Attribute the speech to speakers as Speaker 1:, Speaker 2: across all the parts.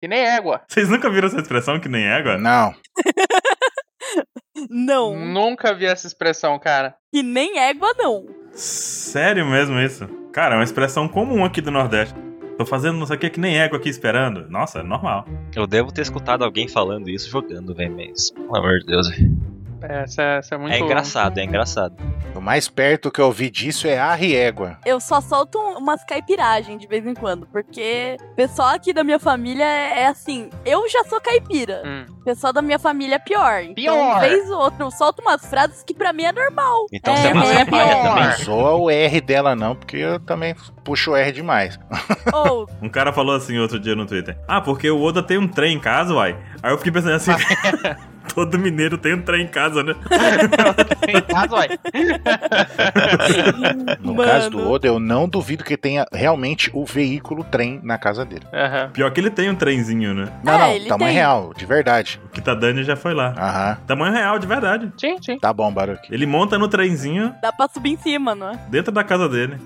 Speaker 1: Que nem égua.
Speaker 2: Vocês nunca viram essa expressão que nem é égua?
Speaker 3: Não.
Speaker 4: Não.
Speaker 1: Nunca vi essa expressão, cara.
Speaker 4: E nem égua, não.
Speaker 2: Sério mesmo isso? Cara, é uma expressão comum aqui do Nordeste. Tô fazendo não sei o que que nem égua aqui esperando. Nossa, é normal.
Speaker 5: Eu devo ter escutado alguém falando isso jogando, velho, mas. Pelo amor de Deus.
Speaker 1: É, Essa, essa é muito.
Speaker 5: É engraçado, é engraçado.
Speaker 3: O mais perto que eu ouvi disso é a Riegua.
Speaker 4: Eu só solto um- umas caipiragens de vez em quando, porque o pessoal aqui da minha família é é assim, eu já sou caipira.
Speaker 1: Hum.
Speaker 4: O pessoal da minha família é pior. Então,
Speaker 1: Pior.
Speaker 4: vez ou outra, eu solto umas frases que pra mim é normal.
Speaker 5: Então
Speaker 4: É,
Speaker 5: você é uma
Speaker 4: é
Speaker 5: caipira
Speaker 1: pior.
Speaker 3: Não
Speaker 5: também.
Speaker 3: zoa o R dela, não, porque eu também puxo o R demais.
Speaker 4: Ou,
Speaker 2: Um cara falou assim outro dia no Twitter. Ah, porque o Oda tem um trem em casa, uai. Aí eu fiquei pensando assim. Todo mineiro tem um trem em casa, né?
Speaker 1: Tem caso, ué.
Speaker 3: No
Speaker 4: Mano.
Speaker 3: caso do Oda, eu não duvido que tenha realmente o veículo trem na casa dele.
Speaker 1: Aham.
Speaker 2: Pior que ele tem um trenzinho, né?
Speaker 3: Não,
Speaker 4: É,
Speaker 3: não,
Speaker 4: ele
Speaker 3: tamanho
Speaker 4: tem.
Speaker 3: real, de verdade.
Speaker 2: O Kitadani já foi lá.
Speaker 3: Aham.
Speaker 2: Tamanho real, de verdade.
Speaker 1: Sim, sim.
Speaker 3: Tá bom, Baruque.
Speaker 2: Ele monta no trenzinho
Speaker 4: dá pra subir em cima, não é?
Speaker 2: dentro da casa dele.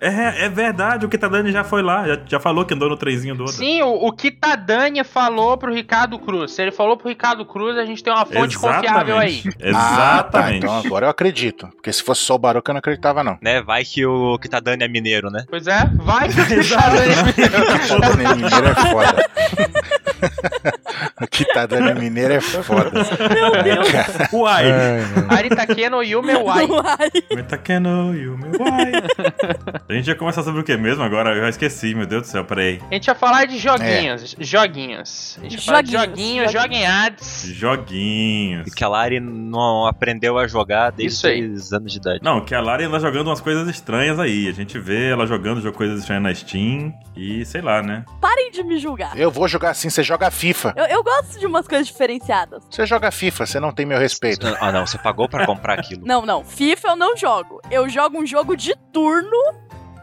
Speaker 2: É, é verdade, o Kitadani já foi lá. Já, já falou que andou no trenzinho do Oda.
Speaker 1: Sim, o, o que Tadani falou pro Ricardo Cruz. Se ele falou pro Ricardo Cruz, a gente tem uma fonte confiável aí.
Speaker 2: Exatamente.
Speaker 3: Ah, tá, então agora eu acredito. Porque se fosse só o Baruque, eu não acreditava, não.
Speaker 5: Né? Vai que o que tá dando é mineiro, né?
Speaker 1: Pois é, vai que o que Tadani
Speaker 3: Pô, dando em mineiro é foda. que tá dando em mineiro é foda.
Speaker 4: Meu Deus.
Speaker 2: Uai.
Speaker 1: Aritakeno Yume Wai.
Speaker 4: Uai.
Speaker 2: É. Metakeno e Tá o meu uai. A gente ia conversar sobre o que mesmo agora? Eu já esqueci, meu Deus do céu, peraí.
Speaker 1: A gente ia falar de joguinhos. Joguinhos. A gente ia falar de joguinhos,
Speaker 4: Joguinhos, joguinhos.
Speaker 1: joguem ads.
Speaker 2: Joguinhos.
Speaker 5: E que a Lari não aprendeu a jogar desde
Speaker 1: Isso aí.
Speaker 5: seis anos de idade.
Speaker 2: Não, que a Lari anda jogando umas coisas estranhas aí. A gente vê ela jogando jo- coisas estranhas na Steam e sei lá, né?
Speaker 4: Parem de me julgar.
Speaker 3: Eu vou jogar assim, você joga FIFA.
Speaker 4: Eu, eu gosto de umas coisas diferenciadas.
Speaker 3: Você joga FIFA, você não tem meu respeito.
Speaker 5: Ah, não, você pagou pra comprar aquilo.
Speaker 4: Não, não. FIFA eu não jogo. Eu jogo um jogo de turno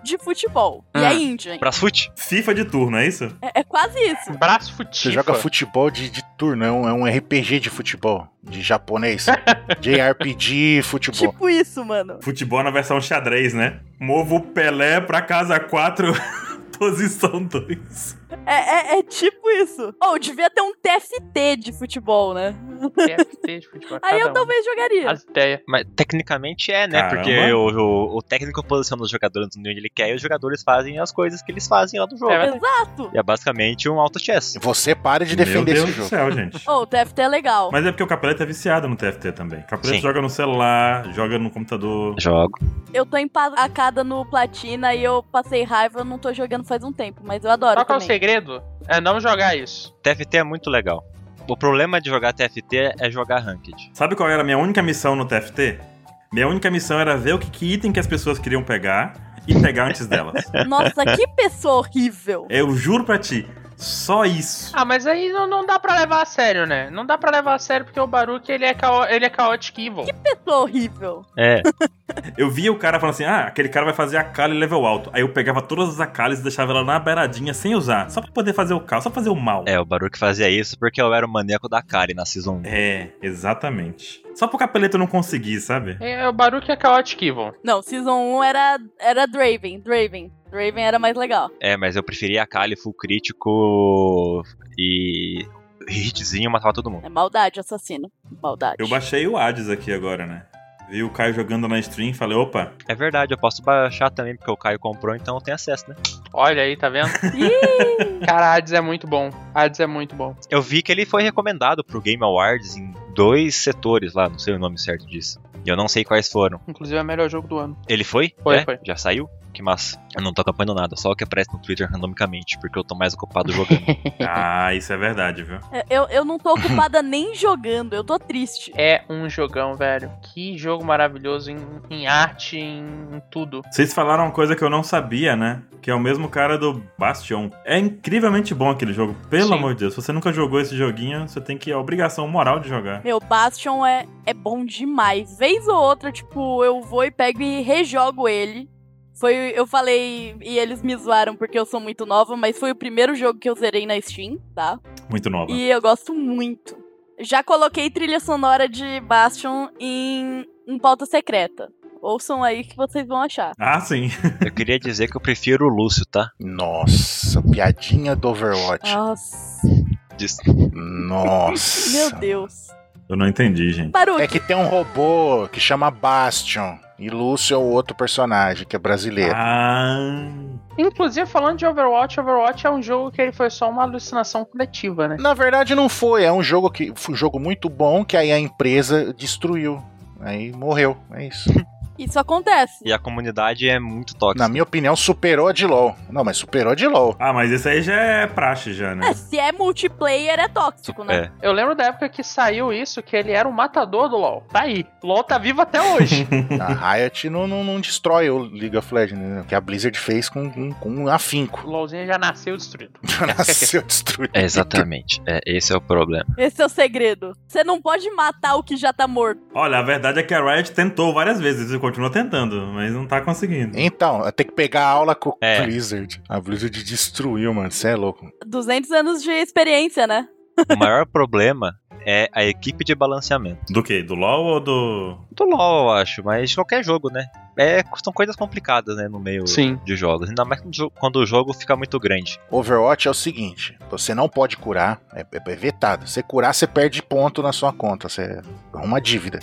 Speaker 4: de futebol. E
Speaker 1: Ah.
Speaker 4: é indie. hein?
Speaker 5: Pra fute?
Speaker 2: FIFA de turno, é isso?
Speaker 4: É, é quase isso.
Speaker 1: Braço
Speaker 3: Você
Speaker 1: futifa.
Speaker 3: joga futebol de, de turno, é um, é um RPG de futebol, de japonês. JRPG futebol.
Speaker 4: Tipo isso, mano.
Speaker 2: Futebol na versão xadrez, né? Movo o Pelé pra casa 4, posição 2.
Speaker 4: É, é- é tipo isso. Ou devia ter um TFT de futebol, né?
Speaker 1: TFT de futebol.
Speaker 4: Aí eu
Speaker 1: cada um.
Speaker 4: talvez jogaria.
Speaker 1: As ideias.
Speaker 5: Mas tecnicamente é, né?
Speaker 2: Caramba.
Speaker 5: Porque o, o, o técnico posiciona os jogadores onde ele quer e os jogadores fazem as coisas que eles fazem lá no jogo.
Speaker 1: É.
Speaker 4: Exato.
Speaker 5: E é basicamente um auto-chess.
Speaker 3: Você para de
Speaker 2: Tipo, Meu
Speaker 3: defender
Speaker 2: Deus
Speaker 3: esse
Speaker 2: do
Speaker 3: jogo.
Speaker 2: céu, gente.
Speaker 5: Oh.
Speaker 4: Ou o TFT é legal.
Speaker 2: Mas é porque o Capelete é viciado no TFT também. O Capelete
Speaker 5: Sim.
Speaker 2: joga no celular, joga no computador.
Speaker 5: Jogo.
Speaker 4: Eu tô empacada no platina e eu passei raiva, eu não tô jogando faz um tempo, mas eu adoro
Speaker 1: Qual que é o
Speaker 4: também.
Speaker 1: segredo? É não jogar isso.
Speaker 5: TFT é muito legal. O problema de jogar TFT é jogar Ranked.
Speaker 2: Sabe qual era a minha única missão no TFT? Minha única missão era ver o que, que item que as pessoas queriam pegar e pegar antes delas.
Speaker 4: Nossa, que pessoa horrível.
Speaker 2: Eu juro pra ti, só isso.
Speaker 1: Ah, mas aí não, não dá pra levar a sério, né? Não dá pra levar a sério porque o Baruque ele é, cao- ele é Chaotic Evil.
Speaker 4: Pessoa horrível.
Speaker 5: É,
Speaker 2: Eu via o cara falando assim: ah, aquele cara vai fazer a Kali level alto. Aí eu pegava todas as Akalis e deixava ela na beiradinha sem usar, só pra poder fazer o caos, só pra fazer o mal.
Speaker 5: é, o barulho que fazia isso porque eu era o maníaco da Kari na Season 1.
Speaker 2: É, exatamente. Só pro capeleto não conseguir, sabe?
Speaker 1: É, o Baruque é Chaotic Evil.
Speaker 4: Não, Season 1 era, era Draven, Draven. Draven era mais legal.
Speaker 5: É, mas eu preferia a Kali full crítico e hitzinho matava todo mundo.
Speaker 4: É maldade, assassino. Maldade.
Speaker 2: Eu baixei o Hades aqui agora, né? Vi o Caio jogando na stream e falei: opa,
Speaker 5: É verdade, eu posso baixar também porque o Caio comprou, então eu tenho acesso, né?
Speaker 1: Olha aí, tá vendo?
Speaker 4: Ih,
Speaker 1: Cara, Hades é muito bom. Hades é muito bom.
Speaker 5: Eu vi que ele foi recomendado pro Game Awards em dois setores lá, não sei o nome certo disso. E eu não sei quais foram.
Speaker 1: Inclusive é o melhor jogo do ano.
Speaker 5: Ele foi?
Speaker 1: Foi,
Speaker 5: É?
Speaker 1: foi.
Speaker 5: Já saiu? Que massa. Eu não tô acompanhando nada, só o que aparece no Twitter randomicamente, porque eu tô mais ocupado jogando.
Speaker 2: ah, isso é verdade, viu?
Speaker 4: eu, eu não tô ocupada nem jogando, eu tô triste.
Speaker 1: É um jogão, velho. Que jogo maravilhoso em, em arte, em, em tudo.
Speaker 2: Vocês falaram uma coisa que eu não sabia, né? Que é o mesmo cara do Bastion. É incrivelmente bom aquele jogo, pelo
Speaker 1: Sim.
Speaker 2: amor de Deus. Se você nunca jogou esse joguinho, você tem que a obrigação moral de jogar.
Speaker 4: Meu, Bastion é, é bom demais. Vez ou outra, tipo, eu vou e pego e rejogo ele. Foi, eu falei, e eles me zoaram porque eu sou muito nova, mas foi o primeiro jogo que eu zerei na Steam, tá?
Speaker 2: Muito nova.
Speaker 4: E eu gosto muito. Já coloquei trilha sonora de Bastion em, em um pauta secreta. Ouçam aí que vocês vão achar.
Speaker 2: Ah, sim.
Speaker 5: Eu queria dizer que eu prefiro o Lúcio, tá?
Speaker 3: Nossa, piadinha do
Speaker 4: Ah.
Speaker 3: Overwatch.
Speaker 4: Nossa,
Speaker 5: Diz-
Speaker 4: meu
Speaker 3: Nossa.
Speaker 4: Deus.
Speaker 2: Eu não entendi, gente.
Speaker 4: Baruque,
Speaker 3: É que tem um robô que chama Bastion. E Lúcio é o outro personagem, que é brasileiro.
Speaker 2: Ah.
Speaker 1: Inclusive, falando de Overwatch, Overwatch é um jogo que ele foi só uma alucinação coletiva, né?
Speaker 3: Na verdade, não foi. É um jogo que foi um jogo muito bom que aí a empresa destruiu. Aí morreu. É isso.
Speaker 4: isso acontece.
Speaker 5: E a comunidade é muito tóxica.
Speaker 3: Na minha opinião, superou a de LOL. Não, mas superou a de LOL.
Speaker 2: Ah, mas isso aí já é praxe, já, né?
Speaker 4: É, se é multiplayer, é tóxico, né?
Speaker 5: É.
Speaker 1: Eu lembro da época que saiu isso, que ele era o matador do LoL. Tá aí. LoL tá vivo até hoje.
Speaker 3: A Riot não, não, não destrói o League of Legends, né? que a Blizzard fez com, com, com afinco.
Speaker 1: o LoLzinho já nasceu destruído.
Speaker 3: Nasceu destruído.
Speaker 5: É, exatamente. É, esse é o problema.
Speaker 4: Esse é o segredo. Você não pode matar o que já tá morto.
Speaker 2: Olha, a verdade é que a Riot tentou várias vezes e continua tentando, mas não tá conseguindo.
Speaker 3: Então, tem que pegar aula com a
Speaker 5: É.
Speaker 3: Blizzard. A Blizzard destruiu, mano. Você é louco.
Speaker 4: 200 anos de experiência, né?
Speaker 5: O maior problema é a equipe de balanceamento.
Speaker 2: Do quê? Do LoL ou do.
Speaker 5: Do LoL, eu acho, mas de qualquer jogo, né? É, são coisas complicadas, né, no meio
Speaker 1: Sim.
Speaker 5: de jogos. Ainda mais quando o jo- quando o jogo fica muito grande.
Speaker 3: Overwatch é o seguinte: você não pode curar, é, é- é vetado. Você curar, você perde ponto na sua conta. Você arruma dívida.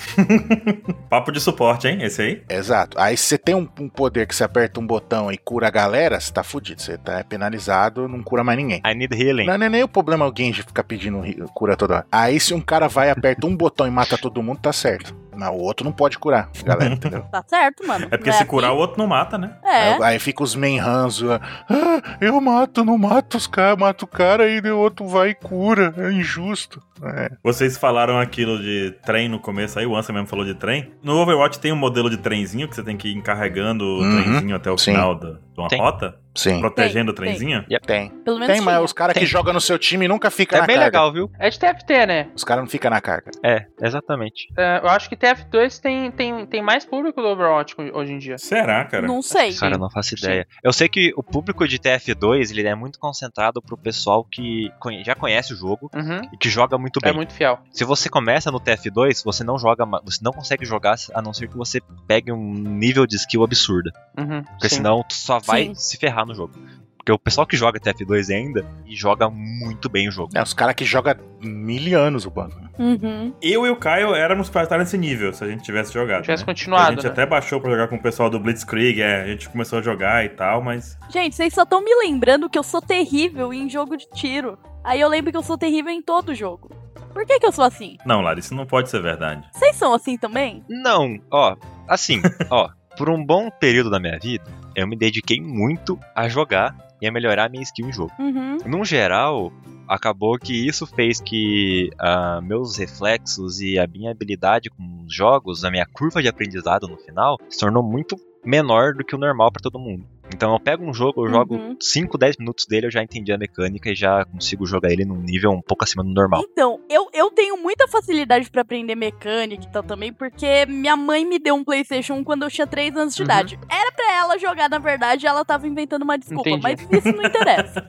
Speaker 2: Papo de suporte, hein? Esse aí?
Speaker 3: Exato. Aí se você tem um, um poder que você aperta um botão e cura a galera, você tá fudido. Você tá penalizado, não cura mais ninguém.
Speaker 5: I need healing.
Speaker 3: Não, não é nem o problema alguém de ficar pedindo ri- cura toda hora. Aí se um cara vai, aperta um botão e mata todo mundo, tá certo. Mas o outro não pode curar, galera, entendeu?
Speaker 4: Tá certo, mano.
Speaker 2: É porque
Speaker 4: Não
Speaker 2: se
Speaker 4: assim?
Speaker 2: curar, o outro não mata, né?
Speaker 4: É.
Speaker 3: Aí, aí fica os menhans, ah, eu mato, não mato os caras, mato o cara e o outro vai e cura, é injusto. É.
Speaker 2: Vocês falaram aquilo de trem no começo aí, o Ansa mesmo falou de trem. No Overwatch tem um modelo de trenzinho que você tem que ir encarregando o
Speaker 3: Uhum,
Speaker 2: trenzinho até o
Speaker 3: sim.
Speaker 2: final da- de uma
Speaker 5: Tem.
Speaker 2: rota,
Speaker 3: Sim,
Speaker 2: protegendo
Speaker 4: Tem,
Speaker 2: o trenzinho.
Speaker 3: tem.
Speaker 4: Pelo menos
Speaker 3: Tem, mas
Speaker 4: tinha.
Speaker 3: os caras que
Speaker 5: Tem.
Speaker 3: jogam no seu time nunca ficam
Speaker 5: É
Speaker 3: na
Speaker 5: bem
Speaker 3: carga.
Speaker 5: legal, viu?
Speaker 1: É de TFT, né?
Speaker 3: Os caras não ficam na carga.
Speaker 5: É, exatamente.
Speaker 1: É, eu acho que TF2 tem, tem, tem mais público do Overwatch hoje em dia.
Speaker 2: Será, cara?
Speaker 4: Não sei.
Speaker 5: Cara, eu não faço ideia. Eu sei que o público de TF2, ele é muito concentrado pro pessoal que conhe- já conhece o jogo
Speaker 1: Uhum.
Speaker 5: e que joga muito Tá bem.
Speaker 1: É muito fiel.
Speaker 5: Se você começa no TF2, você não joga, ma- você não consegue jogar a não ser que você pegue um nível de skill absurdo.
Speaker 1: Uhum.
Speaker 5: Porque
Speaker 1: Sim.
Speaker 5: senão tu só vai
Speaker 4: Sim.
Speaker 5: se ferrar no jogo. Porque o pessoal que joga TF2 ainda e joga muito bem o jogo.
Speaker 3: É, os caras que jogam mil anos o banco.
Speaker 4: Uhum.
Speaker 2: Eu e o Caio éramos pra estar nesse nível, se a gente tivesse jogado.
Speaker 1: Tivesse
Speaker 2: né?
Speaker 1: continuado,
Speaker 2: A gente
Speaker 1: né?
Speaker 2: até baixou pra jogar com o pessoal do Blitzkrieg, é, a gente começou a jogar e tal, mas.
Speaker 4: Gente, vocês só estão me lembrando que eu sou terrível em jogo de tiro. Aí eu lembro que eu sou terrível em todo jogo. Por que que eu sou assim?
Speaker 2: Não, Lara, isso não pode ser verdade.
Speaker 4: Vocês são assim também?
Speaker 5: Não, ó, assim, ó, por um bom período da minha vida, eu me dediquei muito a jogar e a melhorar minha skill em jogo.
Speaker 4: Uhum.
Speaker 5: num geral, acabou que isso fez que ah, meus reflexos e a minha habilidade com os jogos, a minha curva de aprendizado no final, se tornou muito menor do que o normal pra todo mundo. Então eu pego um jogo, eu
Speaker 4: Uhum.
Speaker 5: jogo 5, 10 minutos dele, eu já entendi a mecânica e já consigo jogar ele num nível um pouco acima do normal.
Speaker 4: Então, eu, eu tenho muita facilidade pra aprender mecânica e tal também, porque minha mãe me deu um PlayStation 1 quando eu tinha 3 anos de
Speaker 1: Uhum.
Speaker 4: idade. Era pra ela jogar, na verdade, e ela tava inventando uma desculpa,
Speaker 1: Entendi.
Speaker 4: mas isso não interessa.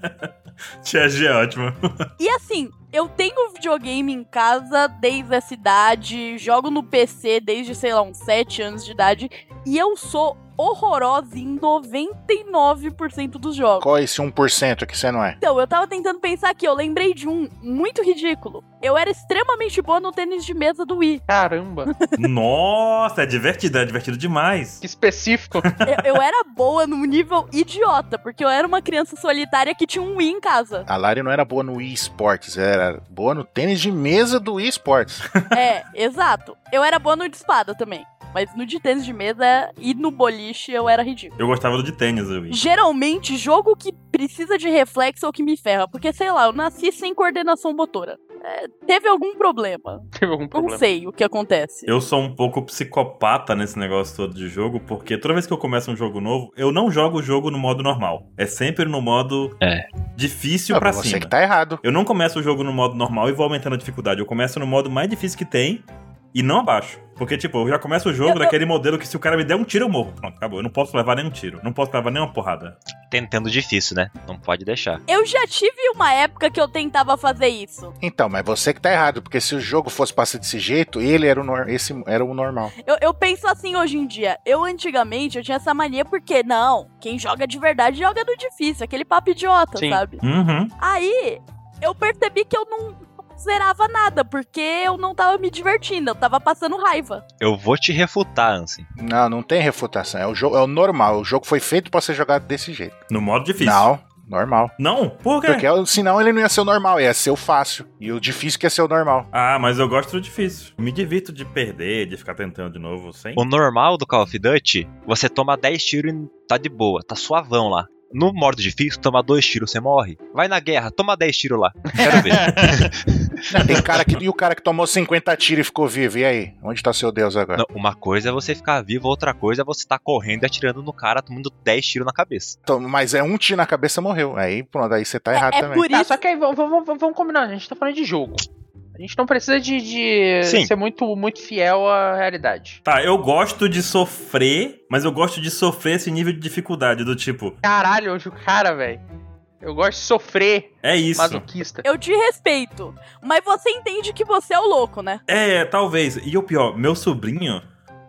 Speaker 2: Tia G é ótima.
Speaker 4: e assim, eu tenho videogame em casa desde essa idade, jogo no PC desde, sei lá, uns 7 anos de idade, e eu sou horrorosa em 99% dos jogos.
Speaker 3: Qual é esse 1% que você não é?
Speaker 4: Então, eu tava tentando pensar aqui, eu lembrei de um muito ridículo. Eu era extremamente boa no tênis de mesa do Wii.
Speaker 1: Caramba,
Speaker 2: Nossa, é divertido, é divertido demais.
Speaker 1: que específico.
Speaker 4: Eu, eu era boa num nível idiota, porque eu era uma criança solitária que tinha um Wii em casa.
Speaker 3: A Lari não era boa no eSports, era boa no tênis de mesa do eSports.
Speaker 4: É, exato. Eu era boa no de espada também. Mas no de tênis de mesa e no boliche eu era ridículo.
Speaker 2: Eu gostava do de tênis, eu
Speaker 4: Geralmente, jogo que precisa de reflexo é o que me ferra. Porque, sei lá, eu nasci sem coordenação motora. É, teve algum problema.
Speaker 1: Teve algum
Speaker 4: Não
Speaker 1: problema. Tá,
Speaker 4: sei o que acontece.
Speaker 2: Eu sou um pouco psicopata nesse negócio todo de jogo, porque toda vez que eu começo um jogo novo, eu não jogo o jogo no modo normal. É sempre no modo
Speaker 5: É.
Speaker 2: difícil
Speaker 3: Ah,
Speaker 2: pra
Speaker 3: você
Speaker 2: cima.
Speaker 3: que tá errado.
Speaker 2: Eu não começo o jogo no modo normal e vou aumentando a dificuldade. Eu começo no modo mais difícil que tem e não abaixo. Porque, tipo, eu já começo o jogo
Speaker 4: Eu- eu-
Speaker 2: daquele modelo que se o cara me der um tiro, eu morro. Pronto, acabou. Eu não posso levar nenhum tiro. Não posso levar nenhuma porrada.
Speaker 5: Tentando difícil, né? Não pode deixar.
Speaker 4: Eu já tive uma época que eu tentava fazer isso.
Speaker 3: Então, mas você que tá errado, porque se o jogo fosse passar desse jeito, ele era o, nor- esse era o normal.
Speaker 4: Eu, eu penso assim hoje em dia. Eu antigamente eu tinha essa mania porque não, quem joga de verdade joga no difícil, aquele papo idiota,
Speaker 1: Sim.
Speaker 4: sabe?
Speaker 2: Uhum.
Speaker 4: Aí eu percebi que eu não não zerava nada, porque eu não tava me divertindo, eu tava passando raiva.
Speaker 5: Eu vou te refutar, Ansem.
Speaker 3: Não, não tem refutação. É o, jogo, é o normal. O jogo foi feito pra ser jogado desse jeito.
Speaker 2: No modo difícil.
Speaker 3: Não, normal.
Speaker 2: Não? Por quê?
Speaker 3: Porque é o- senão ele não ia ser o normal, ia ser o fácil. E o difícil que ia ser o normal.
Speaker 2: Ah, mas eu gosto do difícil. Me divirto de perder, de ficar tentando de novo, sem.
Speaker 5: O normal do Call of Duty, você toma 10 tiros e tá de boa, tá suavão lá. No modo difícil, toma dois tiros, você morre. Vai na guerra, toma 10 tiros lá. Quero ver.
Speaker 3: Tem cara que. E o cara que tomou 50 tiros e ficou vivo. E aí? Onde tá seu Deus agora?
Speaker 5: Não, uma coisa é você ficar vivo, outra coisa é você tá correndo e atirando no cara, tomando 10 tiros na cabeça.
Speaker 3: Então, mas é um tiro na cabeça morreu. Aí, pronto, aí você tá errado
Speaker 4: é
Speaker 3: também.
Speaker 4: por
Speaker 1: Tá,
Speaker 4: isso.
Speaker 1: só que aí vamos, vamos- vamos- vamos combinar, a gente tá falando de jogo. A gente não precisa de, de
Speaker 5: Sim.
Speaker 1: ser muito, muito fiel à realidade.
Speaker 2: Tá, eu gosto de sofrer, mas eu gosto de sofrer esse nível de dificuldade, do tipo,
Speaker 1: Caralho, hoje o cara, velho. Eu gosto de sofrer,
Speaker 2: é isso.
Speaker 1: masoquista.
Speaker 4: Eu te respeito, mas você entende que você é o louco, né?
Speaker 2: É, talvez. E o pior, meu sobrinho,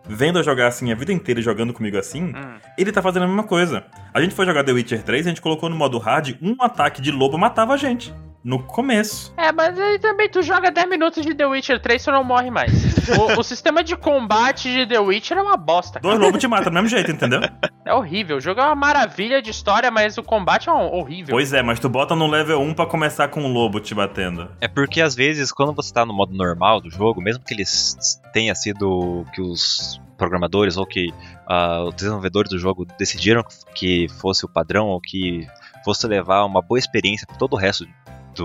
Speaker 2: vendo eu jogar assim a vida inteira e jogando comigo assim,
Speaker 1: Hum.
Speaker 2: ele tá fazendo a mesma coisa. A gente foi jogar The Witcher 3, a gente colocou no modo hard, um ataque de lobo matava a gente. No começo.
Speaker 1: É, mas aí também tu joga 10 minutos de The Witcher 3 e tu não morre mais. o, o sistema de combate de The Witcher é uma bosta, cara.
Speaker 2: Dois lobos te matam do mesmo jeito, entendeu?
Speaker 1: É horrível. O jogo é uma maravilha de história, mas o combate é um- horrível.
Speaker 2: Pois é, mas tu bota no level 1 pra começar com um lobo te batendo.
Speaker 5: É porque às vezes, quando você tá no modo normal do jogo, mesmo que ele s- tenha sido que os programadores ou que ah, os desenvolvedores do jogo decidiram que fosse o padrão ou que fosse levar uma boa experiência para todo o resto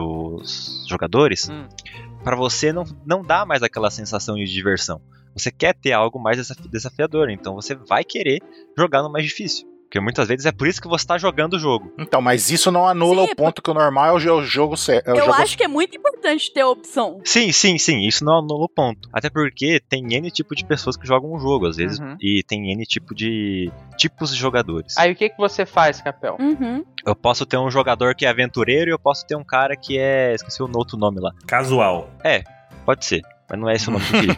Speaker 5: dos jogadores,
Speaker 1: Hum.
Speaker 5: pra para você não, não dá mais aquela sensação de diversão. Você quer ter algo mais desafi- desafiador, então você vai querer jogar no mais difícil. Porque muitas vezes é por isso que você tá jogando o jogo.
Speaker 3: Então, mas isso não anula
Speaker 4: Sim,
Speaker 3: o ponto que o normal é o jo- o jogo certo. É o
Speaker 4: eu
Speaker 3: jogo
Speaker 4: acho que é muito importante ter opção.
Speaker 5: Sim, sim, sim, isso não anula o ponto. Até porque tem N tipo de pessoas que jogam um jogo, às vezes,
Speaker 1: Uhum.
Speaker 5: e tem N tipo de tipos de jogadores.
Speaker 1: Aí o que, que você faz, Capel?
Speaker 4: Uhum.
Speaker 5: Eu posso ter um jogador que é aventureiro e eu posso ter um cara que é. esqueci o outro nome lá.
Speaker 2: Casual.
Speaker 5: Pode ser, mas não é esse o nome do que,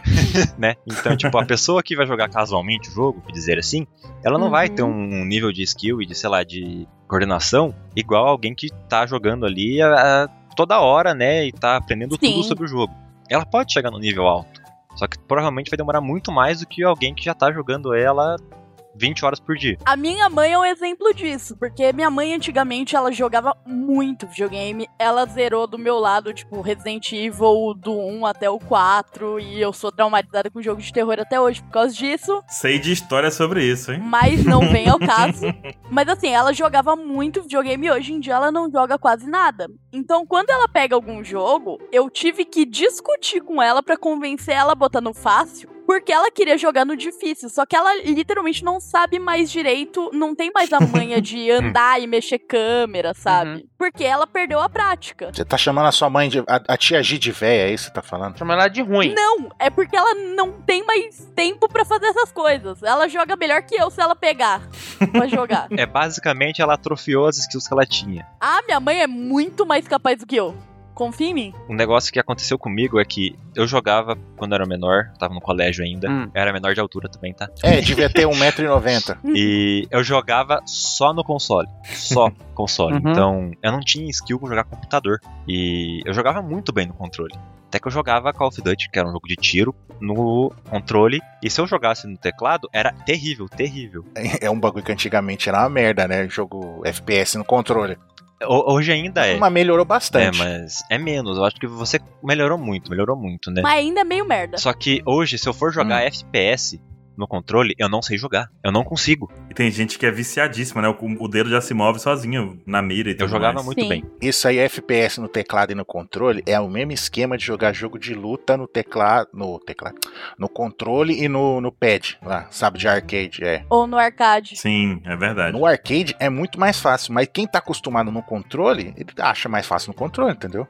Speaker 5: né? Então, tipo, a pessoa que vai jogar casualmente o jogo, por dizer assim, ela não vai
Speaker 4: Uhum.
Speaker 5: ter um nível de skill e de, sei lá, de coordenação igual alguém que tá jogando ali a- a- toda hora, né? E tá aprendendo tudo
Speaker 4: Sim.
Speaker 5: sobre o jogo. Ela pode chegar no nível alto, só que provavelmente vai demorar muito mais do que alguém que já tá jogando ela 20 horas por dia.
Speaker 4: A minha mãe é um exemplo disso, porque minha mãe antigamente ela jogava muito videogame. Ela zerou do meu lado, tipo, Resident Evil do 1 até o 4, e eu sou traumatizada com jogo de terror até hoje por causa disso.
Speaker 2: Sei de história sobre isso, hein?
Speaker 4: mas não vem ao caso. Mas assim, ela jogava muito videogame e hoje em dia ela não joga quase nada. Então, quando ela pega algum jogo, eu tive que discutir com ela pra convencer ela a botar no fácil, porque ela queria jogar no difícil. Só que ela literalmente não sabe mais direito, não tem mais a manha de andar e mexer câmera, sabe? Porque ela perdeu a prática.
Speaker 3: Você tá chamando a sua mãe de. A, a tia G de véia, é isso que você tá falando?
Speaker 1: Chama ela de ruim.
Speaker 4: Não, é porque ela não tem mais tempo pra fazer essas coisas. Ela joga melhor que eu se ela pegar pra jogar.
Speaker 5: É basicamente ela atrofiou as skills que ela tinha.
Speaker 4: Ah, minha mãe é muito mais capaz do que eu. Confia em mim.
Speaker 5: um negócio que aconteceu comigo é que eu jogava quando era menor, tava no colégio ainda,
Speaker 1: Hum.
Speaker 5: eu era menor de altura também, tá?
Speaker 3: É, devia ter 1,90m.
Speaker 4: Uhum.
Speaker 5: E eu jogava só no console, só console.
Speaker 1: Uhum.
Speaker 5: Então, eu não tinha skill pra jogar computador e eu jogava muito bem no controle. Até que eu jogava Call of Duty, que era um jogo de tiro, no controle. E se eu jogasse no teclado, era terrível, terrível.
Speaker 3: É um bagulho que antigamente era uma merda, né? Jogo FPS no controle.
Speaker 5: Ho- Hoje ainda é.
Speaker 3: Mas melhorou
Speaker 5: É,
Speaker 3: bastante.
Speaker 5: mas é menos. Eu acho que você melhorou muito, melhorou muito, né?
Speaker 4: Mas Hum. ainda é meio merda.
Speaker 5: Só que hoje, se eu for jogar FPS no controle, eu não sei jogar. Eu não consigo.
Speaker 2: E tem gente que é viciadíssima, né? O, o dedo já se move sozinho na mira e tudo
Speaker 5: Eu jogava
Speaker 2: mais.
Speaker 5: muito
Speaker 4: Sim.
Speaker 5: bem.
Speaker 3: Isso aí, FPS no teclado e no controle, é o mesmo esquema de jogar jogo de luta no teclado. No teclado. No controle e no, no pad, lá, sabe, de arcade, é.
Speaker 4: Ou no arcade.
Speaker 2: Sim, é verdade.
Speaker 3: No arcade é muito mais fácil, mas quem tá acostumado no controle, ele acha mais fácil no controle, entendeu?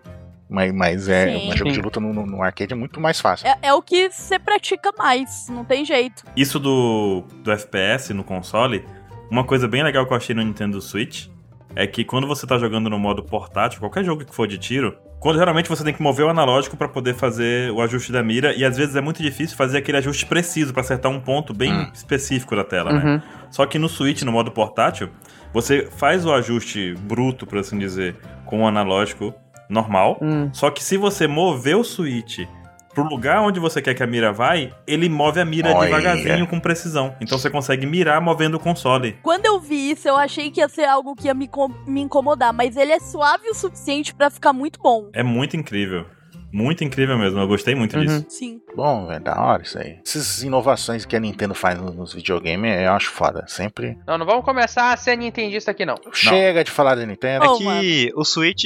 Speaker 3: Mas, mas é,
Speaker 4: Sim.
Speaker 3: um jogo de
Speaker 2: Sim.
Speaker 3: luta no, no- no arcade é muito mais fácil.
Speaker 4: É, é o que você pratica mais, não tem jeito.
Speaker 2: Isso do, do FPS no console, uma coisa bem legal que eu achei no Nintendo Switch é que quando você tá jogando no modo portátil, qualquer jogo que for de tiro, quando geralmente você tem que mover o analógico pra poder fazer o ajuste da mira e às vezes é muito difícil fazer aquele ajuste preciso pra acertar um ponto bem
Speaker 3: Hum.
Speaker 2: específico da tela, né?
Speaker 1: Uhum.
Speaker 2: Só que no Switch, no modo portátil, você faz o ajuste bruto, por assim dizer, com o analógico normal.
Speaker 1: Hum.
Speaker 2: Só que se você mover o Switch pro lugar onde você quer que a mira vai, ele move a mira
Speaker 3: Olha.
Speaker 2: devagarzinho com precisão. Então você consegue mirar movendo o console.
Speaker 4: Quando eu vi isso, eu achei que ia ser algo que ia me, com- me incomodar, mas ele é suave o suficiente pra ficar muito bom.
Speaker 2: É muito incrível. Muito incrível mesmo. Eu gostei muito
Speaker 1: Uhum.
Speaker 2: disso.
Speaker 4: Sim.
Speaker 3: Bom, velho, da hora isso aí. Essas inovações que a Nintendo faz no- nos videogames, eu acho foda. Sempre.
Speaker 1: Não, não vamos começar a ser nintendista aqui, não.
Speaker 3: Chega de falar da Nintendo.
Speaker 5: É
Speaker 4: Oh,
Speaker 5: que o Switch,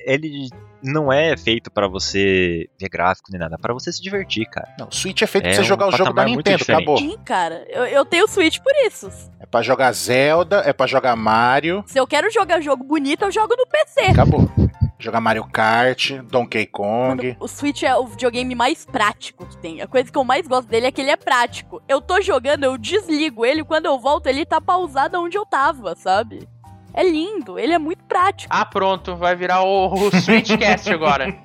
Speaker 5: ele não é feito pra você ver gráfico nem nada, é pra você se divertir, cara.
Speaker 3: Não, Switch é feito pra
Speaker 5: É
Speaker 3: você
Speaker 5: um
Speaker 3: jogar o jogo da
Speaker 5: patamar muito
Speaker 3: Nintendo,
Speaker 5: diferente.
Speaker 3: acabou.
Speaker 4: Sim, cara. Eu, eu tenho Switch por isso.
Speaker 3: É pra jogar Zelda, é pra jogar Mario,
Speaker 4: Se eu quero jogar jogo bonito, eu jogo no
Speaker 5: É.
Speaker 4: PC.
Speaker 3: acabou. Jogar Mario Kart, Donkey Kong.
Speaker 4: Mano, o Switch é o videogame mais prático que tem. A coisa que eu mais gosto dele é que ele é prático. Eu tô jogando, eu desligo ele, quando eu volto, ele tá pausado onde eu tava, sabe? É lindo, ele é muito prático.
Speaker 1: Ah, pronto, vai virar o, o Switchcast agora.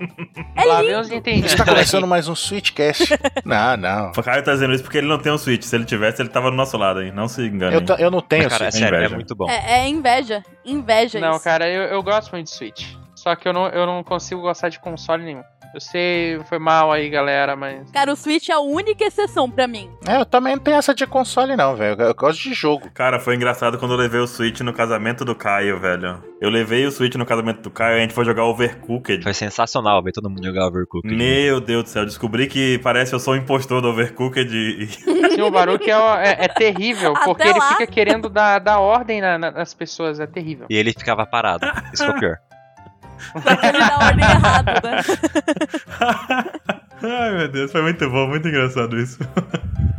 Speaker 4: É
Speaker 1: Lá
Speaker 4: lindo.
Speaker 1: vem os nintendistas.
Speaker 3: Está começando mais um Switchcast. não, não.
Speaker 2: O Caio tá dizendo isso porque ele não tem um Switch. Se ele tivesse, ele tava do nosso lado, hein? Não se engane.
Speaker 3: Eu, ta- eu não tenho
Speaker 5: Mas, cara, é
Speaker 3: Switch.
Speaker 5: sério,
Speaker 2: inveja.
Speaker 5: é muito bom.
Speaker 4: É, é inveja. Inveja
Speaker 1: Não,
Speaker 4: isso.
Speaker 1: cara, eu, eu gosto muito de Switch. Só que eu não, eu não consigo gostar de console nenhum. Eu sei, foi mal aí, galera, mas.
Speaker 4: Cara, o Switch é a única exceção pra mim.
Speaker 3: É, eu também não tenho essa de console, não, velho. Eu gosto de jogo.
Speaker 2: Cara, foi engraçado quando eu levei o Switch no casamento do Caio, velho. Eu levei o Switch no casamento do Caio e a gente foi jogar Overcooked.
Speaker 5: Foi sensacional ver todo mundo jogar Overcooked. né?
Speaker 2: Meu Deus do céu, descobri que parece que eu sou um impostor do Overcooked e, e-
Speaker 1: Sim, o Baruque é, é, é terrível,
Speaker 4: Até
Speaker 1: porque ele
Speaker 4: lá.
Speaker 1: fica querendo dar, dar ordem na- na- nas pessoas, é terrível.
Speaker 5: E ele ficava parado. Isso foi o pior.
Speaker 4: Só que ele dá a ordem errada, né?
Speaker 2: Ai meu Deus, foi muito bom, muito engraçado isso.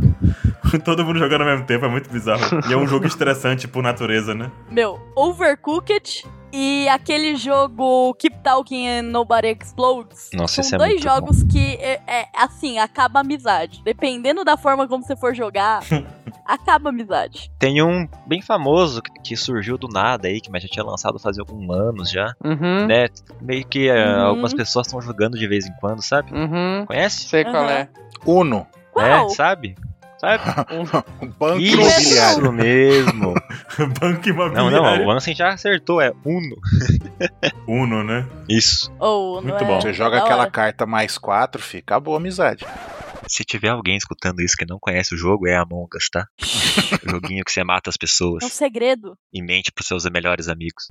Speaker 2: Todo mundo jogando ao mesmo tempo, é muito bizarro. E é um jogo estressante por natureza, né?
Speaker 4: Meu, Overcooked e aquele jogo Keep Talking and Nobody Explodes.
Speaker 5: Nossa, esse
Speaker 4: são
Speaker 5: é
Speaker 4: dois
Speaker 5: muito
Speaker 4: jogos que, é, é, assim, acaba a amizade. Dependendo da forma como você for jogar, acaba a amizade.
Speaker 5: Tem um bem famoso que- que surgiu do nada aí, que mas já tinha lançado fazia alguns anos já,
Speaker 1: Uhum.
Speaker 5: né? Meio que é,
Speaker 4: Uhum.
Speaker 5: algumas pessoas estão jogando de vez em quando, sabe?
Speaker 1: Uhum.
Speaker 5: Conhece?
Speaker 1: Sei qual é.
Speaker 3: Uno.
Speaker 4: Qual?
Speaker 5: É, sabe? Sabe?
Speaker 3: Um banco imobiliário.
Speaker 5: Isso mesmo.
Speaker 2: Banco
Speaker 5: Não, não,
Speaker 2: imobiliário.
Speaker 5: o Ansem já acertou, é Uno.
Speaker 2: Uno, né?
Speaker 5: Isso.
Speaker 4: Ou, não
Speaker 2: Muito
Speaker 4: é?
Speaker 2: bom.
Speaker 3: Você joga
Speaker 4: Da
Speaker 3: aquela
Speaker 4: hora.
Speaker 3: carta mais quatro, fica acabou a amizade.
Speaker 5: Se tiver alguém escutando isso que não conhece o jogo, é Among Us, tá? O joguinho que você mata as
Speaker 4: É um
Speaker 5: pessoas
Speaker 4: segredo.
Speaker 5: e mente pros seus melhores amigos.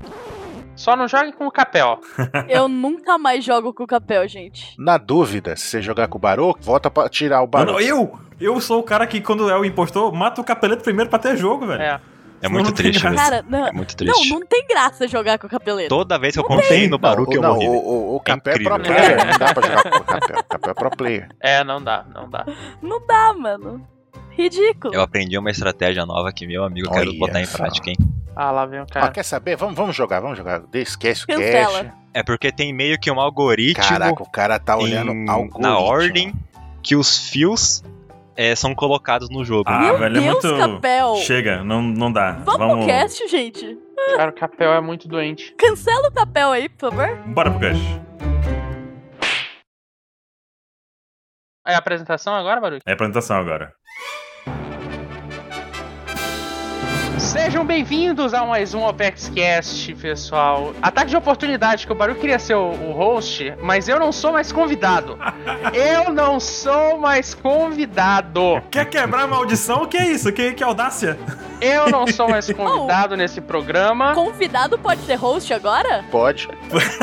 Speaker 1: Só não jogue com o capel.
Speaker 4: Eu nunca mais jogo com o capel, gente.
Speaker 3: Na dúvida, se você jogar com o Baroque, volta pra tirar o Baroque.
Speaker 2: Mano, eu! Eu sou o cara que, quando é o impostor, mata o capeleto primeiro pra ter jogo, velho.
Speaker 1: É.
Speaker 5: É
Speaker 2: Não
Speaker 5: muito
Speaker 2: tem
Speaker 5: triste,
Speaker 2: graça.
Speaker 5: velho.
Speaker 4: Cara, não,
Speaker 5: É muito
Speaker 4: não,
Speaker 5: triste.
Speaker 4: não tem graça jogar com o capeleiro.
Speaker 5: Toda vez que eu
Speaker 2: tem.
Speaker 5: contei no Baruque, eu
Speaker 3: não,
Speaker 5: morri.
Speaker 3: o,
Speaker 5: velho.
Speaker 3: o, o Capé é,
Speaker 5: incrível.
Speaker 3: pro player. Não dá pra jogar com o Capé. O Capé é pro player.
Speaker 1: É, não dá, não dá.
Speaker 4: Não dá, Ah, mano. Ridículo.
Speaker 5: Eu aprendi uma estratégia nova que, meu amigo, eu
Speaker 3: Olha
Speaker 5: quero botar em
Speaker 3: só.
Speaker 5: prática, hein?
Speaker 1: Ah, lá vem o
Speaker 3: Ó,
Speaker 1: cara.
Speaker 3: quer saber? Vamos, vamos jogar, vamos jogar. Esquece o
Speaker 4: Cancela.
Speaker 3: cash.
Speaker 5: É porque tem meio que um algoritmo
Speaker 3: Caraca, o cara tá olhando
Speaker 5: em-
Speaker 3: algo.
Speaker 5: na ordem que os fios eh, são colocados no jogo.
Speaker 2: Ah,
Speaker 4: Meu
Speaker 2: velho, é
Speaker 4: Deus,
Speaker 2: muito-
Speaker 4: capel.
Speaker 2: Chega, não, não dá.
Speaker 4: Vamos, pro cast, gente.
Speaker 1: Cara, o capel é muito doente.
Speaker 4: Cancela o papel aí, por favor.
Speaker 2: Bora pro cast.
Speaker 1: É a apresentação agora, Baruque?
Speaker 2: É a apresentação agora.
Speaker 1: Sejam bem-vindos a mais um ApexCast, pessoal. Ataque de oportunidade, que o Baru queria ser o, o host, mas eu não sou mais convidado. Eu não sou mais convidado.
Speaker 2: Quer quebrar a maldição? Que é isso? Que, que audácia?
Speaker 1: Eu não sou mais convidado nesse programa.
Speaker 4: Convidado pode ser host agora?
Speaker 3: Pode,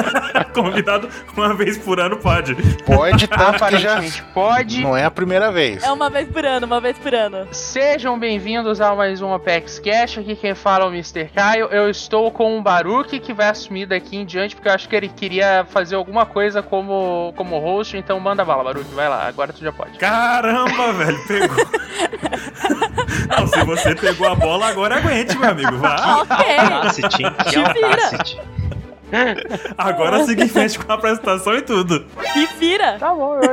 Speaker 2: Convidado uma vez por ano pode.
Speaker 3: pode, tanto que já.
Speaker 1: Aparentemente pode.
Speaker 3: Não é a primeira vez.
Speaker 1: um-
Speaker 4: É uma vez por ano, uma vez por ano.
Speaker 1: Sejam bem-vindos a mais um Apex Cash. Aqui quem fala é o Mr. Caio. Eu estou com o Baruque que vai assumir daqui em diante, porque eu acho que ele queria fazer alguma coisa como, como host, então manda bala, Baruque. Vai lá, agora tu já pode.
Speaker 2: Caramba, velho, pegou. Não, se você
Speaker 1: Ah.
Speaker 2: pegou a bola, agora aguente, meu amigo. Vá.
Speaker 4: Ok.
Speaker 5: Audacity, hein? Que
Speaker 4: Te vira.
Speaker 5: audacity.
Speaker 2: Agora siga em frente com a apresentação e tudo.
Speaker 4: E vira!
Speaker 1: Tá bom, eu,
Speaker 5: O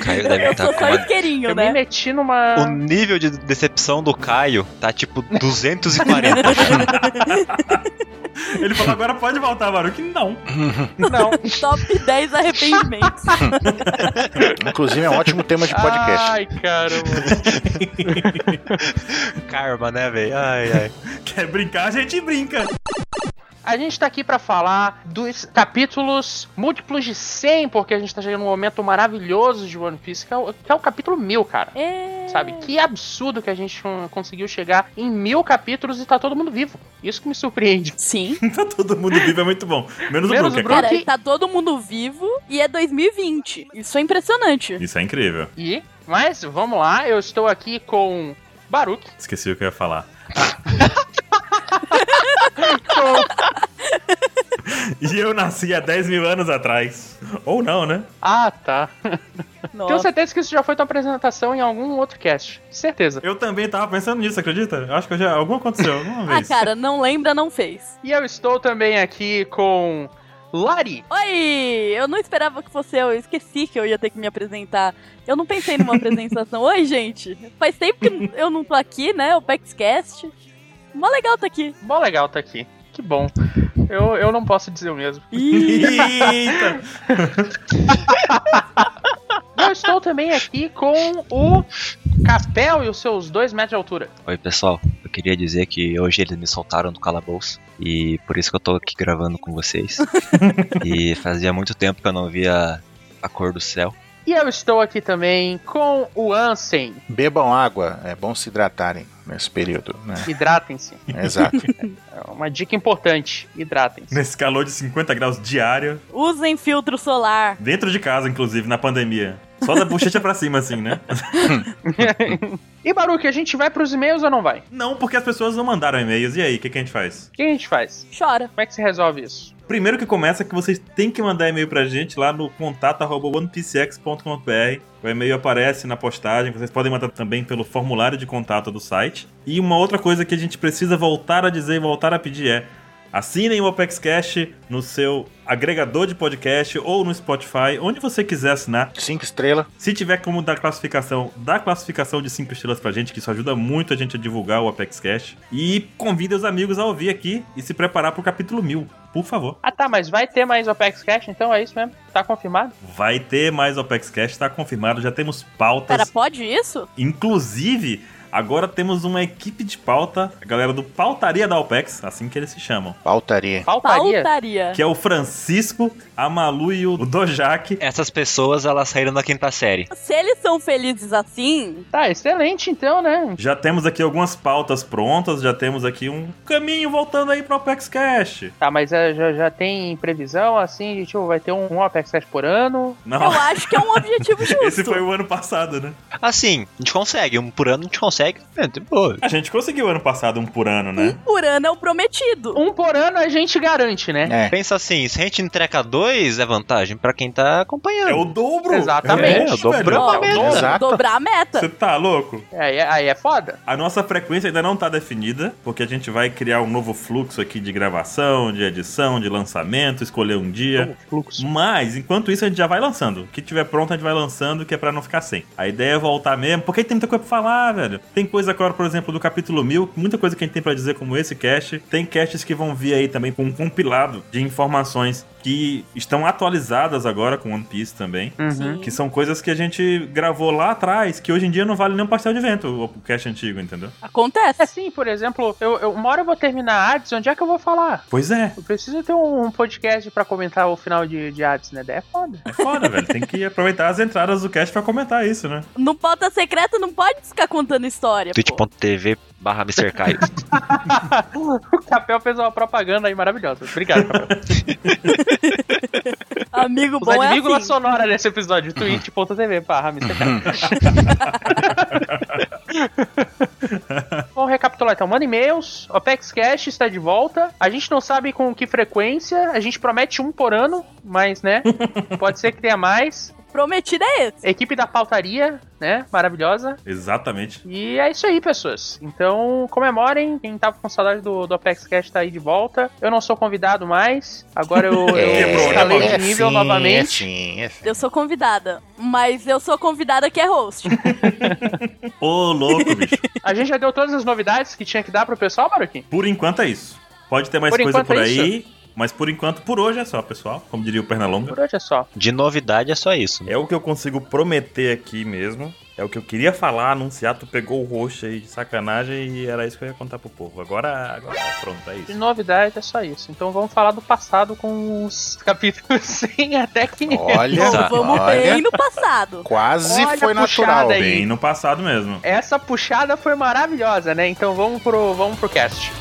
Speaker 5: Caio deve
Speaker 4: Eu
Speaker 3: tá
Speaker 5: estar
Speaker 4: sou
Speaker 5: com
Speaker 4: só
Speaker 5: uma...
Speaker 4: isqueirinho,
Speaker 1: eu me
Speaker 4: né?
Speaker 1: meti numa.
Speaker 5: O nível de decepção do Caio tá tipo 240.
Speaker 2: Ele falou, agora pode voltar, Baruque. Não.
Speaker 1: Não.
Speaker 4: Top 10 arrependimentos.
Speaker 3: Inclusive, é um ótimo tema de podcast.
Speaker 1: Ai, caramba.
Speaker 5: Karma, né, velho? Ai, ai.
Speaker 2: Quer brincar, a gente brinca.
Speaker 1: A gente tá aqui pra falar dos capítulos múltiplos de 100, porque a gente tá chegando num momento maravilhoso de One Piece, que é o, que é o capítulo 1000, cara.
Speaker 4: É.
Speaker 1: Sabe? Que absurdo que a gente hum, conseguiu chegar em mil capítulos e tá todo mundo vivo. Isso que me surpreende.
Speaker 4: Sim.
Speaker 2: Tá todo mundo vivo, é muito bom. Menos,
Speaker 1: Menos
Speaker 2: o Brook,
Speaker 1: o
Speaker 2: é claro.
Speaker 4: Cara,
Speaker 1: que-
Speaker 4: tá todo mundo vivo e é 2020. Isso é impressionante.
Speaker 2: Isso é incrível.
Speaker 1: E, mas vamos lá, eu estou aqui com Baruque,
Speaker 2: Esqueci o que eu ia falar.
Speaker 1: com
Speaker 2: E eu nasci há 10 mil anos atrás. Ou não, né?
Speaker 1: Ah, tá. Tenho
Speaker 4: Nossa.
Speaker 1: certeza que isso já foi tua apresentação em algum outro cast. Certeza.
Speaker 2: Eu também tava pensando nisso, acredita? Eu Acho que eu já. Alguma aconteceu alguma
Speaker 4: Ah,
Speaker 2: vez.
Speaker 4: cara, não lembra, não fez.
Speaker 1: E eu estou também aqui com Lari.
Speaker 4: Oi! Eu não esperava que fosse eu, eu esqueci que eu ia ter que me apresentar. Eu não pensei numa apresentação. Oi, gente! Faz tempo que eu não tô aqui, né? O PaxCast. Mó legal tá aqui.
Speaker 1: Bom legal tá aqui. Que bom. Eu, eu não posso dizer o mesmo.
Speaker 4: Ih,
Speaker 2: Eita!
Speaker 1: E eu estou também aqui com o Capel e os seus dois metros de altura.
Speaker 5: Oi, pessoal. Eu queria dizer que hoje eles me soltaram do calabouço e por isso que eu tô aqui gravando com vocês. e fazia muito tempo que eu não via a cor do céu.
Speaker 1: E eu estou aqui também com o Ansem.
Speaker 3: Bebam água, é bom se hidratarem nesse período. Né?
Speaker 1: Hidratem-se.
Speaker 3: Exato.
Speaker 1: É uma dica importante. Hidratem-se.
Speaker 2: Nesse calor de 50 graus diário,
Speaker 4: usem filtro solar.
Speaker 2: dentro de casa, inclusive, na pandemia. Só da bochecha pra cima, assim, né?
Speaker 1: E Baruque, a gente vai pros e-mails ou não vai?
Speaker 2: Não, porque as pessoas não mandaram e-mails. E aí, o que, que a gente faz?
Speaker 1: O que a gente faz?
Speaker 4: Chora.
Speaker 1: Como é que se resolve isso?
Speaker 2: Primeiro que começa é que vocês têm que mandar e-mail pra gente lá no contato arroba onepcx.com.br. O e-mail aparece na postagem, vocês podem mandar também pelo formulário de contato do site. E uma outra coisa que a gente precisa voltar a dizer e voltar a pedir é assinem o Apex Cash no seu agregador de podcast ou no Spotify, onde você quiser assinar.
Speaker 3: Cinco estrelas.
Speaker 2: Se tiver como dar classificação, dá classificação de 5 estrelas pra gente, que isso ajuda muito a gente a divulgar o Apex Cash. E convida os amigos a ouvir aqui e se preparar pro capítulo 1000, por favor.
Speaker 1: Ah tá, mas vai ter mais Opex Cash, então é isso mesmo? Tá confirmado?
Speaker 2: Vai ter mais Opex Cash, tá confirmado, já temos pautas.
Speaker 4: Cara, pode isso?
Speaker 2: Inclusive, agora temos uma equipe de pauta, a galera do Pautaria da Opex, assim que eles se chamam.
Speaker 3: Pautaria.
Speaker 1: Faltaria?
Speaker 4: Pautaria.
Speaker 2: Que é o Francisco, a Malu e o Dojak.
Speaker 5: Essas pessoas, elas saíram da quinta série.
Speaker 4: Se eles são felizes assim,
Speaker 1: Tá, excelente então, né?
Speaker 2: Já temos aqui algumas pautas prontas, já temos aqui um caminho voltando aí pro Opex Cash.
Speaker 1: Tá, mas é, já, já tem previsão assim de tipo, vai ter um, um Opex Cash por ano.
Speaker 4: eu
Speaker 2: Não,
Speaker 4: acho que é um objetivo justo.
Speaker 2: esse foi o ano passado, né?
Speaker 5: Assim, a gente consegue. Um por ano a gente consegue. É, de boa.
Speaker 2: A gente conseguiu ano passado um por ano,
Speaker 4: Um
Speaker 2: né?
Speaker 4: por ano é o prometido.
Speaker 1: Um por ano a gente garante, né?
Speaker 3: É.
Speaker 5: Pensa assim, se a gente entrega dois, é vantagem pra quem tá acompanhando.
Speaker 2: É o dobro!
Speaker 1: Exatamente.
Speaker 2: É,
Speaker 5: É, o dobro.
Speaker 2: velho.
Speaker 4: Ó,
Speaker 1: É o dobro.
Speaker 3: Exato.
Speaker 4: dobrar a meta.
Speaker 2: Você tá louco?
Speaker 1: Aí, aí é foda.
Speaker 2: A nossa frequência ainda não está definida, porque a gente vai criar um novo fluxo aqui de gravação, de edição, de lançamento, escolher um dia.
Speaker 1: Fluxo.
Speaker 2: Mas, enquanto isso, a gente já vai lançando. O que tiver pronto, a gente vai lançando, que é pra não ficar sem. A ideia é voltar mesmo, porque tem muita coisa pra falar, velho. Tem coisa agora, por exemplo, do capítulo 1000, muita coisa que a gente tem pra dizer, como esse cast. Tem casts que vão vir aí também com um compilado de informações que estão atualizadas agora com One Piece também.
Speaker 1: Uhum.
Speaker 4: Sim.
Speaker 2: Que são coisas que a gente gravou lá atrás, que hoje em dia não vale nem um pastel de vento, o cast antigo, entendeu?
Speaker 1: É
Speaker 4: Acontece.
Speaker 1: assim, por exemplo, eu, eu- uma hora eu vou terminar Hades, onde é que eu vou falar?
Speaker 2: Pois é,
Speaker 1: Eu preciso ter um, um podcast pra comentar o final de, de Hades, né? Daí é foda.
Speaker 2: é foda, velho. Tem que aproveitar as entradas do cast pra comentar isso, né?
Speaker 4: No pauta secreta não pode ficar contando história. pô.
Speaker 5: twitch.tv barra Mr. Caio.
Speaker 1: o Capel fez uma propaganda aí maravilhosa. Obrigado, Capel.
Speaker 4: Amigo bom
Speaker 1: Usar de
Speaker 4: é
Speaker 1: vírgula
Speaker 4: assim.
Speaker 1: sonora nesse episódio. twitch.tv barra Mr. K. Vamos recapitular então. Manda e-mails. Opex Cash está de volta. A gente não sabe com que frequência. A gente promete um por ano, mas né? pode ser que tenha mais.
Speaker 4: prometido é esse.
Speaker 1: Equipe da pautaria, né? Maravilhosa.
Speaker 2: Exatamente.
Speaker 1: E é isso aí, pessoas. Então, comemorem. Quem tava com saudade do, do Apex Cast tá aí de volta. Eu não sou convidado mais. Agora eu, eu
Speaker 2: É,
Speaker 1: escalei de
Speaker 2: é
Speaker 1: nível
Speaker 3: sim, É
Speaker 1: novamente.
Speaker 3: sim, é sim.
Speaker 4: Eu sou convidada, mas eu sou convidada que é host.
Speaker 2: Ô, louco, bicho.
Speaker 1: A gente já deu todas as novidades que tinha que dar pro pessoal, Baruquim?
Speaker 2: Por enquanto é isso. Pode ter mais
Speaker 1: Por
Speaker 2: coisa
Speaker 1: enquanto
Speaker 2: por
Speaker 1: é
Speaker 2: aí, mas por enquanto, por hoje é só, pessoal. Como diria o Pernalonga.
Speaker 1: Por hoje é só.
Speaker 5: De novidade é só isso.
Speaker 2: É o que eu consigo prometer aqui mesmo. É o que eu queria falar, anunciar. Tu pegou o roxo aí de sacanagem e era isso que eu ia contar pro povo. Agora, agora pronto, é
Speaker 1: De
Speaker 2: isso.
Speaker 1: novidade é só isso. Então vamos falar do passado com os capítulos 100 até 500.
Speaker 3: Olha,
Speaker 5: Tá.
Speaker 4: Vamos
Speaker 3: olha,
Speaker 4: bem no passado.
Speaker 3: quase
Speaker 1: Olha
Speaker 3: foi
Speaker 1: a puxada
Speaker 3: natural.
Speaker 1: aí.
Speaker 2: Bem no passado mesmo.
Speaker 1: Essa puxada foi maravilhosa, né? Então vamos pro, vamos pro cast.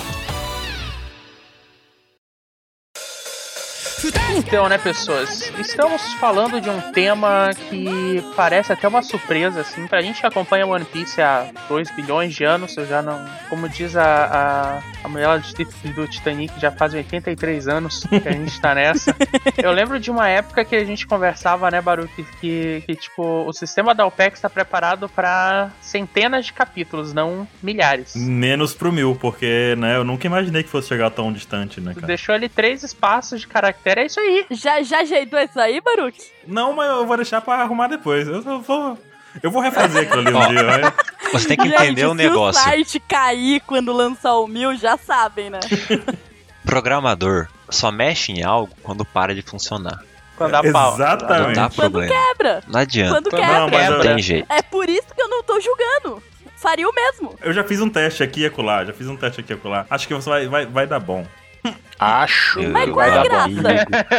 Speaker 1: Então, né, pessoas? Estamos falando de um tema que parece até uma surpresa, assim. Pra gente que acompanha One Piece há 2 bilhões de anos, eu já não. Como diz a, a, a mulher do Tit- do Titanic, já faz 83 anos que a gente tá nessa. Eu lembro de uma época que a gente conversava, né, Baru, que, que, que, tipo, o sistema da OPEX está preparado pra centenas de capítulos, não milhares.
Speaker 2: Menos pro mil, porque, né, eu nunca imaginei que fosse chegar tão distante, né,
Speaker 1: Tu
Speaker 2: cara?
Speaker 1: deixou ali três espaços de caractere, é isso aí.
Speaker 4: Já, já ajeitou isso aí, Baruque?
Speaker 2: Não, mas eu vou deixar pra arrumar depois. Eu só vou. Eu vou refazer aquilo ali um dia, vai.
Speaker 5: Você tem que entender
Speaker 4: Gente,
Speaker 5: um negócio.
Speaker 4: Se o site cair quando lançar o mil, já sabem, né?
Speaker 5: Programador só mexe em algo quando para de funcionar.
Speaker 1: Quando dá pau.
Speaker 5: Não dá
Speaker 2: Exatamente.
Speaker 4: Quando
Speaker 5: problema.
Speaker 4: Quebra!
Speaker 5: Não adianta.
Speaker 4: Quando
Speaker 1: Não,
Speaker 4: quebra.
Speaker 2: Não, mas
Speaker 5: Não
Speaker 2: eu,
Speaker 5: tem jeito.
Speaker 4: É por isso que eu não tô julgando. Faria o mesmo.
Speaker 2: eu já fiz um teste aqui e acolá, já fiz um teste aqui e acolá. Acho que você vai, vai, vai dar bom.
Speaker 3: Acho.
Speaker 4: Mas
Speaker 5: Eu-
Speaker 4: qual é a
Speaker 5: vai dar
Speaker 4: graça?
Speaker 5: barriga.
Speaker 2: tipo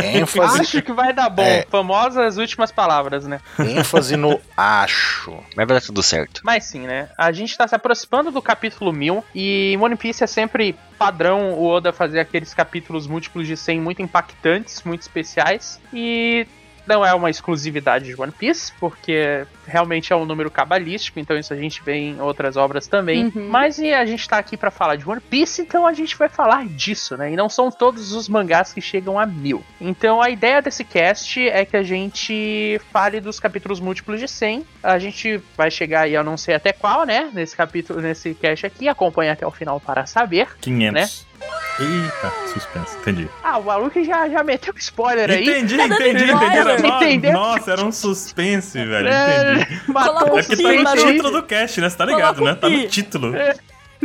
Speaker 2: assim,
Speaker 3: ênfase,
Speaker 1: Acho que vai dar bom.
Speaker 3: É.
Speaker 1: Famosas últimas palavras, né?
Speaker 3: ênfase no acho.
Speaker 5: Mas vai dar tudo certo.
Speaker 1: Mas sim, né? A gente tá se aproximando do capítulo 1000 e em One Piece é sempre padrão o Oda fazer aqueles capítulos múltiplos de 100 muito impactantes, muito especiais e não é uma exclusividade de One Piece, porque realmente é um número cabalístico, então isso a gente vê em outras obras também.
Speaker 4: Uhum.
Speaker 1: Mas e a gente tá aqui pra falar de One Piece, então a gente vai falar disso, né? E não são todos os mangás que chegam a mil. Então a ideia desse cast é que a gente fale dos capítulos múltiplos de 100. A gente vai chegar aí, eu não sei até qual, né? Nesse capítulo, nesse cast aqui, acompanha até o final para saber.
Speaker 2: 500. Eita, suspenso. Entendi.
Speaker 1: Ah, o Baruque já, já meteu um spoiler aí.
Speaker 2: Entendi,
Speaker 4: Tá dando
Speaker 2: entendi,
Speaker 4: spoiler.
Speaker 2: entendi. Era nó-
Speaker 1: Entendeu?
Speaker 2: Nossa, era um suspense, velho.
Speaker 1: É,
Speaker 2: Entendi.
Speaker 1: Matou
Speaker 4: Coloca
Speaker 1: o
Speaker 2: É porque tá
Speaker 4: Sim,
Speaker 2: no
Speaker 1: suspense aí.
Speaker 2: título do cast, né? Você tá ligado,
Speaker 4: Coloca
Speaker 2: né?
Speaker 4: o
Speaker 2: Tá no
Speaker 4: pi.
Speaker 2: título.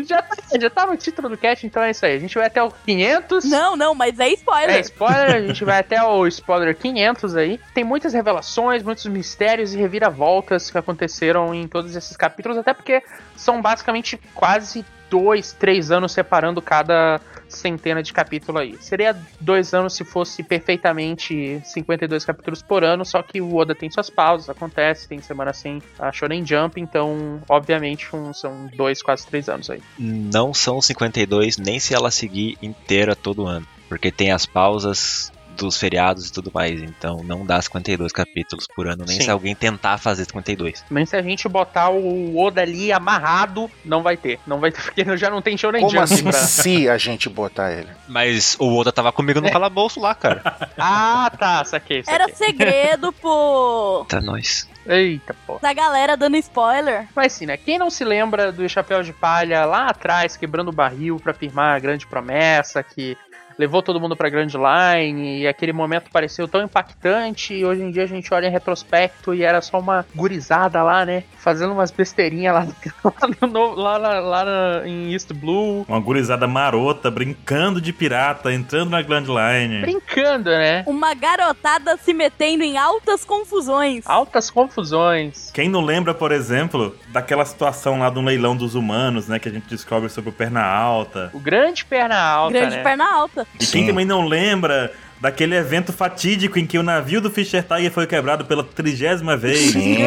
Speaker 1: já, tá, já tá no título do cast, então é isso aí. A gente vai até o 500.
Speaker 4: Não, não, mas é
Speaker 1: É,
Speaker 4: spoiler.
Speaker 1: spoiler, a gente vai até o spoiler 500 aí. Tem muitas revelações, muitos mistérios e reviravoltas que aconteceram em todos esses capítulos, até porque são basicamente quase dois, três anos separando cada centena de capítulo aí. Seria dois anos se fosse perfeitamente 52 capítulos por ano, só que o Oda tem suas pausas, acontece, tem semana sem a Shonen Jump, então, obviamente, um- são dois, quase três anos aí.
Speaker 5: Não são 52, nem se ela seguir inteira todo ano. Porque tem as pausas dos feriados e tudo mais. Então não dá 52 capítulos por ano, nem
Speaker 1: Sim.
Speaker 5: se alguém tentar fazer 52.
Speaker 1: Nem se a gente botar o Oda ali amarrado, não vai ter. Não vai ter, porque já não tem show nem
Speaker 3: Como
Speaker 1: jump
Speaker 3: assim
Speaker 1: pra-
Speaker 3: se a gente botar ele?
Speaker 5: Mas o Oda tava comigo no calabouço lá, cara.
Speaker 1: Ah, tá, saquei, saquei.
Speaker 4: Era segredo, pô.
Speaker 5: Tá nós.
Speaker 1: Eita, pô.
Speaker 4: Da galera dando spoiler.
Speaker 1: Mas sim, né? Quem não se lembra do Chapéu de Palha lá atrás, quebrando o barril pra firmar a grande promessa que levou todo mundo pra grande line e aquele momento pareceu tão impactante e hoje em dia a gente olha em retrospecto e era só uma gurizada lá, né? Fazendo umas besteirinhas lá, lá, no- lá, na- lá na- em East Blue.
Speaker 2: Uma gurizada marota, brincando de pirata, entrando na Grand Line.
Speaker 1: Brincando, né?
Speaker 4: Uma garotada se metendo em altas confusões.
Speaker 1: Altas confusões.
Speaker 2: Quem não lembra, por exemplo, daquela situação lá do leilão dos humanos, né? Que a gente descobre sobre o Perna Alta.
Speaker 1: O grande perna alta,
Speaker 4: Grande
Speaker 1: né?
Speaker 4: perna alta.
Speaker 2: E
Speaker 3: Sim.
Speaker 2: quem também não lembra daquele evento fatídico em que o navio do Fischer Tiger foi quebrado pela trigésima vez.
Speaker 3: Sim.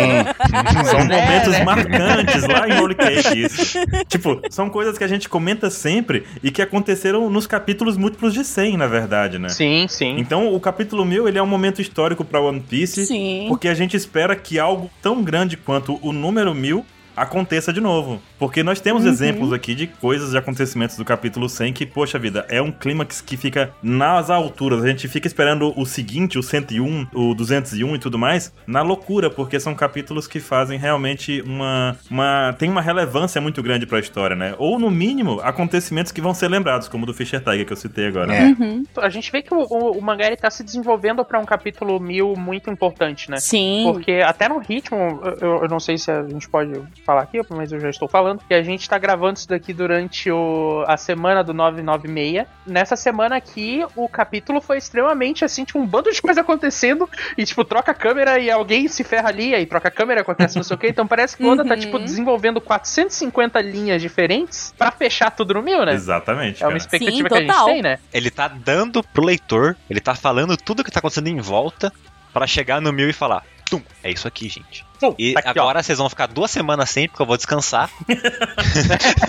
Speaker 2: São
Speaker 1: É,
Speaker 2: momentos
Speaker 1: né?
Speaker 2: marcantes lá em Holy Cake, isso. Tipo, são coisas que a gente comenta sempre e que aconteceram nos capítulos múltiplos de 100, na verdade, né?
Speaker 1: Sim, sim.
Speaker 2: Então, o capítulo mil, ele é um momento histórico pra One Piece,
Speaker 4: Sim.
Speaker 2: porque a gente espera que algo tão grande quanto o número mil aconteça de novo. Porque nós temos exemplos aqui de coisas e acontecimentos do capítulo 100 que, poxa vida, é um clímax que fica nas alturas. A gente fica esperando o seguinte, o 101, o 201 e tudo mais, na loucura, porque são capítulos que fazem realmente uma. uma tem uma relevância muito grande pra história, né? Ou, no mínimo, acontecimentos que vão ser lembrados, como o do Fischer Tiger que eu citei agora.
Speaker 3: É.
Speaker 4: Uhum.
Speaker 1: A gente vê que o, o, o mangá ele tá se desenvolvendo pra um capítulo mil muito importante, né?
Speaker 4: Sim.
Speaker 1: Porque até no ritmo, eu, eu não sei se a gente pode falar aqui, mas eu já estou falando, que a gente está gravando isso daqui durante o, a semana do 996. Nessa semana aqui, o capítulo foi extremamente assim, tipo, um bando de coisa acontecendo e, tipo, troca a câmera e alguém se ferra ali, aí troca a câmera, acontece não sei o que. Então parece que o Oda tá,
Speaker 4: Uhum.
Speaker 1: tipo, desenvolvendo 450 linhas diferentes para fechar tudo no mil, né?
Speaker 2: Exatamente,
Speaker 1: É uma
Speaker 2: cara.
Speaker 1: expectativa
Speaker 4: Sim,
Speaker 1: que a gente
Speaker 4: total.
Speaker 1: tem, né?
Speaker 5: Ele tá dando pro leitor, ele tá falando tudo que tá acontecendo em volta pra chegar no mil e falar. Tum, é isso aqui, gente.
Speaker 1: Pum,
Speaker 5: E
Speaker 1: tá aqui, ó.
Speaker 5: agora vocês vão ficar duas semanas sem, porque eu vou descansar.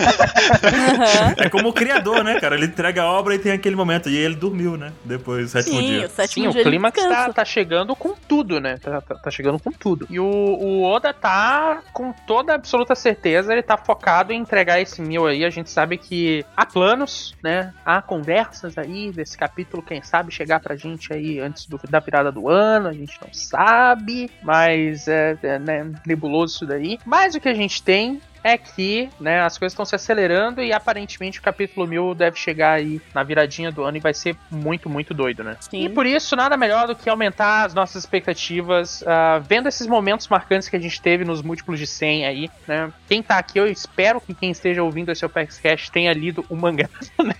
Speaker 4: Aham.
Speaker 2: É como o criador, né, cara? Ele entrega a obra e tem aquele momento. E ele dormiu, né? Depois, do sétimo
Speaker 4: Sim,
Speaker 2: dia.
Speaker 4: o sétimo
Speaker 1: Sim, o
Speaker 4: dia ele
Speaker 1: clímax
Speaker 4: descansa.
Speaker 1: tá, tá chegando com tudo, né? Tá, tá- tá chegando com tudo. E o, o Oda tá com toda absoluta certeza, ele tá focado em entregar esse mil aí. A gente sabe que há planos, né? Há conversas aí desse capítulo, quem sabe chegar pra gente aí antes do- da virada do ano, a gente não sabe, mas é, é, né, nebuloso isso daí. Mas o que a gente tem é que né, as coisas estão se acelerando e aparentemente o capítulo 1000 deve chegar aí na viradinha do ano e vai ser muito, muito doido, né?
Speaker 4: Sim.
Speaker 1: E por isso, nada melhor do que aumentar as nossas expectativas, ah, vendo esses momentos marcantes que a gente teve nos múltiplos de 100 aí, né? Quem tá aqui, eu espero que quem esteja ouvindo esse Opex Cash tenha lido o mangá, né?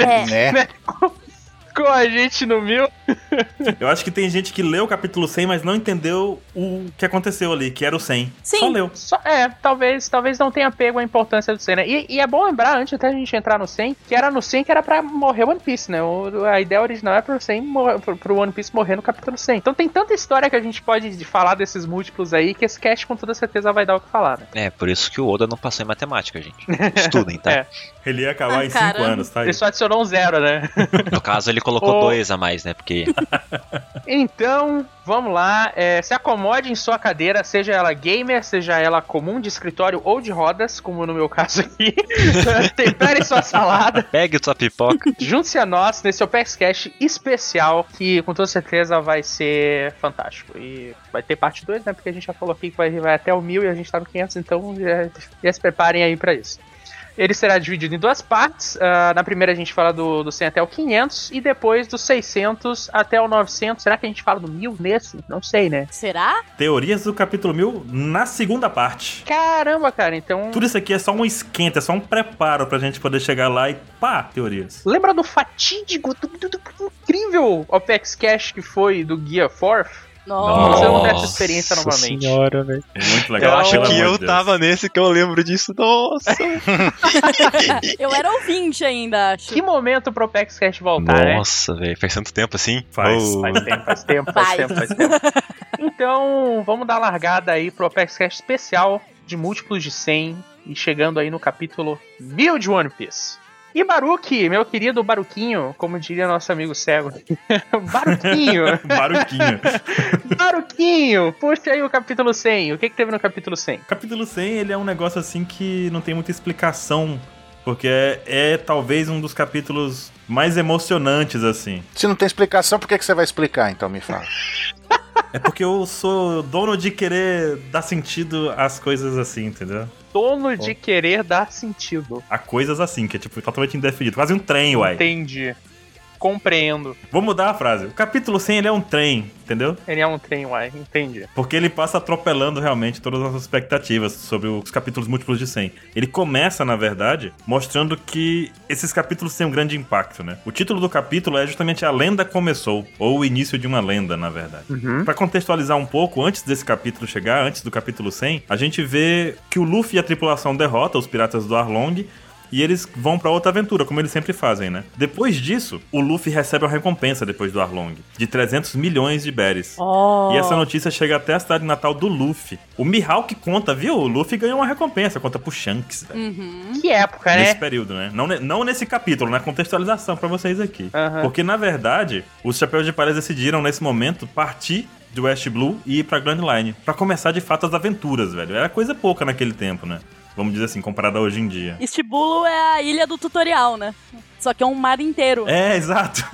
Speaker 4: É.
Speaker 3: Né?
Speaker 1: Com a gente no mil.
Speaker 2: Eu acho que tem gente que leu o capítulo 100, mas não entendeu o que aconteceu ali, que era o 100.
Speaker 4: Sim.
Speaker 2: Só leu.
Speaker 1: Só- é, talvez, talvez não tenha pego a importância do 100, né? E, e é bom lembrar, antes até a gente entrar no 100, que era no 100 que era pra morrer One Piece, né? O- a ideia original é pro, 100, mor- pro- pro One Piece morrer no capítulo 100. Então tem tanta história que a gente pode de- falar desses múltiplos aí, que esse cast com toda certeza vai dar o que falar, né?
Speaker 5: É, por isso que o Oda não passou em matemática, gente. Estudem, tá?
Speaker 1: É.
Speaker 2: Ele ia acabar
Speaker 4: Ah,
Speaker 2: em
Speaker 4: cara.
Speaker 2: 5 anos, tá aí.
Speaker 1: Ele só adicionou um zero, né?
Speaker 5: No caso, ele colocou
Speaker 1: Ô.
Speaker 5: dois a mais, né? Porque
Speaker 1: Então, vamos lá. É, se acomode em sua cadeira, seja ela gamer, seja ela comum de escritório ou de rodas, como no meu caso aqui. Tempere sua salada.
Speaker 5: pegue sua pipoca.
Speaker 1: Junte-se a nós nesse Opex Cash especial, que com toda certeza vai ser fantástico. E vai ter parte 2, né? Porque a gente já falou aqui que vai, vai até o 1000 e a gente tá no 500, então já, já se preparem aí pra isso. Ele será dividido em duas partes. ah, na primeira a gente fala do, do 100 até o 500 e depois do 600 até o 900. Será que a gente fala do 1000 nesse? Não sei, né?
Speaker 4: Será?
Speaker 2: Teorias do capítulo 1000 na segunda parte.
Speaker 1: Caramba, cara, então.
Speaker 2: Tudo isso aqui é só um esquenta, é só um preparo pra gente poder chegar lá e pá, teorias.
Speaker 1: Lembra do fatídico, do, do- do incrível Opex Cash que foi do Gear 4?
Speaker 4: Nossa.
Speaker 1: Você não deve ter experiência
Speaker 5: Nossa
Speaker 1: novamente.
Speaker 5: Senhora, velho.
Speaker 2: É Muito
Speaker 5: Eu
Speaker 2: legal.
Speaker 5: acho
Speaker 2: pelo
Speaker 5: que
Speaker 2: amor
Speaker 5: eu
Speaker 2: de Deus.
Speaker 5: tava nesse que eu lembro disso. Nossa!
Speaker 1: É,
Speaker 4: Eu era ouvinte ainda, acho.
Speaker 1: Que momento pro Opex Cash voltar, né?
Speaker 5: Nossa, velho. Faz tanto tempo assim?
Speaker 2: Faz,
Speaker 5: Oh.
Speaker 1: Faz tempo, faz tempo, faz
Speaker 4: Faz.
Speaker 1: tempo, faz tempo. Então, vamos dar largada aí pro Apex Cash especial de múltiplos de 100 e chegando aí no capítulo 1000 de One Piece. E Baruque, meu querido Baruquinho, como diria nosso amigo cego. Baruquinho,
Speaker 2: Barulhinho.
Speaker 1: Baruquinho, puxa aí o capítulo 100. O que que teve no capítulo 100?
Speaker 2: O capítulo 100, ele é um negócio assim que não tem muita explicação, porque é, é talvez um dos capítulos mais emocionantes, assim.
Speaker 3: Se não tem explicação, por que, que você vai explicar, então, me fala?
Speaker 2: É porque eu sou dono de querer dar sentido às coisas assim, entendeu?
Speaker 1: Dono de querer dar sentido.
Speaker 2: A coisas assim, que é tipo totalmente indefinido. Quase um trem, uai.
Speaker 1: Entendi. Compreendo.
Speaker 2: Vou mudar a frase. O capítulo 100 ele é um trem, entendeu?
Speaker 1: Ele é um trem, uai. Entendi.
Speaker 2: Porque ele passa atropelando realmente todas as expectativas sobre os capítulos múltiplos de 100. Ele começa, na verdade, mostrando que esses capítulos têm um grande impacto, né? O título do capítulo é justamente A Lenda Começou, ou O Início de uma Lenda, na verdade.
Speaker 1: Uhum.
Speaker 2: Pra contextualizar um pouco, antes desse capítulo chegar, antes do capítulo 100, a gente vê que o Luffy e a tripulação derrotam os piratas do Arlong e eles vão pra outra aventura, como eles sempre fazem, né? Depois disso, o Luffy recebe uma recompensa depois do Arlong, de 300 milhões de berries.
Speaker 4: Oh.
Speaker 2: E essa notícia chega até a cidade natal do Luffy. O Mihawk conta, viu? O Luffy ganhou uma recompensa, conta pro Shanks, velho.
Speaker 4: Uhum.
Speaker 1: Que época,
Speaker 2: Nesse
Speaker 1: né?
Speaker 2: período, né? Não, ne- não nesse capítulo, na contextualização pra vocês aqui.
Speaker 1: Aham.
Speaker 2: Porque, na verdade, os Chapéus de Palha decidiram, nesse momento, partir de West Blue e ir pra Grand Line. Pra começar de fato as aventuras, velho. Era coisa pouca naquele tempo, né? Vamos dizer assim, comparada a hoje em dia.
Speaker 4: Estibulo é a ilha do tutorial, né? Só que é um mar inteiro.
Speaker 2: É, exato.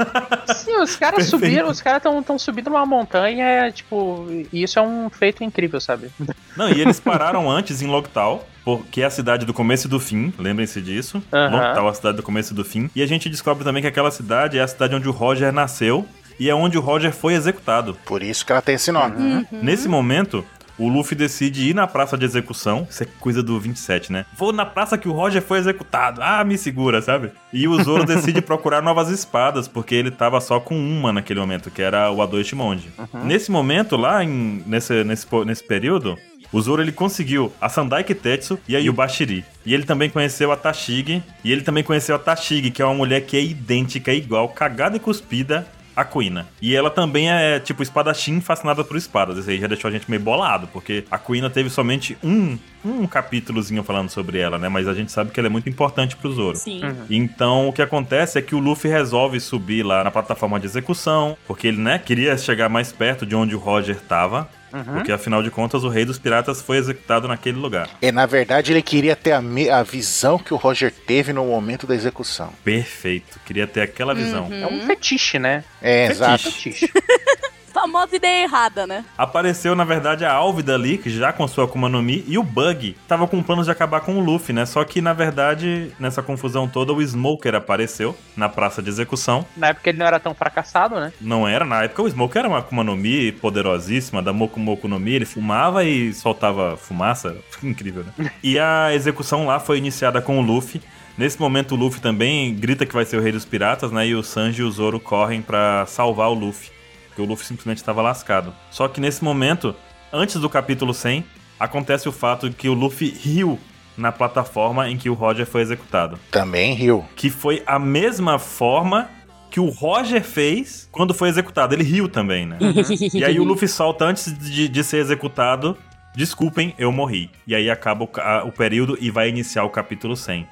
Speaker 1: Sim, os caras
Speaker 2: Perfeito.
Speaker 1: subiram, os caras estão tão subindo uma montanha, tipo, e isso é um feito incrível, sabe?
Speaker 2: Não, e eles pararam antes em Logtal, porque é a cidade do começo e do fim, lembrem-se disso.
Speaker 1: Aham.
Speaker 2: Logtal é a cidade do começo e do fim. E a gente descobre também que aquela cidade é a cidade onde o Roger nasceu e é onde o Roger foi executado.
Speaker 3: Por isso que ela tem esse nome.
Speaker 2: Uhum. Nesse momento, o Luffy decide ir na praça de execução. Isso é coisa do 27, né? Vou na praça que o Roger foi executado. Ah, me segura, sabe? E o Zoro decide procurar novas espadas, porque ele tava só com uma naquele momento, que era o A2 Shimonji. Nesse momento, lá em, nesse, nesse, po- nesse período. O Zoro ele conseguiu a Sandai Kitetsu e a Yubashiri. E ele também conheceu a Tashigi. E ele também conheceu a Tashigi, que é uma mulher que é idêntica, igual, cagada e cuspida a Kuina. E ela também é, tipo, espadachim fascinada por espadas. Isso aí já deixou a gente meio bolado, porque a Kuina teve somente um, um capítulozinho falando sobre ela, né? Mas a gente sabe que ela é muito importante pro Zoro.
Speaker 4: Sim.
Speaker 1: Uhum.
Speaker 2: Então, o que acontece é que o Luffy resolve subir lá na plataforma de execução, porque ele, né, queria chegar mais perto de onde o Roger tava. Porque, afinal de contas, o Rei dos Piratas foi executado naquele lugar.
Speaker 3: É, na verdade, ele queria ter a, me- a visão que o Roger teve no momento da execução.
Speaker 2: Perfeito. Queria ter aquela visão.
Speaker 1: É um fetiche, né?
Speaker 3: É,
Speaker 2: Fetiche.
Speaker 3: exato.
Speaker 1: Fetiche.
Speaker 4: Famosa ideia errada, né?
Speaker 2: Apareceu, na verdade, a Álvida ali, que já com sua Akuma no Mi, e o Bug tava com planos de acabar com o Luffy, né? Só que, na verdade, nessa confusão toda, o Smoker apareceu na praça de execução.
Speaker 1: Na época ele não era tão fracassado, né?
Speaker 2: Não era, na época, o Smoker era uma Akuma no Mi poderosíssima, da Moku Moku no Mi, ele fumava e soltava fumaça. Incrível, né? E a execução lá foi iniciada com o Luffy. Nesse momento, o Luffy também grita que vai ser o Rei dos Piratas, né? E o Sanji e o Zoro correm pra salvar o Luffy. Porque o Luffy simplesmente estava lascado. Só que nesse momento, antes do capítulo 100, acontece o fato de que o Luffy riu na plataforma em que o Roger foi executado
Speaker 3: Também riu.
Speaker 2: que foi a mesma forma que o Roger fez quando foi executado. Ele riu também, né?
Speaker 4: Uhum.
Speaker 2: e aí o Luffy solta antes de, de ser executado. Desculpem, eu morri. E aí acaba o, ca- o período e vai iniciar o capítulo 100.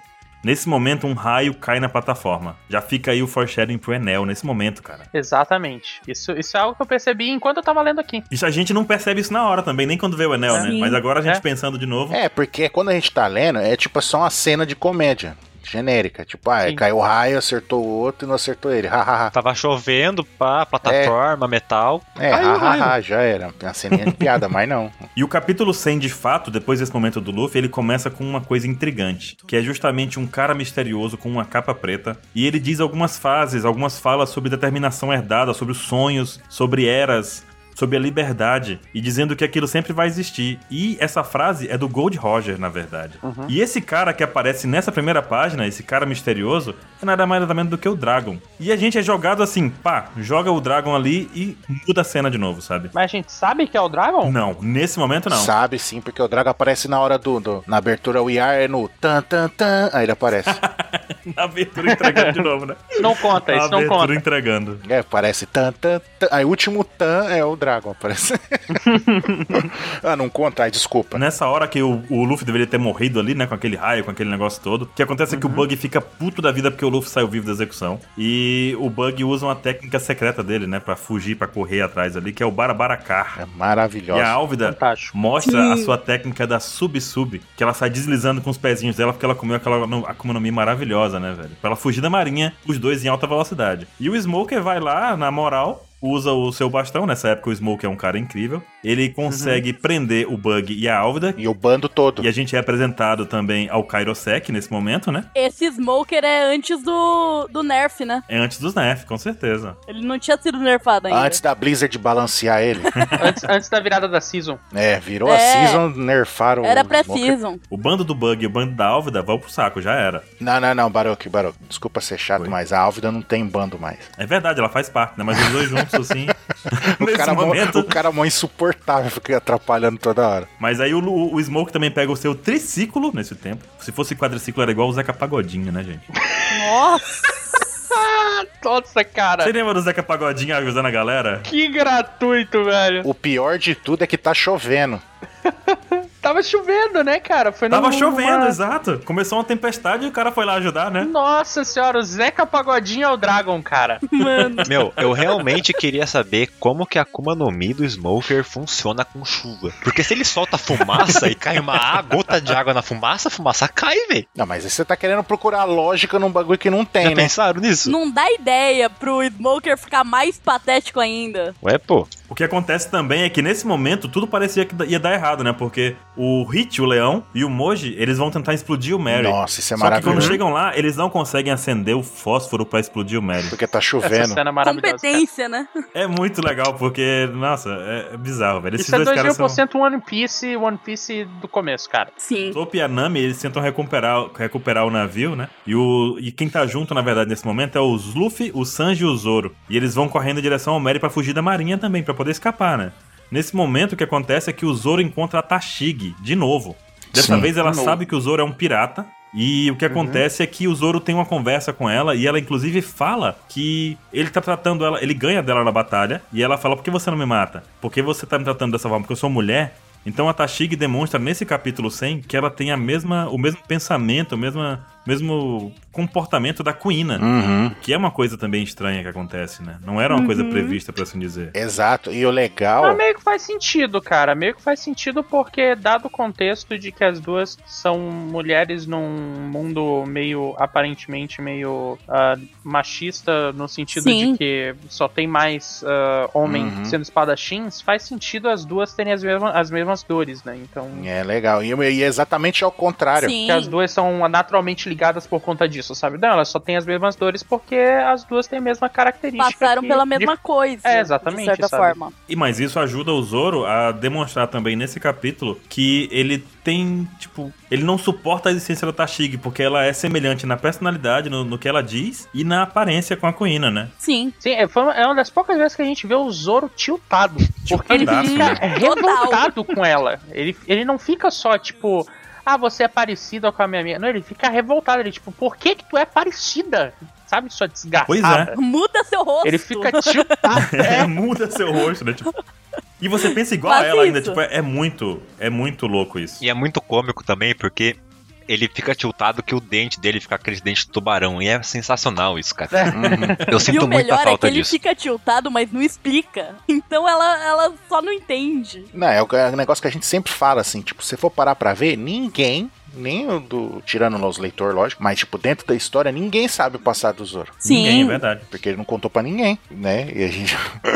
Speaker 2: Nesse momento, um raio cai na plataforma. Já fica aí o foreshadowing pro Enel nesse momento, cara.
Speaker 1: Exatamente. Isso, isso é algo que eu percebi enquanto eu tava lendo aqui.
Speaker 2: Isso a gente não percebe isso na hora também, nem quando vê o Enel, né?
Speaker 4: Sim.
Speaker 2: Mas agora a gente
Speaker 1: É.
Speaker 2: pensando de novo.
Speaker 3: É, porque quando a gente tá lendo, é tipo só uma cena de comédia genérica. Tipo, ah,
Speaker 1: Sim.
Speaker 3: caiu o raio, acertou o outro e não acertou ele. Ha, ha, ha.
Speaker 5: Tava chovendo, pá, plataforma, metal.
Speaker 3: É,
Speaker 1: Caiu
Speaker 3: ha,
Speaker 1: o raio.
Speaker 3: ha, ha, já era. Uma ceninha de piada, mas não.
Speaker 2: E o capítulo 100, de fato, depois desse momento do Luffy, ele começa com uma coisa intrigante, que é justamente um cara misterioso com uma capa preta, e ele diz algumas frases, algumas falas sobre determinação herdada, sobre os sonhos, sobre eras, sobre a liberdade, e dizendo que aquilo sempre vai existir. E essa frase é do Gold Roger, na verdade. E esse cara que aparece nessa primeira página, esse cara misterioso, é nada mais nada menos do que o Dragon. E a gente é jogado assim, pá, joga o Dragon ali e muda a cena de novo, sabe?
Speaker 1: Mas a gente sabe que é o Dragon?
Speaker 2: Não, nesse momento não.
Speaker 3: Sabe sim, porque o Drago aparece na hora do. do- na abertura We Are é no tan tan tan. Aí ele aparece.
Speaker 2: Na abertura entregando de novo, né?
Speaker 1: Não conta, Tá,
Speaker 2: Na
Speaker 1: isso não
Speaker 2: abertura
Speaker 1: conta.
Speaker 2: entregando.
Speaker 3: é, aparece tan tan tan. Aí o último tan é o Drago, aparece. ah, não conta? Ai, desculpa.
Speaker 2: Nessa hora que o, o Luffy deveria ter morrido ali, né? Com aquele raio, com aquele negócio todo. O que acontece
Speaker 1: Uhum.
Speaker 2: é que o Bug fica puto da vida porque o Luffy saiu vivo da execução. E o Bug usa uma técnica secreta dele, né? Pra fugir, pra correr atrás ali, que é o Barabaracar.
Speaker 3: É
Speaker 2: E a
Speaker 3: maravilhosa.
Speaker 2: Álvida
Speaker 1: Fantástico.
Speaker 2: mostra a sua técnica da sub-sub, que ela sai deslizando com os pezinhos dela porque ela comeu aquela no- Akuma no Mi maravilhosa, né, velho? Pra ela fugir da marinha, os dois em alta velocidade. E o Smoker vai lá, na moral, usa o seu bastão, nessa época o Smoker é um cara incrível. Ele consegue prender o Bug e a Álvida.
Speaker 3: E o bando todo.
Speaker 2: E a gente é apresentado também ao Kairosek nesse momento, né?
Speaker 4: Esse Smoker é antes do, do nerf, né?
Speaker 2: É antes dos Nerf, com certeza.
Speaker 4: Ele não tinha sido nerfado ainda.
Speaker 3: Antes da Blizzard balancear ele.
Speaker 1: Antes, antes da virada da season.
Speaker 3: é, virou a
Speaker 4: É.
Speaker 3: season, nerfaram
Speaker 4: Era
Speaker 3: o Smoker.
Speaker 4: pré-season.
Speaker 2: O bando do Bug e o bando da Álvida vão pro saco, já era.
Speaker 3: Não, não, não, Baroque, Baroque. Desculpa ser chato,
Speaker 2: Oi.
Speaker 3: mas a Álvida não tem bando mais.
Speaker 2: É verdade, ela faz parte, né? Mas os dois juntos, assim.
Speaker 3: O
Speaker 2: nesse
Speaker 3: cara, mó-
Speaker 2: momento.
Speaker 3: o cara mó insuportável, fica atrapalhando toda hora.
Speaker 2: Mas aí o, Lu- o Smoke também pega o seu triciclo nesse tempo. Se fosse quadriciclo, era igual o Zeca Pagodinho, né, gente?
Speaker 1: É.
Speaker 4: Nossa!
Speaker 1: Ah, Nossa, cara.
Speaker 2: Você lembra do Zeca Pagodinho avisando a galera?
Speaker 1: Que gratuito, velho.
Speaker 3: O pior de tudo é que tá chovendo.
Speaker 1: Tava chovendo, né, cara? Foi
Speaker 2: Tava
Speaker 1: numa-
Speaker 2: chovendo,
Speaker 1: numa-
Speaker 2: exato. Começou uma tempestade e o cara foi lá ajudar, né?
Speaker 1: Nossa senhora, o Zeca Pagodinho é o Dragon, cara.
Speaker 4: Mano,
Speaker 5: Meu, eu realmente queria saber como que a Akuma no Mi do Smoker funciona com chuva. Porque se ele solta fumaça e cai uma á- gota de água na fumaça, a fumaça cai, velho.
Speaker 3: Não, mas aí você tá querendo procurar lógica num bagulho que não
Speaker 5: Já
Speaker 3: tem, né?
Speaker 5: pensaram nisso?
Speaker 4: não dá ideia pro Smoker ficar mais patético ainda.
Speaker 5: Ué, pô.
Speaker 2: O que acontece também é que nesse momento tudo parecia que ia dar errado, né? Porque o Hit, o leão e o Moji, eles vão tentar explodir o Mary.
Speaker 3: Nossa, isso é
Speaker 2: Só que quando
Speaker 3: maravilhoso.
Speaker 2: chegam lá, eles não conseguem acender o fósforo pra explodir o Mary.
Speaker 3: Porque tá
Speaker 1: Essa
Speaker 3: chovendo.
Speaker 1: cena é maravilhosa. cara.
Speaker 4: Competência, né?
Speaker 2: É muito legal, porque, nossa, é bizarro, velho. Esses
Speaker 1: Isso é
Speaker 2: dois caras são...
Speaker 1: 2000% One Piece, One Piece do começo, cara.
Speaker 4: Sim.
Speaker 2: Soap e a Nami, eles tentam recuperar, recuperar o navio, né? E, o, e quem tá junto, na verdade, nesse momento é os Luffy, o Sanji e o Zoro. E eles vão correndo em direção ao Mary pra fugir da marinha também, pra poder escapar, né? Nesse momento, o que acontece é que o Zoro encontra a Tashig, de novo. Dessa
Speaker 3: Sim.
Speaker 2: vez, ela
Speaker 1: De novo.
Speaker 2: sabe que o Zoro é um pirata. E o que acontece é que o Zoro tem uma conversa com ela e ela, inclusive, fala que ele tá tratando ela, ele ganha dela na batalha. E ela fala: Por que você não me mata? Por que você tá me tratando dessa forma? Porque eu sou mulher. Então a Tashig demonstra nesse capítulo 100 que ela tem a mesma, o mesmo pensamento, o mesmo, mesmo comportamento da Kuina.
Speaker 3: Uhum.
Speaker 2: Que é uma coisa também estranha que acontece, né? Não era uma coisa prevista, pra assim dizer.
Speaker 3: Exato. E o
Speaker 1: Mas
Speaker 3: legal.
Speaker 1: meio que faz sentido, cara. Meio que faz sentido porque, dado o contexto de que as duas são mulheres num mundo meio, aparentemente, meio ah, machista, no sentido
Speaker 4: Sim.
Speaker 1: de que só tem mais ah, homem
Speaker 3: Uhum.
Speaker 1: sendo espadachins, faz sentido as duas terem as mesmas, as mesmas dores, né? Então.
Speaker 3: É legal. E, e exatamente ao contrário.
Speaker 4: Sim.
Speaker 1: Que as duas são naturalmente ligadas por conta disso, sabe? Não, elas só têm as mesmas dores porque as duas têm a mesma característica.
Speaker 4: Passaram
Speaker 1: que-
Speaker 4: pela mesma coisa.
Speaker 1: É, exatamente,
Speaker 4: De certa
Speaker 1: sabe?
Speaker 4: forma.
Speaker 2: E mas isso ajuda o Zoro a demonstrar também nesse capítulo que ele tem, tipo, ele não suporta a existência da Tashig, porque ela é semelhante na personalidade, no, no que ela diz e na aparência com a Kuina, né?
Speaker 4: Sim.
Speaker 1: Sim, é, foi uma, é uma das poucas vezes que a gente vê o Zoro tiltado. Porque ele
Speaker 2: Tiltadaço,
Speaker 1: fica
Speaker 2: né?
Speaker 1: revoltado com ela. Ele, ele não fica só, tipo, ah, você é parecida com a minha amiga. Não, ele fica revoltado. Ele, tipo, por que que tu é parecida? Sabe, sua desgraçada?
Speaker 2: Pois é.
Speaker 4: Muda seu rosto.
Speaker 1: Ele fica tiltado.
Speaker 2: É, muda seu rosto, né? Tipo, e você pensa igual
Speaker 4: Faz
Speaker 2: a ela ainda,
Speaker 4: isso.
Speaker 2: tipo, é, é muito, é muito louco isso.
Speaker 5: E é muito cômico também, porque ele fica tiltado que o dente dele fica aquele dente de tubarão. E é sensacional isso, cara.
Speaker 3: Uhum.
Speaker 5: Eu
Speaker 4: E
Speaker 5: sinto
Speaker 4: o
Speaker 5: muita
Speaker 4: melhor é que
Speaker 5: falta
Speaker 4: ele
Speaker 5: disso.
Speaker 4: fica tiltado, mas não explica. Então ela, ela só não entende.
Speaker 3: Não, é o é o negócio que a gente sempre fala, assim, tipo, se for parar pra ver, ninguém, nem o do. Tirando lá os leitores, lógico, mas, tipo, dentro da história, ninguém sabe o passado do Zoro.
Speaker 2: Ninguém, é
Speaker 4: Sim.
Speaker 2: verdade.
Speaker 3: Porque ele não contou pra ninguém, né? E a gente.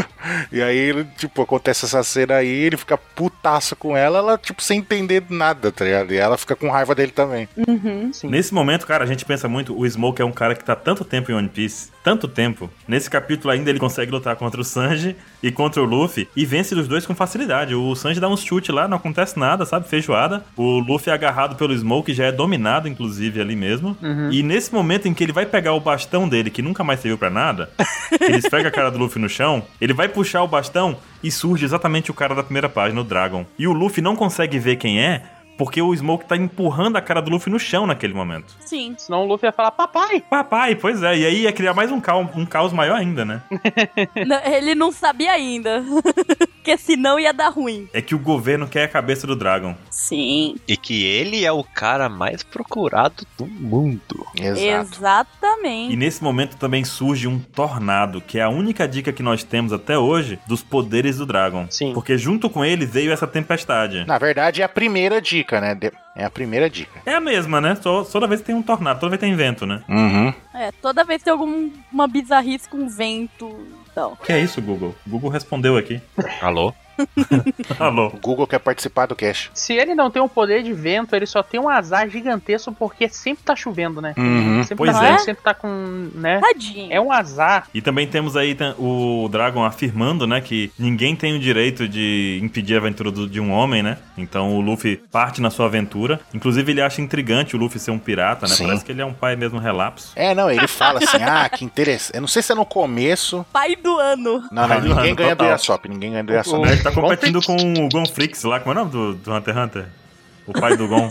Speaker 3: e aí, ele, tipo, acontece essa cena aí, ele fica putaço com ela, ela, tipo, sem entender nada, tá ligado? E ela fica com raiva dele também.
Speaker 4: Uhum.
Speaker 1: Sim.
Speaker 2: Nesse momento, cara, a gente pensa muito, o Smoke é um cara que tá tanto tempo em One Piece, tanto tempo. Nesse capítulo ainda ele consegue lutar contra o Sanji e contra o Luffy e vence os dois com facilidade. O Sanji dá uns chute lá, não acontece nada, sabe? Feijoada. O Luffy é agarrado pelo Smoke, já é dominado, inclusive, ali mesmo.
Speaker 1: Uhum.
Speaker 2: E nesse momento em que ele vai pegar o bastão dele, que nunca mais serviu pra nada, ele esfrega a cara do Luffy no chão, ele vai puxar o bastão e surge exatamente o cara da primeira página, o Dragon. E o Luffy não consegue ver quem é, porque o Smoke tá empurrando a cara do Luffy no chão naquele momento.
Speaker 4: Sim.
Speaker 1: Senão o Luffy ia falar, papai!
Speaker 2: Papai, pois é, e aí ia criar mais um caos, um caos maior ainda, né?
Speaker 4: Não, ele não sabia ainda. Porque senão ia dar ruim.
Speaker 2: É que o governo quer a cabeça do Dragon.
Speaker 4: Sim.
Speaker 5: E que ele é o cara mais procurado do mundo.
Speaker 3: Exato.
Speaker 2: E
Speaker 4: Exatamente.
Speaker 2: nesse momento também surge um tornado, que é a única dica que nós temos até hoje dos poderes do Dragon.
Speaker 1: Sim.
Speaker 2: Porque junto com ele veio essa tempestade.
Speaker 3: Na verdade, é a primeira dica, né? De- É a primeira dica.
Speaker 2: É a mesma, né? Só- toda vez tem um tornado, toda vez tem vento, né?
Speaker 3: Uhum.
Speaker 4: É, toda vez tem alguma bizarrice com vento. Então.
Speaker 2: Que é isso, Google? O Google respondeu aqui.
Speaker 5: Alô?
Speaker 2: Alô.
Speaker 3: O Google quer participar do cast.
Speaker 1: Se ele não tem o poder de vento, ele só tem um azar gigantesco porque sempre tá chovendo, né?
Speaker 3: Uhum.
Speaker 1: Sempre
Speaker 2: Pois
Speaker 1: tá
Speaker 2: é.
Speaker 1: chovendo, sempre tá com, né?
Speaker 4: Tadinho.
Speaker 1: É um azar.
Speaker 2: E também temos aí tá, o Dragon afirmando, né, que ninguém tem o direito de impedir a aventura do- de um homem, né? Então o Luffy parte na sua aventura. Inclusive ele acha intrigante o Luffy ser um pirata, né?
Speaker 3: Sim.
Speaker 2: Parece que ele é um pai mesmo relapso.
Speaker 3: É, não, ele fala assim, ah, que interessante. Eu não sei se é no
Speaker 2: um-
Speaker 3: começo.
Speaker 4: Pai do ano.
Speaker 3: Não, não,
Speaker 2: Vai do
Speaker 3: ninguém
Speaker 2: ano,
Speaker 3: ganha do
Speaker 2: total.
Speaker 3: Yasop, ninguém ganha do Yasop.
Speaker 1: O-
Speaker 2: Né, Ele tá competindo com
Speaker 1: Gon
Speaker 2: o Gon Frix lá, como é o nome do, do Hunter x Hunter? O pai do Gon.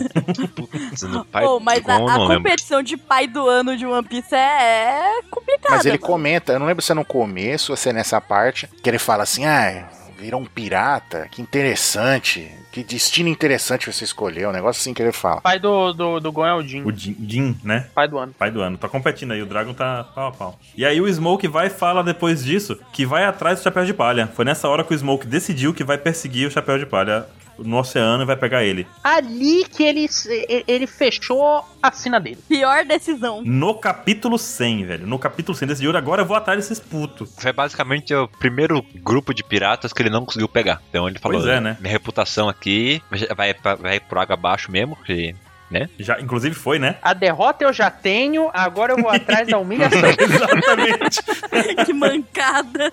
Speaker 5: Putz, no pai
Speaker 4: Pô, mas
Speaker 5: do
Speaker 4: a,
Speaker 5: Gon,
Speaker 4: a
Speaker 5: não lembro.
Speaker 4: competição de pai do ano de One Piece é, é complicada.
Speaker 3: Mas ele
Speaker 4: mano.
Speaker 3: comenta, eu não lembro se é no começo ou se é nessa parte, que ele fala assim, ah, virou um pirata, que interessante, que destino interessante você escolheu, um negócio assim que ele fala.
Speaker 1: Pai do, do, do Gon é o Jin,
Speaker 2: O Jin, Jin, né?
Speaker 1: pai do ano.
Speaker 2: Pai do ano. Tá competindo aí, o Dragon tá pau a pau. E aí o Smoke vai e fala depois disso que vai atrás do Chapéu de Palha. Foi nessa hora que o Smoke decidiu que vai perseguir o Chapéu de Palha no oceano e vai pegar ele.
Speaker 1: Ali que ele, ele fechou a sina dele.
Speaker 4: Pior decisão.
Speaker 2: No capítulo 100, velho. No capítulo 100 decidiu, agora eu vou atrás desses putos.
Speaker 5: Foi basicamente o primeiro grupo de piratas que ele não conseguiu pegar. Então ele falou:
Speaker 2: Pois é, né?
Speaker 5: Minha reputação aqui vai, pra- vai por água abaixo mesmo, que
Speaker 2: Já, inclusive foi, né?
Speaker 1: A derrota eu já tenho, agora eu vou atrás da humilhação.
Speaker 2: Exatamente.
Speaker 4: que mancada.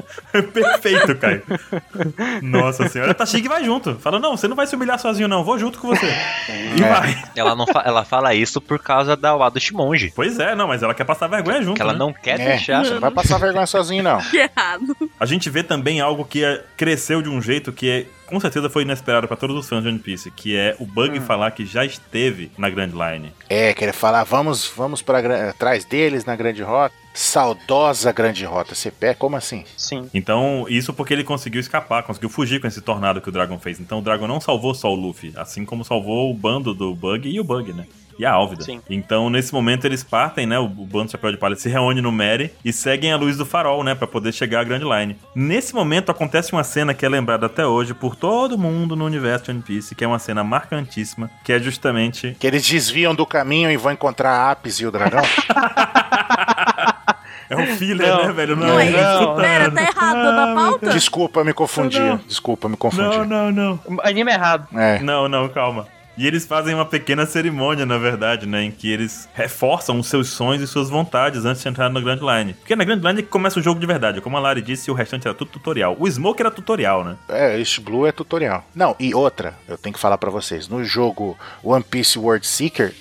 Speaker 2: Perfeito, Caio. Nossa senhora. Tá chique e vai junto. Fala, não, você não vai se humilhar sozinho, não. Vou junto com você. E
Speaker 3: É.
Speaker 2: vai.
Speaker 5: ela não fa- ela fala isso por causa da Wado Shimonji.
Speaker 2: Pois é, não, mas ela quer passar vergonha junto.
Speaker 5: Que ela
Speaker 2: né?
Speaker 5: não quer
Speaker 3: É.
Speaker 5: deixar.
Speaker 3: Você não vai passar vergonha sozinho, não.
Speaker 4: Que errado.
Speaker 2: A gente vê também algo que é- cresceu de um jeito que é- com certeza foi inesperado pra todos os fãs de One Piece, que é o Bug falar que já esteve na Grand Line.
Speaker 3: É, que ele fala, vamos, vamos pra, gra- atrás deles na Grande Rota. Saudosa Grande Rota. Você pé, como assim?
Speaker 1: Sim.
Speaker 2: Então, isso porque ele conseguiu escapar, conseguiu fugir com esse tornado que o Dragon fez. Então, o Dragon não salvou só o Luffy, assim como salvou o bando do Bug e o Bug, né? E a Álvida.
Speaker 1: Sim.
Speaker 2: Então, nesse momento, eles partem, né? O o bando de Chapéu de Palha se reúne no Mary e seguem a luz do farol, né? Pra poder chegar à Grand Line. Nesse momento, acontece uma cena que é lembrada até hoje por todo mundo no universo de One Piece, que é uma cena marcantíssima, que é justamente
Speaker 3: Que eles desviam do caminho e vão encontrar a Apis e o dragão?
Speaker 2: É um filler,
Speaker 1: Não.
Speaker 2: né, velho?
Speaker 1: Não,
Speaker 2: é isso,
Speaker 1: não,
Speaker 2: tá?
Speaker 4: Pera, tá errado na pauta?
Speaker 3: Desculpa, me confundi.
Speaker 2: Não.
Speaker 3: Desculpa, me
Speaker 2: Não,
Speaker 3: confundi.
Speaker 2: não, não.
Speaker 1: Anime errado.
Speaker 3: É.
Speaker 2: Não, não, calma. E eles fazem uma pequena cerimônia, na verdade, né? Em que eles reforçam os seus sonhos e suas vontades antes de entrar na Grand Line. Porque na Grand Line é que começa o jogo de verdade. Como a Lari disse, o restante era tudo tutorial. O Smoke era tutorial, né?
Speaker 3: É, este Blue é tutorial. Não, e outra, eu tenho que falar pra vocês. No jogo One Piece World Seeker,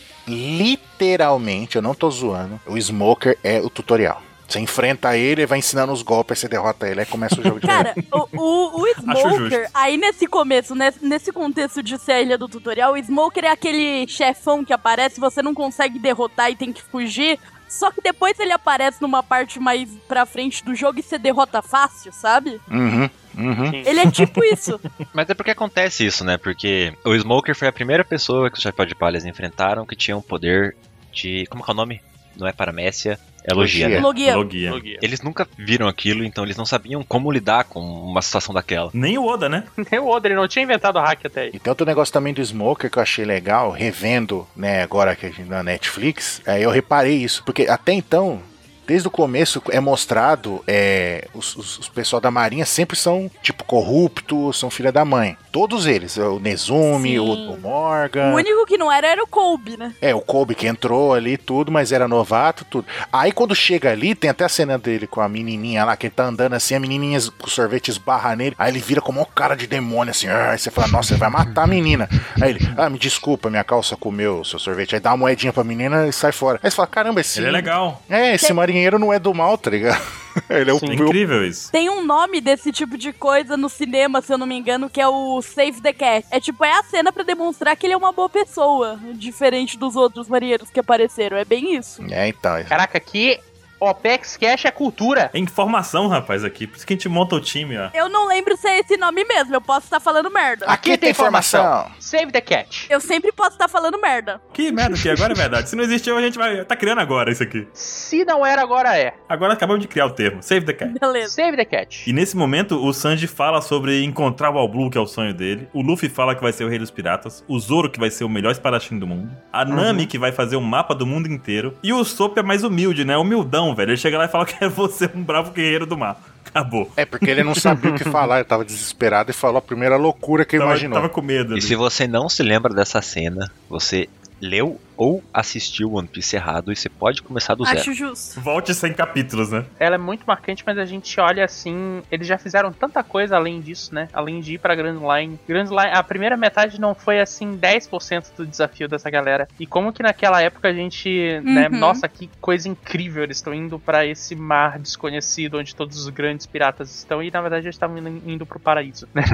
Speaker 3: literalmente, eu não tô zoando, o Smoker é o tutorial. Você enfrenta ele, vai ensinando os golpes, você derrota ele, aí começa o jogo de
Speaker 4: Cara, o, o, o Smoker,
Speaker 2: justo.
Speaker 4: aí nesse começo, nesse, nesse contexto de ser a ilha do tutorial, o Smoker é aquele chefão que aparece, você não consegue derrotar e tem que fugir. Só que depois ele aparece numa parte mais pra frente do jogo e você derrota fácil, sabe?
Speaker 3: Uhum, uhum.
Speaker 4: Ele é tipo isso.
Speaker 5: Mas é porque acontece isso, né? Porque o Smoker foi a primeira pessoa que os Chapéu de Palhas enfrentaram que tinha um poder de. Como que é o nome? Não é paramécia, é logia, né?
Speaker 4: Logia.
Speaker 2: Logia.
Speaker 5: Eles nunca viram aquilo, então eles não sabiam como lidar com uma situação daquela.
Speaker 2: Nem o Oda, né?
Speaker 1: Nem o Oda, ele não tinha inventado hack até aí.
Speaker 3: E tem outro negócio também do Smoker que eu achei legal, revendo, né, agora que a gente na Netflix, aí eu reparei isso, porque até então, desde o começo é mostrado, é, os, os, os pessoal da Marinha sempre são, tipo, corruptos, são filha da mãe. Todos eles, é o Nezumi,
Speaker 4: Sim.
Speaker 3: o, o Morgan,
Speaker 4: O único que não era era o Colby, né?
Speaker 3: é, o Kobe que entrou ali, tudo, mas era novato, tudo. Aí quando chega ali, tem até a cena dele com a menininha lá, que ele tá andando assim, a menininha es- com sorvete esbarra nele, aí ele vira como um cara de demônio, assim, "Ah", aí você fala, nossa, ele vai matar a menina. Aí ele, ah, me desculpa, minha calça comeu o seu sorvete. Aí dá uma moedinha pra menina e sai fora. Aí você fala, caramba, esse...
Speaker 2: Ele é legal.
Speaker 3: É, esse marinheiro não é do mal, tá ligado? ele é o...
Speaker 2: É
Speaker 3: o-
Speaker 2: incrível isso.
Speaker 4: Tem um nome desse tipo de coisa no cinema, se eu não me engano, que é o Save the Cat. É tipo, é a cena pra demonstrar que ele é uma boa pessoa, diferente dos outros marinheiros que apareceram. É bem isso.
Speaker 3: É, então...
Speaker 1: Caraca, aqui OPEX Cash é cultura.
Speaker 2: É informação, rapaz, aqui. Por isso que a gente monta o time, ó.
Speaker 4: Eu não lembro se é esse nome mesmo, eu posso estar falando merda.
Speaker 3: Aqui tem informação.
Speaker 1: Save the cat.
Speaker 4: Eu sempre posso estar falando merda.
Speaker 2: Que merda que agora é verdade. Se não existiu, a gente vai... Tá criando agora isso aqui.
Speaker 1: Se não era, agora é.
Speaker 2: Agora acabamos de criar o termo. Save the cat.
Speaker 4: Beleza.
Speaker 1: Save the cat.
Speaker 2: E nesse momento, o Sanji fala sobre encontrar o All Blue, que é o sonho dele. O Luffy fala que vai ser o rei dos piratas. O Zoro, que vai ser o melhor espadachim do mundo. A Nami, que vai fazer um mapa do mundo inteiro. E o Sop é mais humilde, né? Humildão, velho. Ele chega lá e fala que é você um bravo guerreiro do mar. Acabou.
Speaker 3: É, porque ele não sabia o que falar, ele tava desesperado e falou a primeira loucura que
Speaker 2: tava,
Speaker 3: imaginou.
Speaker 2: tava com medo. né?
Speaker 5: E
Speaker 2: ali.
Speaker 5: se você não se lembra dessa cena, você leu ou assistiu One Piece errado e você pode começar do zero.
Speaker 4: Acho justo.
Speaker 2: Volte 100 capítulos, né?
Speaker 1: Ela é muito marcante, mas a gente olha assim. Eles já fizeram tanta coisa além disso, né? Além de ir pra Grand Line. Grand Line, a primeira metade não foi assim 10% do desafio dessa galera. E como que naquela época a gente, né?
Speaker 4: Uhum.
Speaker 1: Nossa, que coisa incrível. Eles estão indo pra esse mar desconhecido onde todos os grandes piratas estão. E na verdade eles estavam indo, indo pro paraíso, né?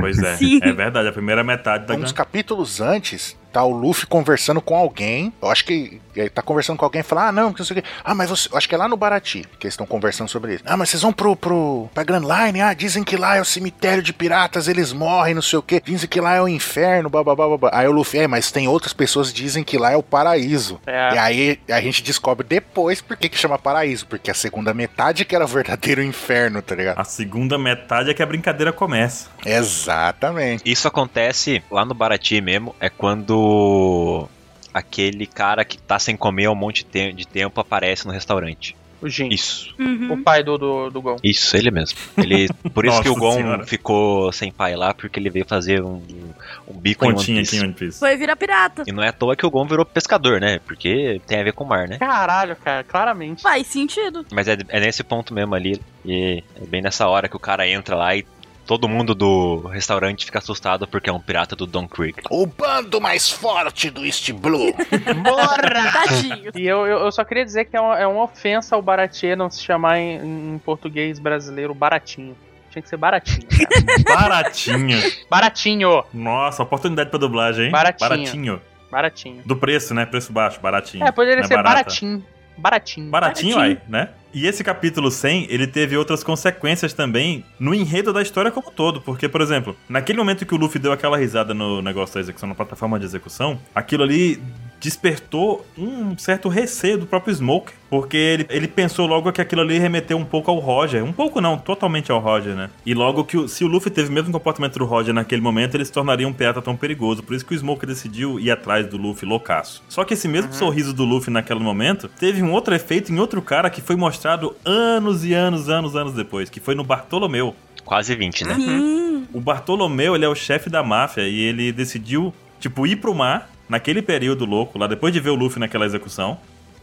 Speaker 2: Pois é.
Speaker 4: Sim.
Speaker 2: É verdade. A primeira metade da
Speaker 3: uns
Speaker 2: grande...
Speaker 3: capítulos antes, tá o Luffy conversando com alguém. alguém, eu acho que ele tá conversando com alguém e fala, ah, não, porque não sei o quê. Ah, mas você, eu acho que é lá no Barati que eles estão conversando sobre isso. Ah, mas vocês vão pro, pro, pra Grand Line, ah, dizem que lá é o cemitério de piratas, eles morrem, não sei o quê. Dizem que lá é o inferno, bababá, babá. Aí o Luffy, é, mas tem outras pessoas que dizem que lá é o paraíso.
Speaker 1: É.
Speaker 3: E aí a gente descobre depois por que que chama paraíso, porque a segunda metade que era o verdadeiro inferno, tá ligado?
Speaker 2: A segunda metade é que a brincadeira começa.
Speaker 3: Exatamente.
Speaker 5: Isso acontece lá no Barati mesmo, é quando aquele cara que tá sem comer há um monte te- de tempo aparece no restaurante.
Speaker 1: O Jin.
Speaker 5: Isso.
Speaker 4: Uhum.
Speaker 1: O pai do, do, do Gon.
Speaker 5: Isso, ele mesmo. Ele, por isso que o
Speaker 2: Nossa
Speaker 5: Gon
Speaker 2: senhora.
Speaker 5: ficou sem pai lá, porque ele veio fazer um, um bico em
Speaker 2: Continha aqui né?
Speaker 5: One Piece.
Speaker 2: em One Piece.
Speaker 4: Foi virar pirata.
Speaker 5: E não é à toa que o Gon virou pescador, né? Porque tem a ver com o mar, né?
Speaker 1: Caralho, cara, claramente.
Speaker 4: Faz sentido.
Speaker 5: Mas é, é nesse ponto mesmo ali, e é bem nessa hora que o cara entra lá e todo mundo do restaurante fica assustado porque é um pirata do Don Creek.
Speaker 3: O bando mais forte do East Blue.
Speaker 1: Bora!
Speaker 4: Tadinho.
Speaker 1: E eu, eu, eu só queria dizer que é uma, é uma ofensa ao Baratie não se chamar em, em português brasileiro baratinho. Tinha que ser baratinho. cara.
Speaker 2: Baratinho.
Speaker 1: baratinho!
Speaker 2: Nossa, oportunidade pra dublagem, hein?
Speaker 1: Baratinho.
Speaker 2: Baratinho.
Speaker 1: Baratinho.
Speaker 2: Do preço, né? Preço baixo, baratinho.
Speaker 1: É, poderia
Speaker 2: Não
Speaker 1: ser
Speaker 2: barata.
Speaker 1: baratinho. Baratinho.
Speaker 2: Baratinho, aí,
Speaker 4: Baratinho.
Speaker 2: né? E esse capítulo 100, ele teve outras consequências também no enredo da história como um todo. Porque, por exemplo, naquele momento que o Luffy deu aquela risada no negócio da execução, na plataforma de execução, aquilo ali despertou um certo receio do próprio Smoke. Porque ele, ele pensou logo que aquilo ali remeteu um pouco ao Roger. Um pouco não, totalmente ao Roger, né? E logo que o- se o Luffy teve o mesmo comportamento do Roger naquele momento, ele se tornaria um pirata tão perigoso. Por isso que o Smoke decidiu ir atrás do Luffy loucaço. Só que esse mesmo sorriso do Luffy naquele momento teve um outro efeito em outro cara que foi mostrado anos e anos, anos, anos depois, que foi no Bartolomeu.
Speaker 5: Quase 20, né?
Speaker 3: Uhum.
Speaker 4: Sim.
Speaker 2: O Bartolomeu, ele é o chefe da máfia e ele decidiu, tipo, ir pro mar naquele período louco, lá depois de ver o Luffy naquela execução,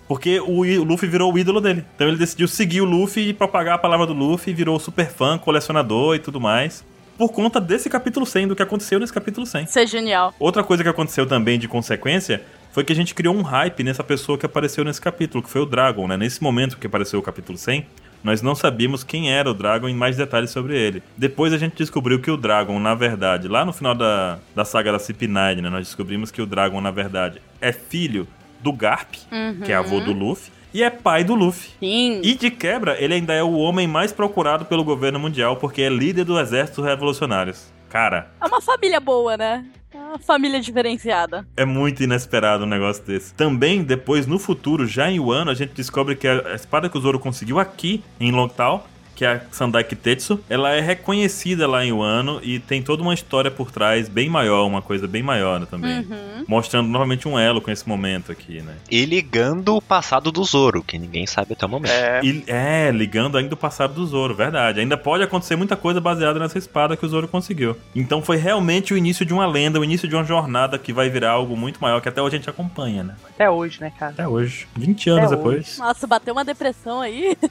Speaker 2: porque o, í- o Luffy virou o ídolo dele. Então ele decidiu seguir o Luffy e propagar a palavra do Luffy, virou super fã, colecionador e tudo mais, por conta desse capítulo 100, do que aconteceu nesse capítulo 100.
Speaker 4: Isso é genial.
Speaker 2: Outra coisa que aconteceu também de consequência foi que a gente criou um hype nessa pessoa que apareceu nesse capítulo, que foi o Dragon, né? Nesse momento que apareceu o capítulo 100, nós não sabíamos quem era o Dragon e mais detalhes sobre ele. Depois a gente descobriu que o Dragon, na verdade, lá no final da, da saga da CP9, né? Nós descobrimos que o Dragon, na verdade, é filho do Garp,
Speaker 4: Uhum.
Speaker 2: que é avô do Luffy, e é pai do Luffy.
Speaker 4: Sim.
Speaker 2: E de quebra, ele ainda é o homem mais procurado pelo governo mundial porque é líder do exército revolucionários. Cara,
Speaker 4: É uma família boa, né? É uma família diferenciada.
Speaker 2: É muito inesperado um negócio desse. Também, depois, no futuro, já em Wano, a gente descobre que a a espada que o Zoro conseguiu aqui, em Longtal, que é a Sandai Kitetsu, ela é reconhecida lá em Wano e tem toda uma história por trás bem maior, uma coisa bem maior né, também.
Speaker 4: Uhum.
Speaker 2: Mostrando novamente um elo com esse momento aqui, né?
Speaker 5: E ligando o passado do Zoro, que ninguém sabe até o momento.
Speaker 1: É.
Speaker 2: E, é, ligando ainda o passado do Zoro, verdade. Ainda pode acontecer muita coisa baseada nessa espada que o Zoro conseguiu. Então foi realmente o início de uma lenda, o início de uma jornada que vai virar algo muito maior que até hoje a gente acompanha, né?
Speaker 1: Até hoje, né, cara?
Speaker 2: Até hoje. 20 anos
Speaker 1: Até
Speaker 2: depois.
Speaker 4: Nossa, bateu uma depressão aí.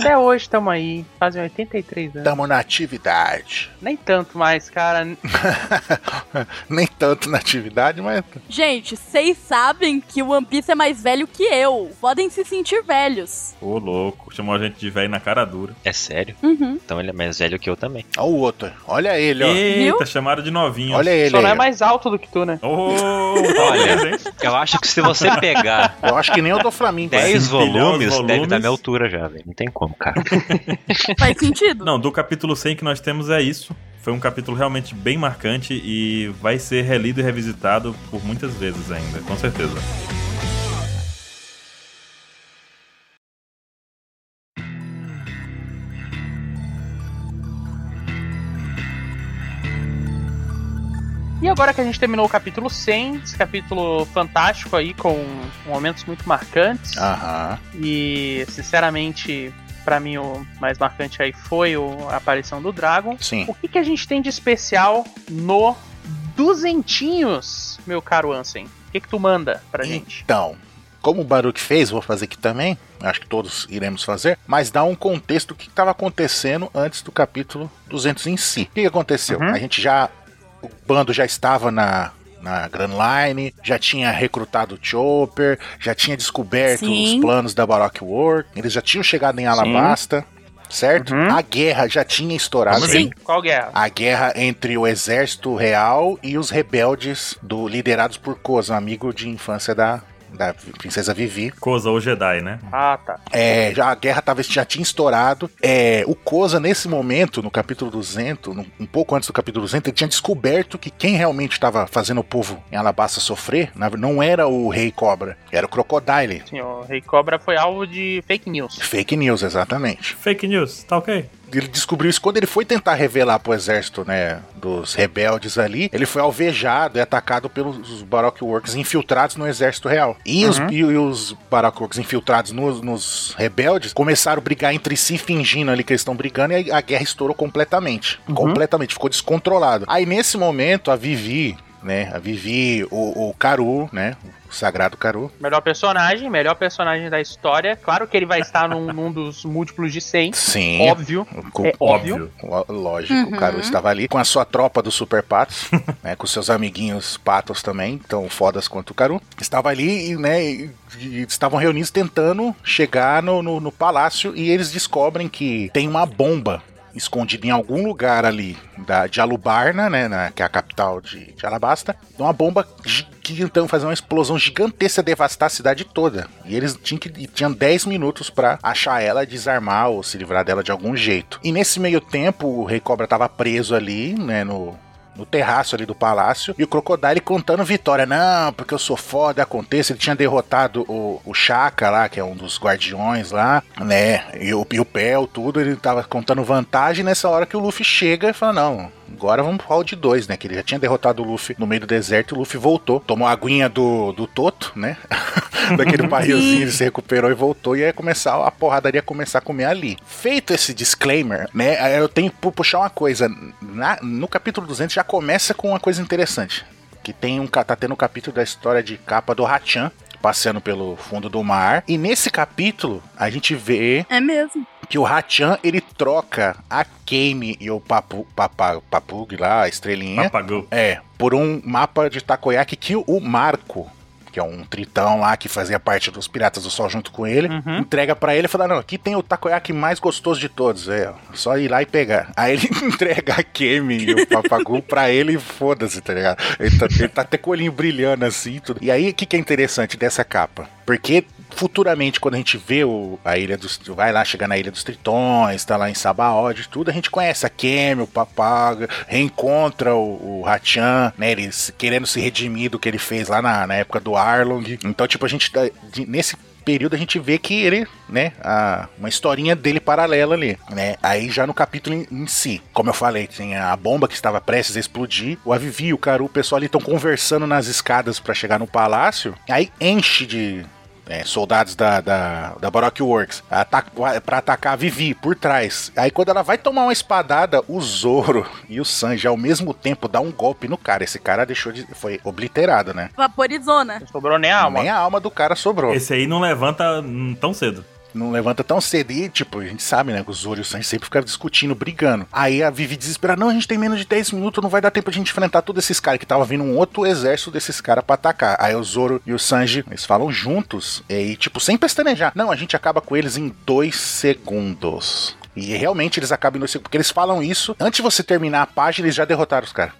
Speaker 1: Até hoje estamos aí. Fazem 83 anos.
Speaker 3: Tamo na atividade.
Speaker 1: Nem tanto mais, cara.
Speaker 3: Nem tanto na atividade, mas
Speaker 4: Gente, vocês sabem que o One Piece é mais velho que eu. Podem se sentir velhos.
Speaker 2: Ô, louco. Chamou a gente de velho na cara dura.
Speaker 5: É sério?
Speaker 4: Uhum.
Speaker 5: Então ele é mais velho que eu também.
Speaker 3: Olha o outro. Olha ele, ó.
Speaker 2: Eita, chamaram de novinho.
Speaker 3: Olha ele.
Speaker 1: Só não é
Speaker 3: Aí. ó.
Speaker 1: mais alto do que tu, né?
Speaker 2: Ô, olha. hein?
Speaker 5: Eu acho que se você pegar
Speaker 3: Eu acho que nem o do Flamengo.
Speaker 2: Dez.
Speaker 5: 10
Speaker 2: empilhar os
Speaker 5: volumes, deve
Speaker 2: volumes.
Speaker 5: dar minha altura já, velho. Não tem como, cara.
Speaker 4: Faz sentido?
Speaker 2: Não, do capítulo 100 que nós temos é isso. Foi um capítulo realmente bem marcante e vai ser relido e revisitado por muitas vezes ainda, com certeza.
Speaker 1: E agora que a gente terminou o capítulo 100, esse capítulo fantástico aí, com momentos muito marcantes.
Speaker 3: Ah. Aham.
Speaker 1: E, sinceramente, pra mim o mais marcante aí foi o- a aparição do Dragon.
Speaker 3: Sim.
Speaker 1: O que, que a gente tem de especial no Duzentinhos, meu caro Ansem? O que, que tu manda pra gente?
Speaker 3: Então, como o Baruch fez, vou fazer aqui também. Acho que todos iremos fazer. Mas dá um contexto do que estava acontecendo antes do capítulo 200 em si. O que que aconteceu?
Speaker 1: Uhum.
Speaker 3: A gente já. O bando já estava na. Na Grand Line, já tinha recrutado o Chopper, já tinha descoberto
Speaker 4: Sim.
Speaker 3: os planos da Baroque Work, eles já tinham chegado em Alabasta, certo?
Speaker 1: Uhum.
Speaker 3: A guerra já tinha estourado.
Speaker 2: Como assim?
Speaker 1: Qual é? guerra?
Speaker 3: A guerra entre o exército real e os rebeldes do, liderados por Kozan, amigo de infância da, da princesa Vivi.
Speaker 2: Coisa ou Jedi, né?
Speaker 1: Ah, tá.
Speaker 3: É, já, a guerra tava, já tinha estourado. É, o Koza, nesse momento, no capítulo 200, no- um pouco antes do capítulo 200, ele tinha descoberto que quem realmente estava fazendo o povo em Alabasta sofrer na- não era o Rei Cobra, era o Crocodile.
Speaker 1: Sim, o Rei Cobra foi alvo de fake news.
Speaker 3: Fake news, exatamente.
Speaker 2: Fake news, tá ok?
Speaker 3: Ele descobriu isso quando ele foi tentar revelar pro exército, né, dos rebeldes ali. Ele foi alvejado e atacado pelos Baroque Works infiltrados no exército real. E os,
Speaker 1: Uhum.
Speaker 3: e, e os Baroque Works infiltrados nos, nos rebeldes começaram a brigar entre si, fingindo ali que eles estão brigando, e a, a guerra estourou completamente. Completamente, ficou descontrolado. Aí nesse momento, a Vivi, né, a Vivi, o, o Karu, né, o sagrado Karu,
Speaker 1: Melhor personagem, melhor personagem da história. Claro que ele vai estar num, num dos múltiplos de 100.
Speaker 3: sim,
Speaker 1: Óbvio.
Speaker 3: Com-
Speaker 1: É óbvio.
Speaker 3: Lo- Lógico,
Speaker 4: Uhum.
Speaker 3: o Caru estava ali com a sua tropa dos Super Patos, né, com seus amiguinhos patos também, tão fodas quanto o Caru. Estava ali e, né, e- e estavam reunidos tentando chegar no, no- no palácio e eles descobrem que tem uma bomba escondida em algum lugar ali da, de Alubarna, né, na- que é a capital de, de Alabasta, uma bomba gigantão, fazer uma explosão gigantesca devastar a cidade toda. E eles tinham, que, e tinham 10 minutos pra achar ela, desarmar ou se livrar dela de algum jeito. E nesse meio tempo, o Rei Cobra tava preso ali, né, no, no terraço ali do palácio, e o Crocodile contando vitória. Não, porque eu sou foda, aconteça. Ele tinha derrotado o, o Chaka lá, que é um dos guardiões lá, né? E o, e o Pel, tudo, ele tava contando vantagem nessa hora que o Luffy chega e fala, não, agora vamos pro round 2, né? Que ele já tinha derrotado o Luffy no meio do deserto e o Luffy voltou. Tomou a aguinha do, do Toto, né? Daquele barrilzinho, ele se recuperou e voltou. E aí ia começar, a porradaria ia começar a comer ali. Feito esse disclaimer, né? aí Eu tenho que puxar uma coisa. Na- no capítulo 200 já começa com uma coisa interessante. Que tem um, ca- tá tendo um capítulo da história de capa do Hachan. Passeando pelo fundo do mar. E nesse capítulo, a gente vê
Speaker 4: É mesmo.
Speaker 3: que o Hachan ele troca a Kame e o Papu, Papa- Papug lá, a estrelinha.
Speaker 2: Apagou.
Speaker 3: É, por um mapa de Takoyaki que o Marco, que é um tritão lá que fazia parte dos Piratas do Sol junto com ele,
Speaker 1: Uhum.
Speaker 3: entrega pra ele e fala: Não, aqui tem o Takoyaki mais gostoso de todos, é ó, só ir lá e pegar. Aí ele entrega a Kemi e o Papagu pra ele e foda-se, tá ligado? Ele tá, ele tá até com o olhinho brilhando assim e tudo. E aí, o que, que é interessante dessa capa? Porque futuramente, quando a gente vê o, a Ilha dos. Vai lá, chegar na Ilha dos Tritões, tá lá em Sabaody e tudo, a gente conhece a Kemi, o Papaga, reencontra o, o Hachan, né? Ele se- querendo se redimir do que ele fez lá na, na época do Arlong. Então, tipo, a gente. tá- de- Nesse período a gente vê que ele, né, a- uma historinha dele paralela ali, né? Aí já no capítulo em, em si, como eu falei, tem a bomba que estava prestes a explodir, o Avivi, o Caru, o pessoal ali estão conversando nas escadas pra chegar no palácio, aí enche de é, soldados da, da, da Baroque Works ataca, pra atacar a Vivi por trás. Aí quando ela vai tomar uma espadada, o Zoro e o Sanji ao mesmo tempo dá um golpe no cara. Esse cara deixou de. foi obliterado, né?
Speaker 4: Vaporizou, né?
Speaker 1: Não sobrou nem a alma.
Speaker 3: Nem a alma do cara sobrou.
Speaker 2: Esse aí não levanta hum, tão cedo.
Speaker 3: não levanta tão cedo. E, tipo, a gente sabe, né? Que o Zoro e o Sanji sempre ficaram discutindo, brigando. Aí a Vivi desesperada, não, a gente tem menos de 10 minutos, não vai dar tempo de gente enfrentar todos esses caras, que tava vindo um outro exército desses caras pra atacar. Aí o Zoro e o Sanji, eles falam juntos, e, tipo, sem pestanejar. Não, a gente acaba com eles em dois segundos. E realmente eles acabam indo, porque eles falam isso, antes de você terminar a página, eles já derrotaram os caras.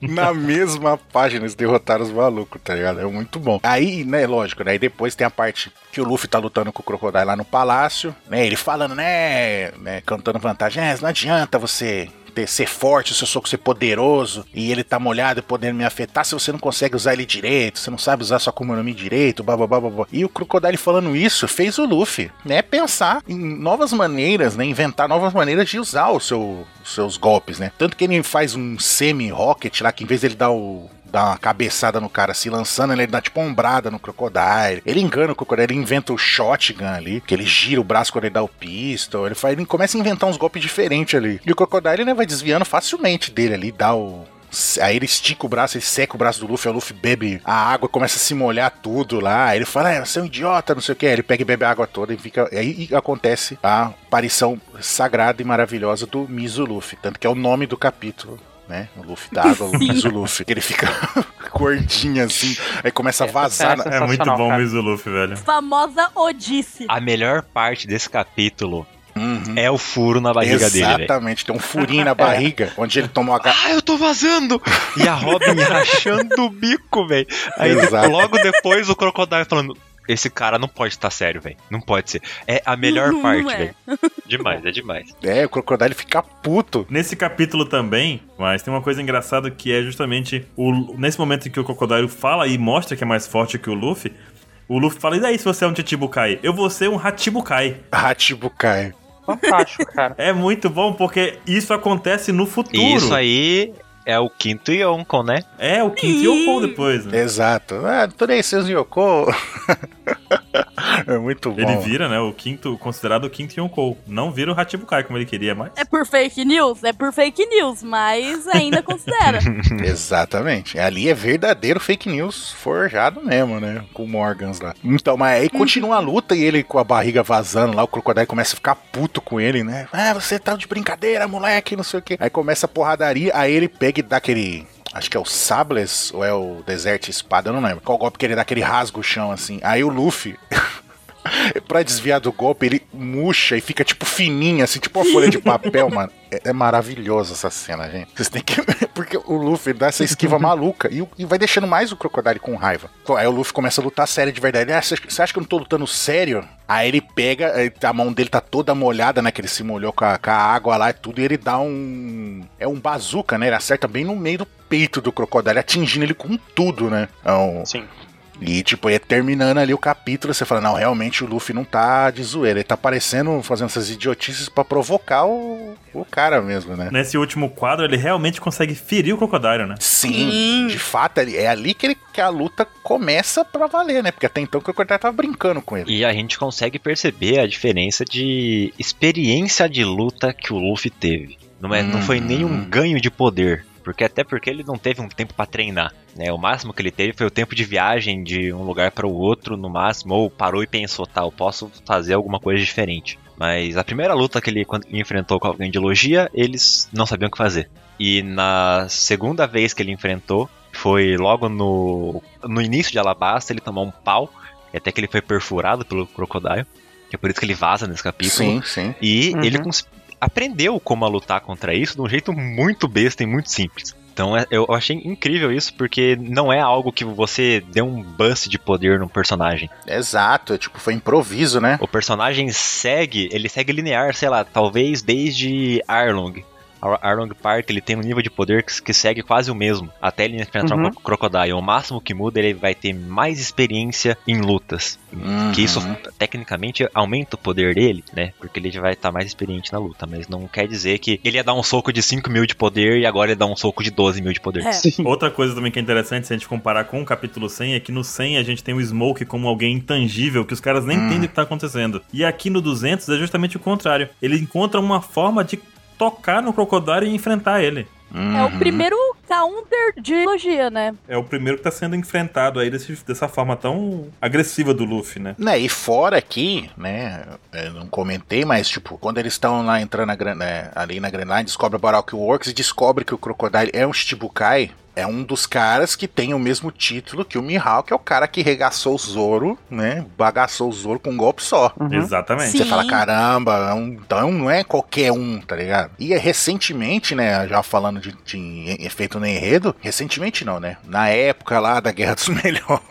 Speaker 3: Na mesma página, eles derrotaram os malucos, tá ligado? É muito bom. Aí, né, lógico, né? E depois tem a parte que o Luffy tá lutando com o Crocodile lá no palácio, né? Ele falando, né? né cantando vantagem. É, não adianta você ter, ser forte, o seu soco ser poderoso e ele tá molhado e podendo me afetar se você não consegue usar ele direito, você não sabe usar sua Akuma no Mi direito, blá blá blá blá blá. E o Crocodile falando isso fez o Luffy, né? Pensar em novas maneiras, né? Inventar novas maneiras de usar o seu, os seus golpes, né? Tanto que ele faz um semi-rocket lá, que em vez dele dar o. Dá uma cabeçada no cara se lançando, ele dá tipo uma ombrada no Crocodile. Ele engana o Crocodile, ele inventa o shotgun ali, que ele gira o braço quando ele dá o pistol. Ele, faz, ele começa a inventar uns golpes diferentes ali. E o Crocodile, né, vai desviando facilmente dele ali, dá o. Aí ele estica o braço, ele seca o braço do Luffy, aí o Luffy bebe a água, começa a se molhar tudo lá. Aí ele fala, é, você é um idiota, não sei o que. Ele pega e bebe a água toda e fica. e Aí acontece a aparição sagrada e maravilhosa do Mizu Luffy. Tanto que é o nome do capítulo, né? O Luffy da água, o
Speaker 4: Sim.
Speaker 3: Mizu Luffy. Que ele fica gordinho assim, aí começa a
Speaker 1: Essa
Speaker 3: vazar.
Speaker 1: cena
Speaker 3: na-
Speaker 2: É muito
Speaker 1: Sensacional,
Speaker 2: bom o
Speaker 1: cara.
Speaker 2: Mizu Luffy, velho.
Speaker 4: Famosa Odisse.
Speaker 5: A melhor parte desse capítulo
Speaker 3: Uhum.
Speaker 5: É o furo na barriga dele, né? velho.
Speaker 3: Exatamente, tem um furinho na barriga onde ele tomou a ga-
Speaker 5: Ah, eu tô vazando! E a Robin rachando o bico, velho. Aí
Speaker 3: Exato.
Speaker 5: logo depois o Crocodile falando. Esse cara não pode estar sério, velho. Não pode ser. É a melhor
Speaker 4: Não, não
Speaker 5: parte,
Speaker 4: é.
Speaker 5: velho. Demais, é demais.
Speaker 3: É, o crocodilo fica puto.
Speaker 2: Nesse capítulo também, mas tem uma coisa engraçada que é justamente o, nesse momento em que o Crocodile fala e mostra que é mais forte que o Luffy, o Luffy fala: e daí se você é um Chichibukai? Eu vou ser um Hachibukai.
Speaker 3: Ah, Hatibukai.
Speaker 1: Fantástico, cara.
Speaker 2: É muito bom porque isso acontece no futuro.
Speaker 5: E isso aí é o quinto Yonko, né?
Speaker 2: É o quinto Yonkou depois, né?
Speaker 3: Exato. Ah, tudo aí, seus Yoko. é muito bom.
Speaker 2: Ele vira, né, o quinto, considerado o quinto Yonkou. Não vira o Hachibukai como ele queria, mas...
Speaker 4: É por fake news? É por fake news, mas ainda considera.
Speaker 3: Exatamente. Ali é verdadeiro fake news forjado mesmo, né? Com o Morgans lá. Então, mas aí continua a luta e ele com a barriga vazando lá, o Crocodile começa a ficar puto com ele, né? Ah, você tá de brincadeira, moleque, não sei o quê. Aí começa a porradaria, aí ele pega e dá aquele. Acho que é o Sables ou é o Desert Espada, eu não lembro. Qual golpe que ele dá aquele rasga o chão assim. Aí o Luffy. Pra desviar do golpe, ele murcha e fica tipo fininho, assim, tipo uma folha de papel, mano. É, é maravilhoso essa cena, gente. Vocês têm que. Porque o Luffy dá essa esquiva maluca e, o- e vai deixando mais o Crocodile com raiva. Aí o Luffy começa a lutar sério de verdade. Ele, Ah, você acha- você acha que eu não tô lutando sério? Aí ele pega, aí a mão dele tá toda molhada, né? Que ele se molhou com a, com a água lá e tudo, e ele dá um. É um bazuca, né? Ele acerta bem no meio do peito do Crocodile, atingindo ele com tudo, né? É um-
Speaker 1: Sim.
Speaker 3: e, tipo, ia terminando ali o capítulo, você fala, não, realmente o Luffy não tá de zoeira, ele tá parecendo, fazendo essas idiotices pra provocar o, o cara mesmo, né?
Speaker 2: Nesse último quadro, ele realmente consegue ferir o Crocodile, né?
Speaker 3: Sim, de fato, ele- é ali que, ele- que a luta começa pra valer, né? Porque até então o Crocodile tava brincando com ele.
Speaker 5: E a gente consegue perceber a diferença de experiência de luta que o Luffy teve. Não, é, não foi
Speaker 3: Uhum.
Speaker 5: nenhum ganho de poder. Porque até porque ele não teve um tempo pra treinar. Né? O máximo que ele teve foi o tempo de viagem de um lugar para o outro, no máximo, ou parou e pensou, tá, eu posso fazer alguma coisa diferente. Mas a primeira luta que ele quan- enfrentou com alguém de logia, eles não sabiam o que fazer. E na segunda vez que ele enfrentou, foi logo no, no início de Alabasta, ele tomou um pau, e até que ele foi perfurado pelo Crocodile, que é por isso que ele vaza nesse
Speaker 3: Sim,
Speaker 5: capítulo.
Speaker 3: sim.
Speaker 5: E
Speaker 1: Uhum.
Speaker 5: ele cons- aprendeu como a lutar contra isso de um jeito muito besta e muito simples. Então é- eu achei incrível isso, porque não é algo que você dê um bust de poder num personagem.
Speaker 3: Exato, é, tipo, foi improviso, né?
Speaker 5: O personagem segue, ele segue linear, sei lá, talvez desde Arlong. Ar- Arlong Park ele tem um nível de poder que, que segue quase o mesmo, até ele enfrentar
Speaker 1: Uhum.
Speaker 5: um cro- Crocodile. O máximo que muda, ele vai ter mais experiência em lutas.
Speaker 3: Uhum.
Speaker 5: Que isso, tecnicamente, aumenta o poder dele, né? Porque ele já vai estar mais experiente na luta. Mas não quer dizer que ele ia dar um soco de 5 mil de poder e agora ele dá um soco de 12 mil de poder.
Speaker 4: É.
Speaker 1: Sim.
Speaker 2: Outra coisa também que é interessante, se a gente comparar com o capítulo 100, é que no 100 a gente tem o Smoke como alguém intangível, que os caras nem
Speaker 3: Hum.
Speaker 2: entendem o que tá acontecendo. E aqui no 200 é justamente o contrário. Ele encontra uma forma de tocar no Crocodile e enfrentar ele.
Speaker 3: Uhum.
Speaker 4: É o primeiro counter de logia, né?
Speaker 2: É o primeiro que tá sendo enfrentado aí desse- dessa forma tão agressiva do Luffy, né?
Speaker 3: Né, e fora aqui, né, eu não comentei, mas tipo, quando eles estão lá entrando na, Grand- né, ali na Grand Line, descobre a Baroque Works e descobre que o Crocodile é um Shichibukai, é um dos caras que tem o mesmo título que o Mihawk, é o cara que regaçou o Zoro, né, bagaçou o Zoro com um golpe só.
Speaker 1: Uhum.
Speaker 2: Exatamente.
Speaker 4: Sim.
Speaker 3: Você fala, caramba, é um- então não é qualquer um, tá ligado? E é recentemente, né, já falando de, de e- efeito no enredo, recentemente não, né, na época lá da Guerra dos Melhores,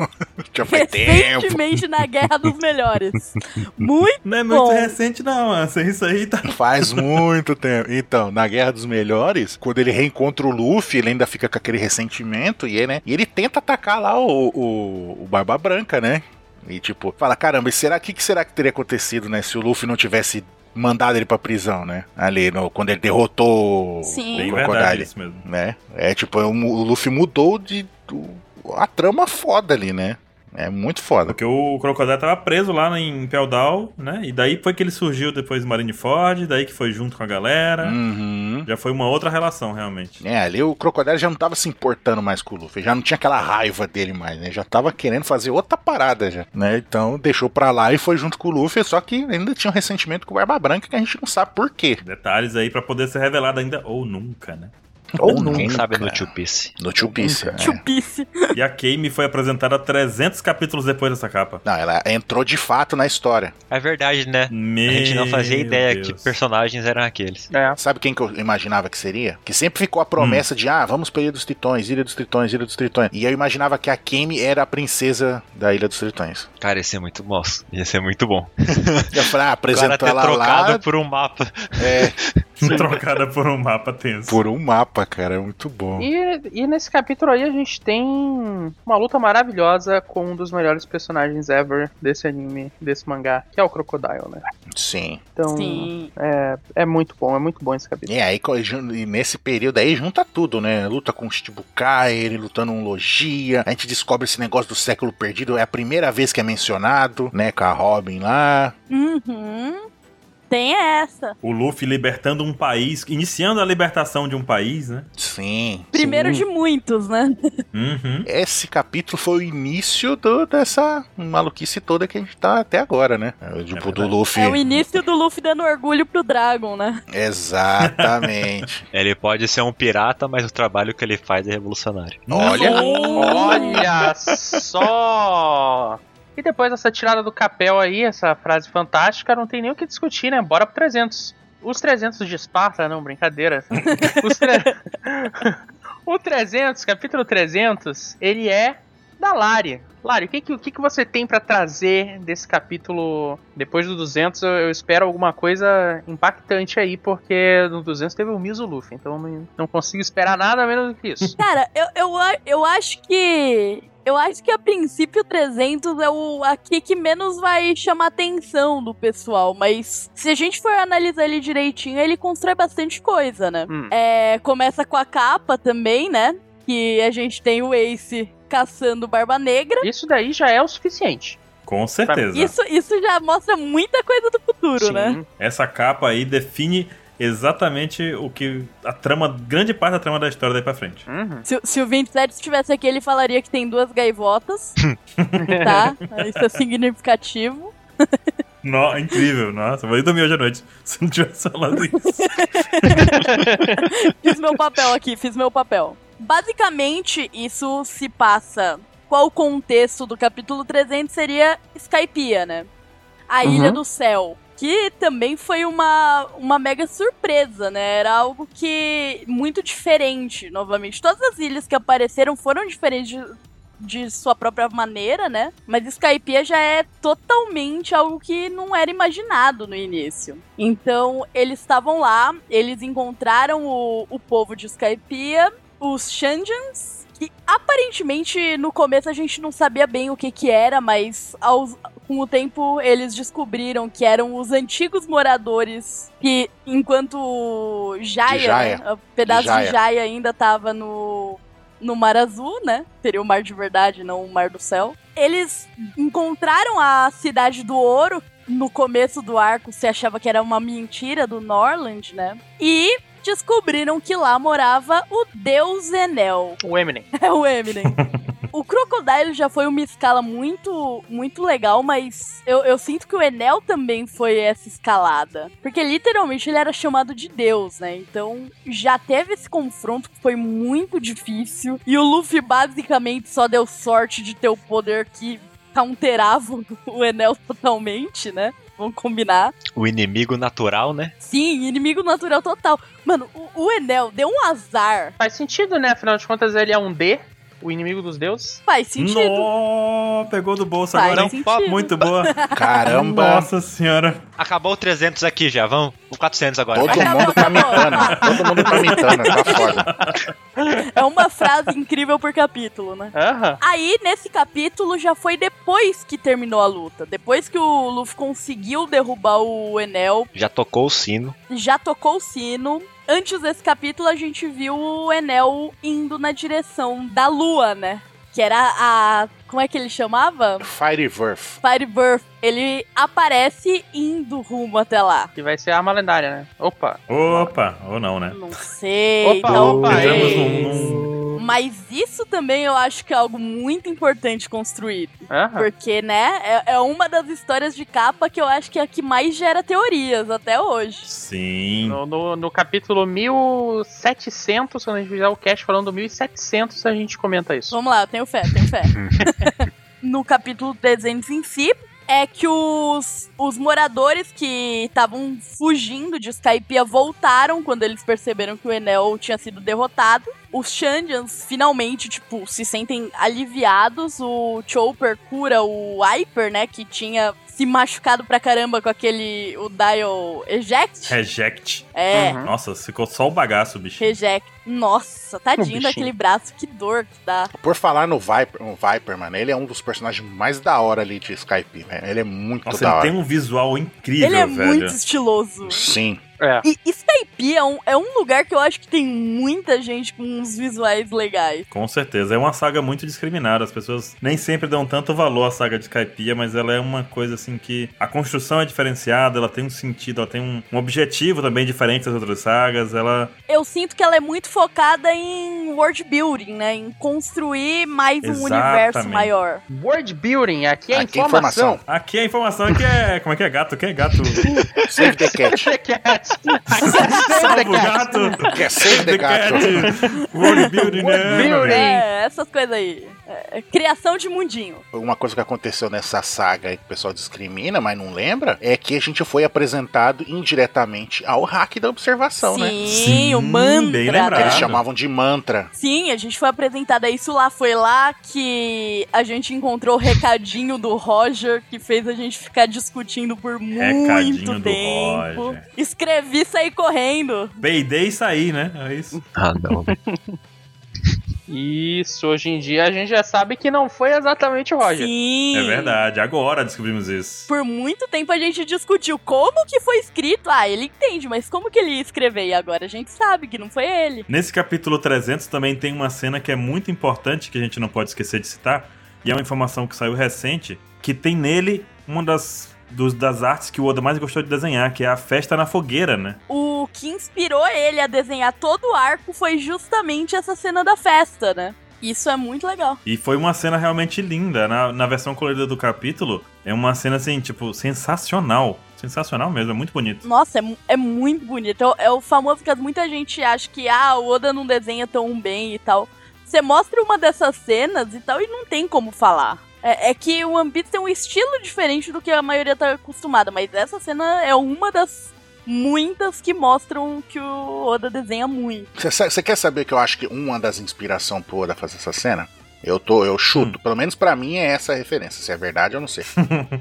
Speaker 3: já faz tempo.
Speaker 4: Recentemente na Guerra dos Melhores. Muito
Speaker 2: Não é muito
Speaker 4: Bom.
Speaker 2: recente, não. Assim, isso aí tá.
Speaker 3: Faz muito tempo. Então, na Guerra dos Melhores, quando ele reencontra o Luffy, ele ainda fica com aquele ressentimento e, ele, né, e ele tenta atacar lá o, o, o Barba Branca, né? E tipo, fala, caramba, e será que que será que teria acontecido, né, se o Luffy não tivesse mandado ele pra prisão, né? Ali no, quando ele derrotou o-
Speaker 4: Sim.
Speaker 2: Bem
Speaker 3: o
Speaker 2: verdade
Speaker 3: Crocodile,
Speaker 2: isso mesmo.
Speaker 3: né? É tipo, o, o Luffy mudou de do- a trama foda ali, né? É muito foda.
Speaker 2: Porque o Crocodile tava preso lá em Peldal, né? E daí foi que ele surgiu depois do Marineford, daí que foi junto com a galera.
Speaker 3: Uhum.
Speaker 2: Já foi uma outra relação, realmente.
Speaker 3: É, ali o Crocodile já não tava se importando mais com o Luffy, já não tinha aquela raiva dele mais, né? Já tava querendo fazer outra parada já, né? Então deixou pra lá e foi junto com o Luffy, só que ainda tinha um ressentimento com o Barba Branca que a gente não sabe por quê.
Speaker 2: Detalhes aí pra poder ser revelado ainda ou nunca, né?
Speaker 3: Ou
Speaker 5: Quem
Speaker 3: nunca.
Speaker 5: sabe no Two Piece.
Speaker 3: No Two Piece. é.
Speaker 4: Chupice.
Speaker 2: E a Kame foi apresentada 300 capítulos depois dessa capa.
Speaker 3: Não, ela entrou de fato na história.
Speaker 5: É verdade, né?
Speaker 2: Meu
Speaker 5: A gente não fazia ideia
Speaker 2: Deus.
Speaker 5: que personagens eram aqueles.
Speaker 1: É.
Speaker 3: Sabe quem que eu imaginava que seria? Que sempre ficou a promessa de, ah, vamos pra Ilha dos Tritões, Ilha dos Tritões, Ilha dos Tritões. E eu imaginava que a Kemi era a princesa da Ilha dos Tritões.
Speaker 5: Cara, ia ser muito bom. Ia ser muito bom.
Speaker 3: Eu falei, ah,
Speaker 5: O cara
Speaker 3: apresentou
Speaker 5: ter
Speaker 3: ela
Speaker 5: trocado
Speaker 3: lá
Speaker 5: por um mapa.
Speaker 3: é,
Speaker 2: Trocada por um mapa tenso.
Speaker 3: por um mapa, cara. É muito bom.
Speaker 1: E, e nesse capítulo aí a gente tem uma luta maravilhosa com um dos melhores personagens ever desse anime, desse mangá, que é o Crocodile, né?
Speaker 3: Sim.
Speaker 1: Então
Speaker 4: Sim.
Speaker 1: é muito bom, é muito bom esse capítulo.
Speaker 3: E aí, co- jun- e nesse período aí, junta tudo, né? Luta com o Shichibukai, ele lutando um logia. A gente descobre esse negócio do século perdido. É a primeira vez que é mencionado, né? Com a Robin lá.
Speaker 4: Uhum. Tem essa.
Speaker 2: O Luffy libertando um país, iniciando a libertação de um país, né?
Speaker 3: Sim.
Speaker 4: Primeiro
Speaker 1: Sim.
Speaker 4: de muitos, né?
Speaker 2: Uhum.
Speaker 3: Esse capítulo foi o início do- dessa maluquice toda que a gente tá até agora, né? É, Tipo, do
Speaker 2: verdade.
Speaker 3: Luffy.
Speaker 4: É o início do Luffy dando orgulho pro Dragon, né?
Speaker 3: Exatamente.
Speaker 5: Ele pode ser um pirata, mas o trabalho que ele faz é revolucionário.
Speaker 3: Olha.
Speaker 1: Olha só! E depois dessa tirada do capel aí, essa frase fantástica, não tem nem o que discutir, né? Bora pro 300. Os 300 de Esparta, não, brincadeira. Os tre- o 300, capítulo 300, ele é da Lari. Lari, o que, que, o que, que você tem pra trazer desse capítulo? Depois do 200, eu, eu espero alguma coisa impactante aí, porque no 200 teve o Miso Luffy, então eu não, não consigo esperar nada menos do que isso.
Speaker 4: Cara, eu, eu, a- eu acho que. Eu acho que a princípio 300 é o aqui que menos vai chamar atenção do pessoal, mas se a gente for analisar ele direitinho, ele constrói bastante coisa, né?
Speaker 1: Hum.
Speaker 4: É, começa com a capa também, né? Que a gente tem o Ace caçando Barba Negra.
Speaker 1: Isso daí já é o suficiente.
Speaker 2: Com certeza.
Speaker 4: Isso, isso já mostra muita coisa do futuro, né?
Speaker 2: Essa capa aí define exatamente o que a trama, grande parte da trama da história daí pra frente.
Speaker 1: Uhum.
Speaker 4: Se, se o 27 estivesse aqui, ele falaria que tem duas gaivotas, tá? Isso é significativo.
Speaker 2: No, incrível, nossa, vou ir dormir hoje à noite se não tivesse falado isso.
Speaker 4: Fiz meu papel aqui, fiz meu papel. Basicamente, isso se passa. Qual o contexto do capítulo 300 seria Skypiea, né? A
Speaker 1: Uhum.
Speaker 4: Ilha do Céu. Que também foi uma, uma mega surpresa, né? Era algo que. muito diferente, novamente. Todas as ilhas que apareceram foram diferentes de, de sua própria maneira, né? Mas Skypiea já é totalmente algo que não era imaginado no início. Então, eles estavam lá, eles encontraram o, o povo de Skypiea, os Shanjans, que aparentemente no começo a gente não sabia bem o que que era, mas aos- com o tempo eles descobriram que eram os antigos moradores que, enquanto Jaya,
Speaker 3: De Jaya.
Speaker 4: né, o pedaço de Jaya.
Speaker 3: Jaya.
Speaker 4: ainda tava no, no Mar Azul, né? Seria o Mar de Verdade, não o Mar do Céu. Eles encontraram a Cidade do Ouro. No começo do arco, se achava que era uma mentira do Norland, né? E descobriram que lá morava o Deus Enel.
Speaker 1: O Eminem.
Speaker 4: É o Eminem. O Crocodile já foi uma escala muito muito legal, mas eu, eu sinto que o Enel também foi essa escalada. Porque literalmente ele era chamado de Deus, né? Então já teve esse confronto que foi muito difícil. E o Luffy basicamente só deu sorte de ter o poder que counterava o Enel totalmente, né? Vamos combinar.
Speaker 5: O inimigo natural, né?
Speaker 4: Sim, inimigo natural total. Mano, o, o Enel deu um azar.
Speaker 1: Faz sentido, né? Afinal de contas, ele é um D, o inimigo dos deuses.
Speaker 4: Faz sentido.
Speaker 2: No, pegou do bolso
Speaker 4: Faz
Speaker 2: agora. hein?
Speaker 4: sentido.
Speaker 2: Muito boa.
Speaker 3: É Caramba.
Speaker 2: Nossa senhora.
Speaker 5: Acabou o 300 aqui já, vamos pro 400 agora.
Speaker 3: Todo
Speaker 5: Vai.
Speaker 4: Acabou,
Speaker 3: mundo
Speaker 4: acabou.
Speaker 3: camitando. Todo mundo camitando. Tá foda.
Speaker 4: É uma frase incrível por capítulo, né?
Speaker 1: Aham.
Speaker 4: Aí, nesse capítulo, já foi depois que terminou a luta. Depois que o Luffy conseguiu derrubar o Enel,
Speaker 5: Já tocou o sino.
Speaker 4: já tocou o sino. Antes desse capítulo, a gente viu o Enel indo na direção da lua, né? Que era a. Como é que ele chamava?
Speaker 3: Fire Verf.
Speaker 4: Firebirth. Ele aparece indo rumo até lá.
Speaker 1: Que vai ser a arma lendária, né? Opa.
Speaker 2: Opa, ou não, né?
Speaker 4: Não sei.
Speaker 1: Opa, opa,
Speaker 4: talvez.
Speaker 2: Entramos num, num
Speaker 4: Mas isso também eu acho que é algo muito importante construir.
Speaker 1: Aham.
Speaker 4: Porque, né, é, é uma das histórias de capa que eu acho que é a que mais gera teorias até hoje.
Speaker 2: Sim.
Speaker 1: No, no, no capítulo 1700, quando a gente fizer o cast falando do 1700, a gente comenta isso.
Speaker 4: Vamos lá, eu tenho fé, tenho fé. no capítulo 300 em si, é que os, os moradores que estavam fugindo de Skypiea voltaram quando eles perceberam que o Enel tinha sido derrotado. Os Chandians finalmente, tipo, se sentem aliviados. O Chopper cura o Hyper, né, que tinha se machucado pra caramba com aquele, o Dial Eject.
Speaker 2: Reject.
Speaker 4: É,
Speaker 1: Uhum.
Speaker 2: Nossa, ficou só o bagaço, bicho.
Speaker 4: Reject. Nossa,
Speaker 2: Um
Speaker 4: tadinho
Speaker 1: bichinho.
Speaker 4: daquele braço, que dor que dá.
Speaker 3: Por falar no Viper, o Viper, mano, ele é um dos personagens mais da hora ali de Skype, velho. Ele é muito
Speaker 2: Nossa,
Speaker 3: da
Speaker 2: ele
Speaker 3: hora.
Speaker 2: tem um visual incrível,
Speaker 4: Ele é
Speaker 2: velho.
Speaker 4: muito estiloso.
Speaker 3: Sim.
Speaker 1: É.
Speaker 4: E Skype é um, é um lugar que eu acho que tem muita gente com uns visuais legais.
Speaker 2: Com certeza. É uma saga muito discriminada. As pessoas nem sempre dão tanto valor à saga de Caipia, mas ela é uma coisa assim que a construção é diferenciada, ela tem um sentido, ela tem um, um objetivo também diferente das outras sagas. Ela.
Speaker 4: Eu sinto que ela é muito focada em world building, né? Em construir mais um
Speaker 2: Exatamente.
Speaker 4: universo maior.
Speaker 1: Word building, aqui é
Speaker 3: Aqui é
Speaker 1: informação.
Speaker 2: Aqui a informação é que é. Como é que é gato? Quem é gato?
Speaker 3: Save the
Speaker 2: é
Speaker 3: cat.
Speaker 1: é
Speaker 2: Salva o
Speaker 1: Cat.
Speaker 2: é gato!
Speaker 3: Que é save the cat.
Speaker 2: World building,
Speaker 1: World
Speaker 2: né? meu
Speaker 1: building.
Speaker 2: velho?
Speaker 4: É, essas coisas aí. É, criação de mundinho.
Speaker 3: Uma coisa que aconteceu nessa saga aí que o pessoal discrimina, mas não lembra, é que a gente foi apresentado indiretamente ao hack da observação, né?
Speaker 4: Sim,
Speaker 2: Sim,
Speaker 4: o
Speaker 2: bem
Speaker 4: mantra.
Speaker 2: lembrado.
Speaker 4: né?
Speaker 3: Eles chamavam de mantra.
Speaker 4: Sim, a gente foi apresentada a isso lá. Foi lá que a gente encontrou o recadinho do Roger, que fez a gente ficar discutindo por
Speaker 2: Recadinho
Speaker 4: muito
Speaker 2: do
Speaker 4: tempo.
Speaker 2: Roger.
Speaker 4: Escrevi saí correndo.
Speaker 2: Peidei e saí, né? É isso.
Speaker 5: Ah, não.
Speaker 1: Isso, hoje em dia a gente já sabe que não foi exatamente o Roger.
Speaker 4: Sim.
Speaker 2: É verdade. Agora descobrimos isso.
Speaker 4: Por muito tempo a gente discutiu como que foi escrito. Ah, ele entende, mas como que ele ia escrever? E agora a gente sabe que não foi ele.
Speaker 2: Nesse capítulo 300 também tem uma cena que é muito importante que a gente não pode esquecer de citar, e é uma informação que saiu recente, que tem nele uma das dos- das artes que o Oda mais gostou de desenhar, que é a festa na fogueira, né?
Speaker 4: O que inspirou ele a desenhar todo o arco foi justamente essa cena da festa, né? Isso é muito legal.
Speaker 2: E foi uma cena realmente linda. Na, na versão colorida do capítulo, é uma cena assim, tipo, sensacional. Sensacional mesmo, é muito bonito.
Speaker 4: Nossa, é, mu- é muito bonito. É o- É o famoso que muita gente acha que ah, o Oda não desenha tão bem e tal. Você mostra uma dessas cenas e tal e não tem como falar. É, é que o One Piece tem um estilo diferente do que a maioria tá acostumada, mas essa cena é uma das muitas que mostram que o Oda desenha muito.
Speaker 3: Você quer saber que eu acho que uma das inspirações pro Oda fazer essa cena? Eu tô, eu chuto. Pelo menos pra mim é essa a referência. Se é verdade, eu não sei.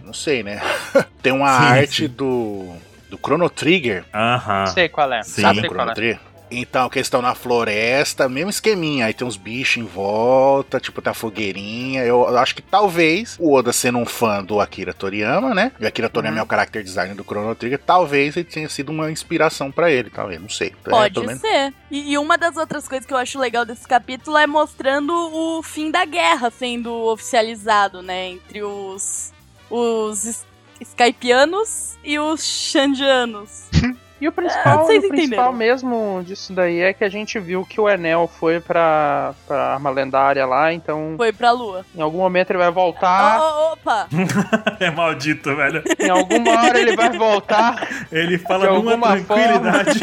Speaker 3: não sei, né? Tem uma
Speaker 2: Sim,
Speaker 3: arte
Speaker 2: sim.
Speaker 3: do do Chrono Trigger.
Speaker 2: Aham.
Speaker 1: Sei qual é.
Speaker 2: Sim.
Speaker 1: Já
Speaker 3: Sabe
Speaker 1: sei
Speaker 3: o
Speaker 1: qual
Speaker 3: Chrono
Speaker 1: é.
Speaker 3: Trigger? Então, que eles estão na floresta, mesmo esqueminha. Aí tem uns bichos em volta, tipo, tá fogueirinha. Eu eu acho que talvez o Oda sendo um fã do Akira Toriyama, né? E o Akira Toriyama é o character design do Chrono Trigger. Talvez ele tenha sido uma inspiração pra ele, talvez. Não sei. É,
Speaker 4: Pode
Speaker 3: pelo menos-
Speaker 4: ser. E, e uma das outras coisas que eu acho legal desse capítulo é mostrando o fim da guerra sendo oficializado, né? Entre os, os es- Skypianos e os Xandianos.
Speaker 1: E o principal,
Speaker 4: Ah, vocês
Speaker 1: o principal
Speaker 4: entenderam.
Speaker 1: mesmo disso daí é que a gente viu que o Enel foi pra, pra arma lendária lá, então
Speaker 4: Foi pra lua.
Speaker 1: em algum momento ele vai voltar,
Speaker 4: Ó, ó, opa!
Speaker 2: É maldito, velho.
Speaker 4: Oh.
Speaker 1: em alguma hora ele vai voltar.
Speaker 2: Ele fala
Speaker 1: De
Speaker 2: numa
Speaker 1: alguma
Speaker 2: tranquilidade.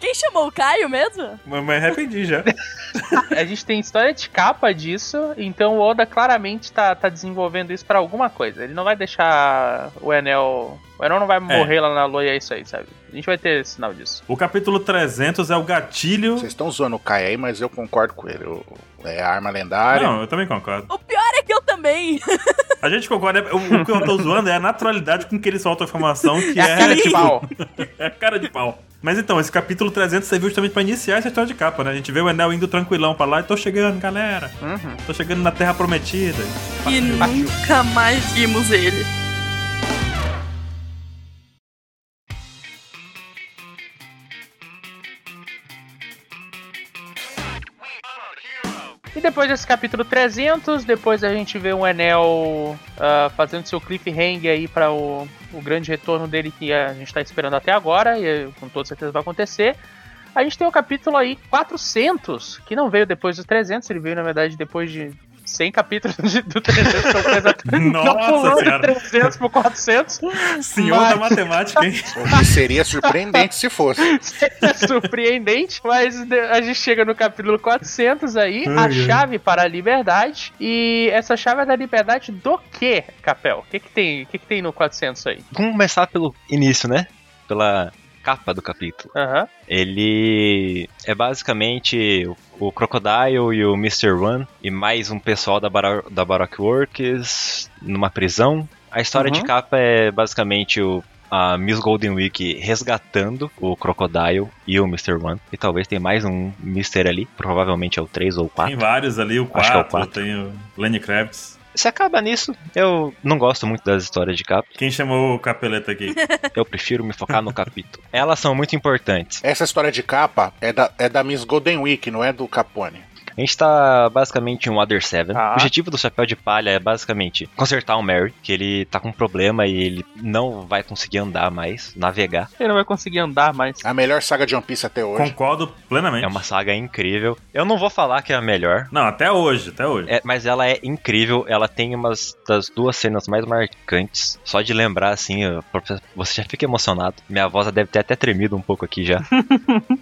Speaker 4: Quem chamou o Caio mesmo?
Speaker 2: Mas me arrependi já.
Speaker 1: A gente tem história de capa disso, então o Oda claramente tá, tá desenvolvendo isso pra alguma coisa. Ele não vai deixar o Enel. O Enel não vai morrer lá na lua e é isso aí, sabe? A gente vai ter sinal disso.
Speaker 2: O capítulo 300 é o gatilho.
Speaker 3: Vocês estão zoando o Kai aí, mas eu concordo com ele. O- É a arma lendária.
Speaker 2: Não, eu também concordo.
Speaker 4: O pior é que eu também.
Speaker 2: A gente concorda, é- o, o que eu tô zoando é a naturalidade com que ele solta a informação, que
Speaker 1: É a cara de pau.
Speaker 2: é a cara de pau. Mas então, esse capítulo 300 serviu justamente pra iniciar essa história de capa, né? A gente vê o Enel indo tranquilão pra lá e tô chegando, galera.
Speaker 1: Uhum.
Speaker 2: Tô chegando na Terra Prometida.
Speaker 4: E nunca mais vimos ele.
Speaker 1: E depois desse capítulo 300, depois a gente vê o Enel ah, fazendo seu cliffhanger aí para o, o grande retorno dele que a gente tá esperando até agora e eh, com toda certeza vai acontecer. A gente tem o capítulo aí 400, que não veio depois do 300, ele veio na verdade depois de 100 capítulos de- do 300, então foi exatamente-
Speaker 2: Nossa
Speaker 1: não pulou
Speaker 2: Senhora.
Speaker 1: de 300 pro 400.
Speaker 2: Senhor da
Speaker 1: Mas-
Speaker 2: matemática, hein?
Speaker 3: O que seria surpreendente se fosse.
Speaker 1: É surpreendente, mas de- a gente chega no capítulo 400 aí,
Speaker 2: Ai,
Speaker 1: a
Speaker 2: ai.
Speaker 1: chave para a liberdade. E essa chave é da liberdade do quê, Capel? O que que tem, o que que tem no 400 aí?
Speaker 5: Vamos começar pelo início, né? Pela capa do capítulo.
Speaker 1: Aham.
Speaker 5: Ele é basicamente o- o Crocodile e o Mr. One e mais um pessoal da, Baro da Baroque Works numa prisão. A história
Speaker 1: Uhum.
Speaker 5: de capa é basicamente o, a Miss Golden Week resgatando o Crocodile e o Mr. One. E talvez tenha mais um Mr. ali, provavelmente é o 3 ou o 4.
Speaker 2: Tem vários ali, o
Speaker 5: Acho que é o
Speaker 2: 4, tem o Lenny Kravitz.
Speaker 5: Se acaba nisso, eu não gosto muito das histórias de capa,
Speaker 2: Quem chamou o capeleta aqui?
Speaker 5: eu prefiro me focar no capítulo. Elas são muito importantes.
Speaker 3: Essa história de capa é da, é da Miss Golden Week, não é do Capone.
Speaker 5: A gente tá basicamente em um Other Seven.
Speaker 1: Tá.
Speaker 5: O objetivo do Chapéu de Palha é basicamente consertar o Mary, que ele tá com um problema e ele não vai conseguir andar mais, navegar.
Speaker 1: Ele não vai conseguir andar mais.
Speaker 3: A melhor saga de One Piece até hoje.
Speaker 2: Concordo plenamente.
Speaker 5: É uma saga incrível. Eu não vou falar que é a melhor.
Speaker 2: Não, até hoje, até hoje.
Speaker 5: é- mas ela é incrível, ela tem umas das duas cenas mais marcantes. Só de lembrar, assim, eu- você já fica emocionado. Minha voz já deve ter até tremido um pouco aqui já.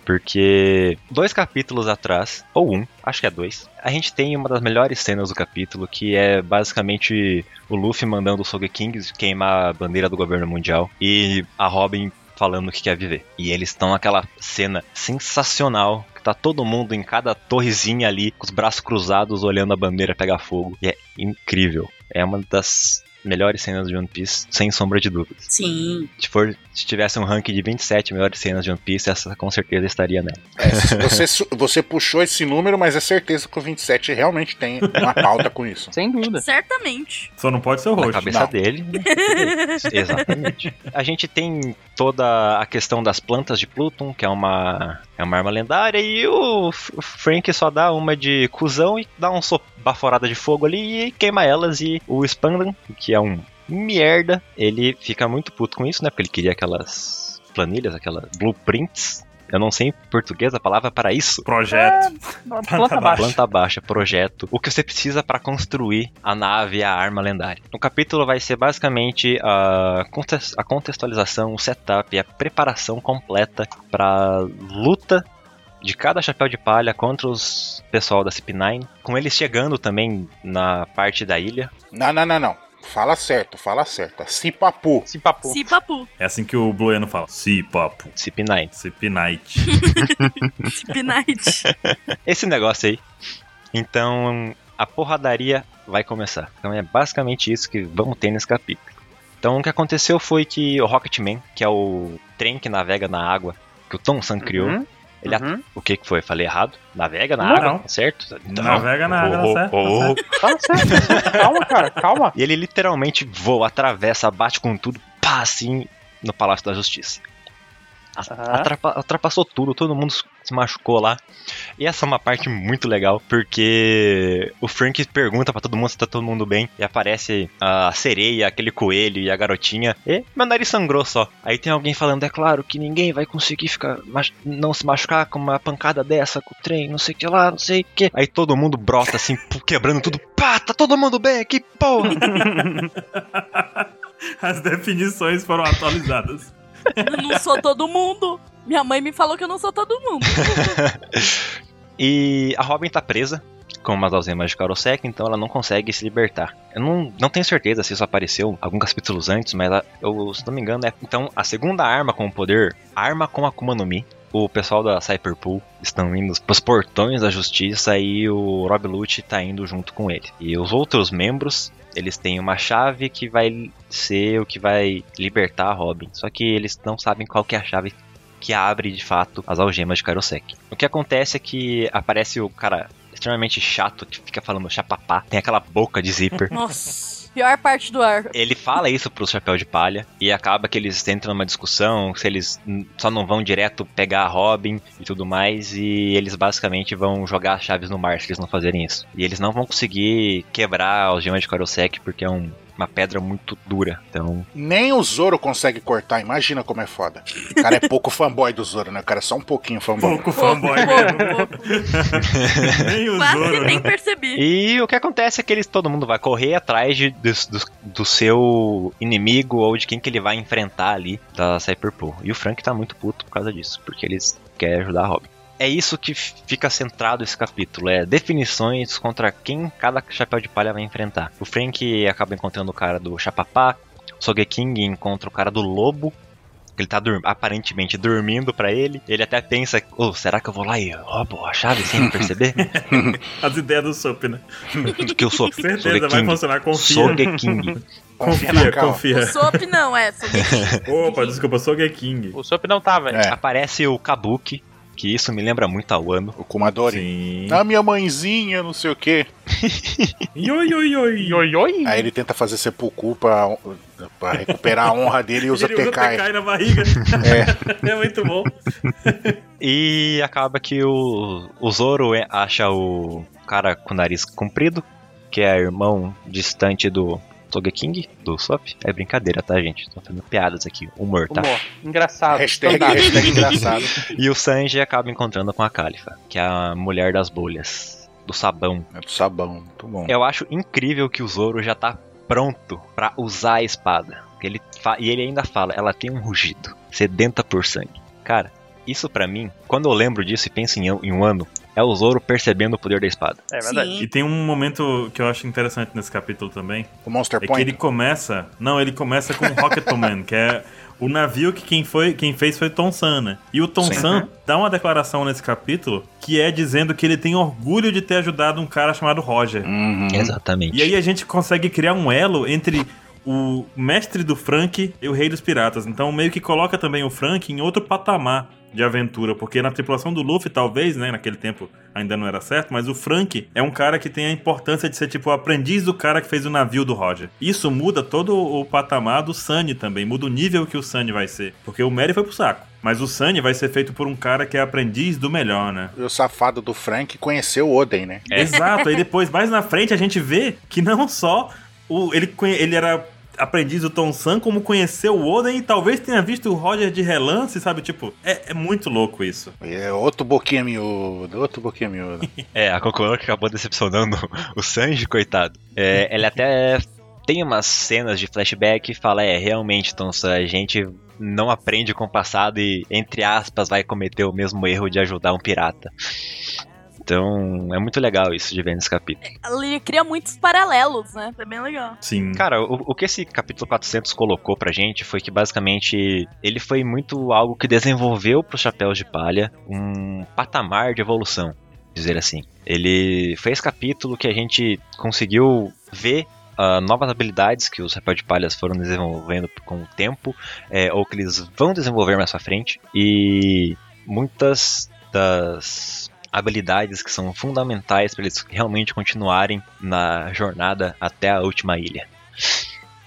Speaker 5: Porque dois capítulos atrás, ou um, acho que é dois, a gente tem uma das melhores cenas do capítulo, que é basicamente o Luffy mandando o Sogekings queimar a bandeira do governo mundial e a Robin falando que quer viver. E eles estão naquela cena sensacional, que tá todo mundo em cada torrezinha ali, com os braços cruzados, olhando a bandeira pegar fogo. E é incrível. É uma das melhores cenas de One Piece, sem sombra de dúvida.
Speaker 6: Sim.
Speaker 5: Se, for, se tivesse um ranking de 27 melhores cenas de One Piece, essa com certeza estaria nela.
Speaker 3: É, você, su- você puxou esse número, mas é certeza que o 27 realmente tem uma pauta com isso.
Speaker 1: Sem dúvida.
Speaker 6: Certamente.
Speaker 2: Só não pode ser o
Speaker 5: É. na
Speaker 2: rosto.
Speaker 5: cabeça
Speaker 3: não.
Speaker 5: dele. Exatamente. A gente tem toda a questão das plantas de Pluton, que é uma, é uma arma lendária, e o F- o Frank só dá uma de cuzão e dá um so- baforada de fogo ali e queima elas. E o Spandam, que é um merda, ele fica muito puto com isso, né? Porque ele queria aquelas planilhas, aquelas blueprints. Eu não sei em português a palavra para isso.
Speaker 2: Projeto.
Speaker 1: Planta baixa.
Speaker 5: Planta baixa, projeto, o que você precisa pra construir a nave e a arma lendária. O capítulo vai ser basicamente a, contes- a contextualização, o setup e a preparação completa pra luta de cada chapéu de palha contra os pessoal da CP9, com eles chegando também na parte da ilha.
Speaker 3: Não, não, não, não. Fala certo, fala certo. Cipapu.
Speaker 1: Esse papo.
Speaker 6: Se papu.
Speaker 2: É assim que o Blueno fala. Si, papo.
Speaker 5: CP9.
Speaker 2: Cip Night.
Speaker 6: Tip night.
Speaker 5: Esse negócio aí. Então, a porradaria vai começar. Então é basicamente isso que vamos ter nesse capítulo. Então o que aconteceu foi que o Rocketman, que é o trem que navega na água, que o Tom San criou,
Speaker 1: Uhum,
Speaker 5: ele at-
Speaker 1: uhum.
Speaker 5: o que que foi? Falei errado? Navega na
Speaker 2: Não.
Speaker 5: água, tá certo?
Speaker 2: Navega na água, tá certo, tá
Speaker 5: oh,
Speaker 1: Fala sério. calma, cara, calma.
Speaker 5: E ele literalmente voa, atravessa, bate com tudo, pá, assim, no Palácio da Justiça.
Speaker 1: Aham.
Speaker 5: Atrapa- ultrapassou tudo, todo mundo se machucou lá. E essa é uma parte muito legal, porque o Frank pergunta pra todo mundo se tá todo mundo bem. E aparece a sereia, aquele coelho e a garotinha. E meu nariz sangrou só. Aí tem alguém falando, é claro que ninguém vai conseguir ficar mach- não se machucar com uma pancada dessa, com o trem, não sei o que lá, não sei o que. Aí todo mundo brota assim, pu- quebrando tudo. Pá, tá todo mundo bem aqui, porra!
Speaker 2: As definições foram atualizadas.
Speaker 4: Eu não sou todo mundo. Minha mãe me falou que eu não sou todo mundo.
Speaker 5: E a Robin tá presa com umas algemas de Karosek, então ela não consegue se libertar. Eu não, não tenho certeza se isso apareceu alguns capítulos antes, mas ela- eu, se não me engano, é. Então, a segunda arma com o poder, arma com Akuma no Mi. O pessoal da Cyberpool estão indo pros portões da justiça e o Rob Lute tá indo junto com ele. E os outros membros, eles têm uma chave que vai ser o que vai libertar a Robin. Só que eles não sabem qual que é a chave que abre de fato as algemas de Kairosek. O que acontece é que aparece o cara extremamente chato que fica falando chapapá, tem aquela boca de zíper.
Speaker 6: Nossa.
Speaker 4: Pior parte do ar.
Speaker 5: Ele fala isso pro chapéu de palha e acaba que eles entram numa discussão se eles hum, só não vão direto pegar a Robin e tudo mais e eles basicamente vão jogar as chaves no mar se eles não fazerem isso. E eles não vão conseguir quebrar a algema de Kairosek porque é um uma pedra muito dura. Então,
Speaker 3: Nem o Zoro consegue cortar, imagina como é foda. O cara é pouco fanboy do Zoro, né? O cara é só um pouquinho fanboy.
Speaker 2: Pouco fanboy
Speaker 4: Pouco,
Speaker 2: mesmo.
Speaker 4: pouco, pouco.
Speaker 2: Nem o
Speaker 4: Quase
Speaker 2: Zoro,
Speaker 4: nem
Speaker 2: né?
Speaker 4: percebi.
Speaker 5: E o que acontece é que eles, todo mundo vai correr atrás de, do, do, do seu inimigo ou de quem que ele vai enfrentar ali da Cyberpool. E o Frank tá muito puto por causa disso, porque eles querem ajudar a Robin. É isso que f- fica centrado esse capítulo, é definições contra quem cada chapéu de palha vai enfrentar. O Frank acaba encontrando o cara do Chapapá, o Sogeking encontra o cara do Lobo, que ele tá dur- aparentemente dormindo pra ele. Ele até pensa, oh, será que eu vou lá e roubo a chave sem me perceber?
Speaker 2: As ideias do Sup, né?
Speaker 5: Do que eu sou.
Speaker 2: Certeza, vai
Speaker 5: Sogeking.
Speaker 2: funcionar, confia.
Speaker 5: Sogeking.
Speaker 3: Confia na
Speaker 2: Confia,
Speaker 3: calma.
Speaker 4: O
Speaker 2: confia.
Speaker 4: Sop não é, Sop.
Speaker 2: Opa, desculpa, sou Gay King.
Speaker 1: O Sop não tá, velho.
Speaker 3: É.
Speaker 5: Aparece o Kabuki, que isso me lembra muito ao ano.
Speaker 3: O Kumadori.
Speaker 2: Sim.
Speaker 3: Ah, minha mãezinha, não sei o quê.
Speaker 2: Ioi, ioi, ioi.
Speaker 1: Oi, oi.
Speaker 3: Aí ele tenta fazer sepulcro pra, pra recuperar a honra dele e usa
Speaker 2: Ele usa
Speaker 3: TK.
Speaker 2: TK na barriga. É. muito bom.
Speaker 5: E acaba que o, o Zoro é- acha o cara com o nariz comprido, que é irmão distante do Togeking, do Sop. É brincadeira, tá, gente? Tô fazendo piadas aqui, humor, tá?
Speaker 1: Humor. Engraçado.
Speaker 3: Hashtag,
Speaker 1: Então tá.
Speaker 3: hashtag engraçado.
Speaker 5: E o Sanji acaba encontrando com a Califa, que é a mulher das bolhas, do sabão.
Speaker 3: É do sabão, muito bom.
Speaker 5: Eu acho incrível que o Zoro já tá pronto pra usar a espada. Ele fa- e ele ainda fala, ela tem um rugido, sedenta por sangue. Cara, isso pra mim, quando eu lembro disso e penso em, an- em um ano, é o Zoro percebendo o poder da espada.
Speaker 1: É verdade.
Speaker 2: E
Speaker 6: Sim.
Speaker 2: tem um momento que eu acho interessante nesse capítulo também.
Speaker 3: O Monster
Speaker 2: É que
Speaker 3: Point.
Speaker 2: ele começa. Não, ele começa com o Rocketman, que é o navio que quem, foi, quem fez foi Tom San, né? E o Tom
Speaker 5: Sim.
Speaker 2: San dá uma declaração nesse capítulo que é dizendo que ele tem orgulho de ter ajudado um cara chamado Roger.
Speaker 3: Uhum.
Speaker 5: Exatamente.
Speaker 2: E aí a gente consegue criar um elo entre o mestre do Frank e o rei dos piratas. Então meio que coloca também o Frank em outro patamar de aventura, porque na tripulação do Luffy talvez, né, naquele tempo ainda não era certo, mas o Frank é um cara que tem a importância de ser tipo o aprendiz do cara que fez o navio do Roger. Isso muda todo o patamar do Sunny também, muda o nível que o Sunny vai ser, porque o Merry foi pro saco, mas o Sunny vai ser feito por um cara que é aprendiz do melhor, né?
Speaker 3: E o safado do Frank conheceu o Oden, né?
Speaker 5: É.
Speaker 2: Exato, aí depois, mais na frente, a gente vê que não só o, ele, conhe- ele era aprendiz do Tom San, como conheceu o Oden e talvez tenha visto o Roger de relance, sabe? Tipo, é, é muito louco isso.
Speaker 3: É outro boquinha miúdo, outro boquinha miúdo.
Speaker 5: É, a Kokoro que acabou decepcionando o Sanji, coitado. É, ele até tem umas cenas de flashback e fala, é, realmente, então a gente não aprende com o passado e, entre aspas, vai cometer o mesmo erro de ajudar um pirata. Então, é muito legal isso de ver nesse capítulo.
Speaker 4: Ele cria muitos paralelos, né?
Speaker 6: É bem legal.
Speaker 2: Sim.
Speaker 5: Cara, o, o que esse capítulo 400 colocou pra gente foi que, basicamente, ele foi muito algo que desenvolveu pros Chapéus de Palha um patamar de evolução, dizer assim. Ele foi esse capítulo que a gente conseguiu ver ah, novas habilidades que os Chapéu de Palhas foram desenvolvendo com o tempo, é, ou que eles vão desenvolver mais pra frente, e muitas das habilidades que são fundamentais para eles realmente continuarem na jornada até a última ilha.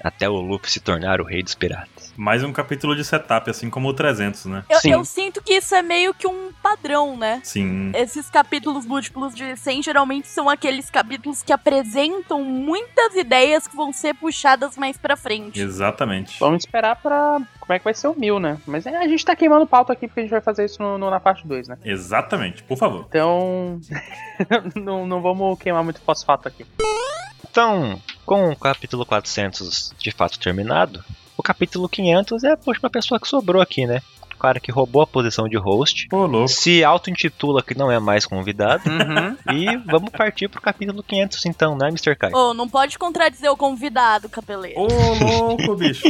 Speaker 5: Até o Luffy se tornar o rei dos piratas.
Speaker 2: Mais um capítulo de setup, assim como o 300, né?
Speaker 4: Eu,
Speaker 5: Sim.
Speaker 4: eu sinto que isso é meio que um padrão, né?
Speaker 2: Sim.
Speaker 4: Esses capítulos múltiplos de 100 geralmente são aqueles capítulos que apresentam muitas ideias que vão ser puxadas mais pra frente.
Speaker 2: Exatamente.
Speaker 1: Vamos esperar pra. Como é que vai ser o mil, né? Mas é, a gente tá queimando pauta aqui porque a gente vai fazer isso no- no- na parte 2, né?
Speaker 2: Exatamente, por favor.
Speaker 1: Então. não, não vamos queimar muito fosfato aqui.
Speaker 5: Então, com o capítulo 400 de fato terminado, o capítulo 500 é, poxa, uma pessoa que sobrou aqui, né? O cara que roubou a posição de host,
Speaker 2: Pô, louco.
Speaker 5: se auto-intitula que não é mais convidado,
Speaker 1: Uhum.
Speaker 5: e vamos partir pro capítulo 500 então, né, Mr. Kai?
Speaker 4: Ou não pode contradizer o convidado, cabeleiro.
Speaker 2: Ô, louco, bicho.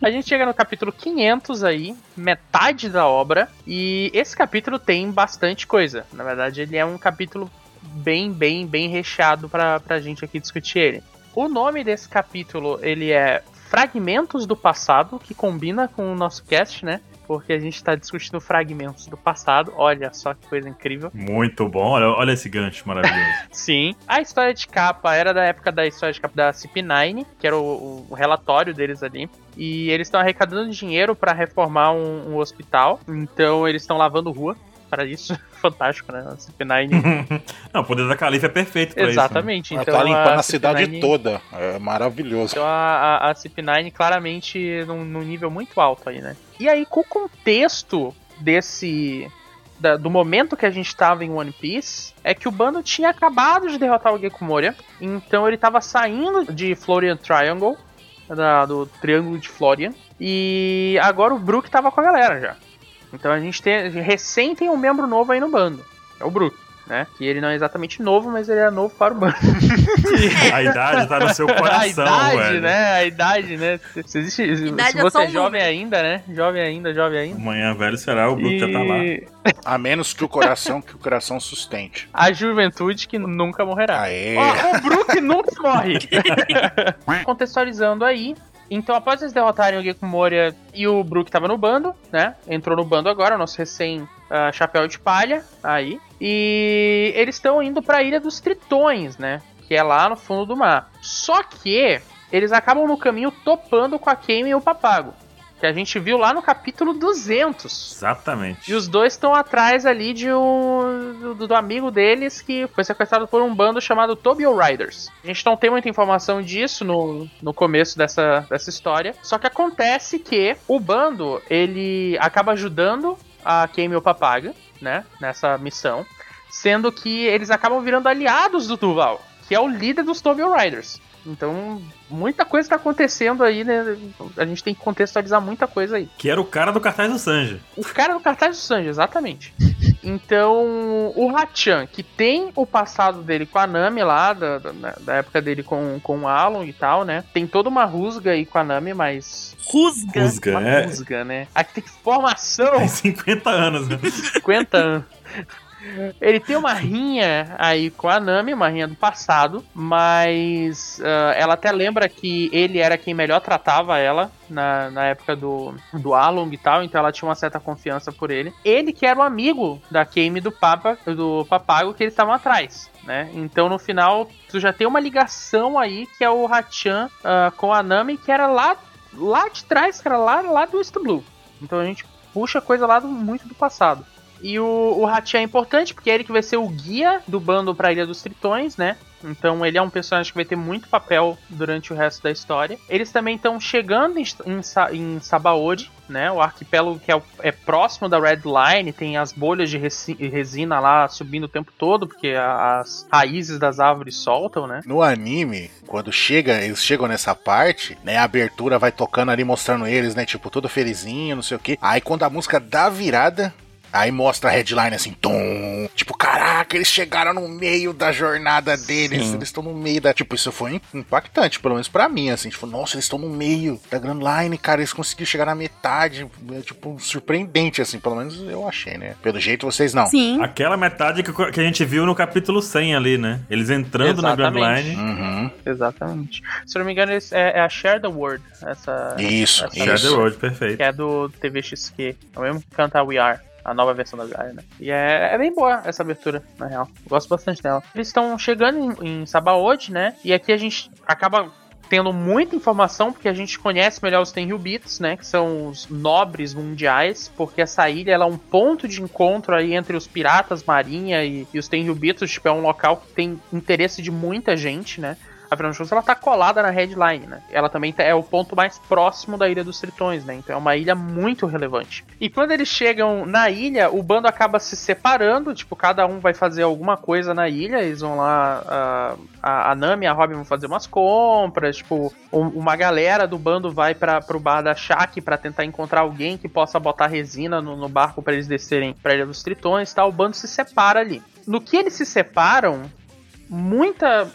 Speaker 1: A gente chega no capítulo 500 aí, metade da obra, e esse capítulo tem bastante coisa. Na verdade, ele é um capítulo bem, bem, bem recheado pra, pra gente aqui discutir ele. O nome desse capítulo, ele é Fragmentos do Passado, que combina com o nosso cast, né? Porque a gente tá discutindo fragmentos do passado. Olha só que coisa incrível.
Speaker 2: Muito bom, olha, olha esse gancho maravilhoso.
Speaker 1: Sim. A história de capa era da época da história de capa da CP9, que era o, o relatório deles ali. E eles estão arrecadando dinheiro pra reformar um, um hospital. Então eles estão lavando rua. para isso. Fantástico, né? A CP9.
Speaker 2: Não, o poder da Califa é perfeito pra
Speaker 1: Exatamente.
Speaker 3: Ela
Speaker 1: Então,
Speaker 3: tá limpando a, cidade
Speaker 1: CP9
Speaker 3: toda. É maravilhoso.
Speaker 1: Então a, a, a CP9 claramente num, num nível muito alto aí, né? E aí, com o contexto desse. da- do momento que a gente tava em One Piece, é que o bando tinha acabado de derrotar o Gekumoria. Então ele tava saindo de Florian Triangle, da- do Triângulo de Florian. E agora o Brook tava com a galera já. Então a gente tem. Recém tem um membro novo aí no bando. É o Brook, né? Que ele não é exatamente novo, mas ele é novo para o bando.
Speaker 2: isso. né? A idade tá no seu
Speaker 1: a
Speaker 2: coração,
Speaker 1: idade,
Speaker 2: velho.
Speaker 1: né? A idade, né? Se, se existe,
Speaker 6: Idade
Speaker 1: se
Speaker 6: é
Speaker 1: você
Speaker 6: só
Speaker 1: é
Speaker 6: um
Speaker 1: jovem ainda, né? Jovem ainda, jovem ainda.
Speaker 2: Amanhã, velho, será o Brook já tá lá.
Speaker 1: E
Speaker 3: A menos que o coração que o coração sustente.
Speaker 1: a juventude que nunca morrerá.
Speaker 3: Aê!
Speaker 1: Tá. Ó, o Brook nunca morre. Contextualizando aí. Então, após eles derrotarem o Gekumoria e o Brook tava no bando, né? Entrou no bando agora, o nosso recém ah, chapéu de palha aí. E eles estão indo pra Ilha dos Tritões, né? Que é lá no fundo do mar. Só que eles acabam no caminho topando com a Kame e o Papago. Que a gente viu lá no capítulo 200.
Speaker 2: Exatamente.
Speaker 1: E os dois estão atrás ali de um. Do, do amigo deles que foi sequestrado por um bando chamado Tobio Riders. A gente não tem muita informação disso no, no começo dessa, dessa história. Só que acontece que o bando ele acaba ajudando a Kame e o Papaga, né? Nessa missão. Sendo que eles acabam virando aliados do Duval, que é o líder dos Tobio Riders. Então, muita coisa está acontecendo aí, né? A gente tem que contextualizar muita coisa aí.
Speaker 2: Que era o cara do cartaz do Sanji.
Speaker 1: O cara do cartaz do Sanji, exatamente. Então, o Hachan, que tem o passado dele com a Nami lá, da, da, da época dele com, com o Alon e tal, né? Tem toda uma rusga aí com a Nami, mas.
Speaker 6: Rusga.
Speaker 2: Rusga,
Speaker 1: Uma
Speaker 2: é.
Speaker 1: rusga, né? Aqui tem formação!
Speaker 2: Tem 50 anos, né?
Speaker 1: 50 anos. Ele tem uma rinha aí com a Nami, uma rinha do passado, mas ah, ela até lembra que ele era quem melhor tratava ela na, na época do, do Along e tal, então ela tinha uma certa confiança por ele. Ele que era o amigo da Kame e do Papa, do Papago que eles estavam atrás, né? Então no final tu já tem uma ligação aí que é o Hachan ah, com a Nami, que era lá, lá de trás, cara, lá, lá do East Blue. Então a gente puxa coisa lá do, muito do passado. E o, o Hachi é importante, porque é ele que vai ser o guia do bando pra Ilha dos Tritões, né? Então ele é um personagem que vai ter muito papel durante o resto da história. Eles também estão chegando em, em, Sa- em Sabaody, né? O arquipélago que é, o- é próximo da Red Line, tem as bolhas de resi- resina lá subindo o tempo todo, porque a- as raízes das árvores soltam, né?
Speaker 3: No anime, quando chega, eles chegam nessa parte, né? A abertura vai tocando ali, mostrando eles, né? Tipo, todo felizinho, não sei o quê. Aí quando a música dá a virada, aí mostra a headline assim, tom. Tipo, caraca, eles chegaram no meio da jornada deles.
Speaker 2: Sim.
Speaker 3: Eles estão no meio da. Tipo, isso foi impactante, pelo menos pra mim, assim. Tipo, nossa, eles estão no meio da Grand Line, cara. Eles conseguiram chegar na metade. É, tipo, surpreendente, assim. Pelo menos eu achei, né? Pelo jeito vocês não.
Speaker 6: Sim.
Speaker 2: Aquela metade que, que a gente viu no capítulo 100 ali, né? Eles entrando na Grand
Speaker 1: Exatamente.
Speaker 2: Line.
Speaker 3: Uhum.
Speaker 1: Exatamente. Se eu não me engano, eles- é, é a Share the World, essa,
Speaker 3: Isso,
Speaker 1: Essa
Speaker 2: Shadow
Speaker 3: isso.
Speaker 2: World, perfeito.
Speaker 1: que é do TVXQ. É o mesmo que canta We Are, a nova versão da We Are, né? E é, é bem boa essa abertura, na real. Eu Gosto bastante dela. Eles estão chegando em, em Sabaody, né? E aqui a gente acaba tendo muita informação, porque a gente conhece melhor os Tenryubitos, né? Que são os nobres mundiais, porque essa ilha ela é um ponto de encontro aí entre os piratas, marinha e, e os Tenryubitos. Tipo, é um local que tem interesse de muita gente, né? A Verão Jones, ela tá colada na headline, né? Ela também tá- é o ponto mais próximo da Ilha dos Tritões, né? Então é uma ilha muito relevante. E quando eles chegam na ilha, o bando acaba se separando, tipo, cada um vai fazer alguma coisa na ilha, eles vão lá, ah, a, a Nami e a Robin vão fazer umas compras, tipo, um- uma galera do bando vai para pro bar da Shaq pra tentar encontrar alguém que possa botar resina no, no barco pra eles descerem pra Ilha dos Tritões, tá? O bando se separa ali. No que eles se separam, muita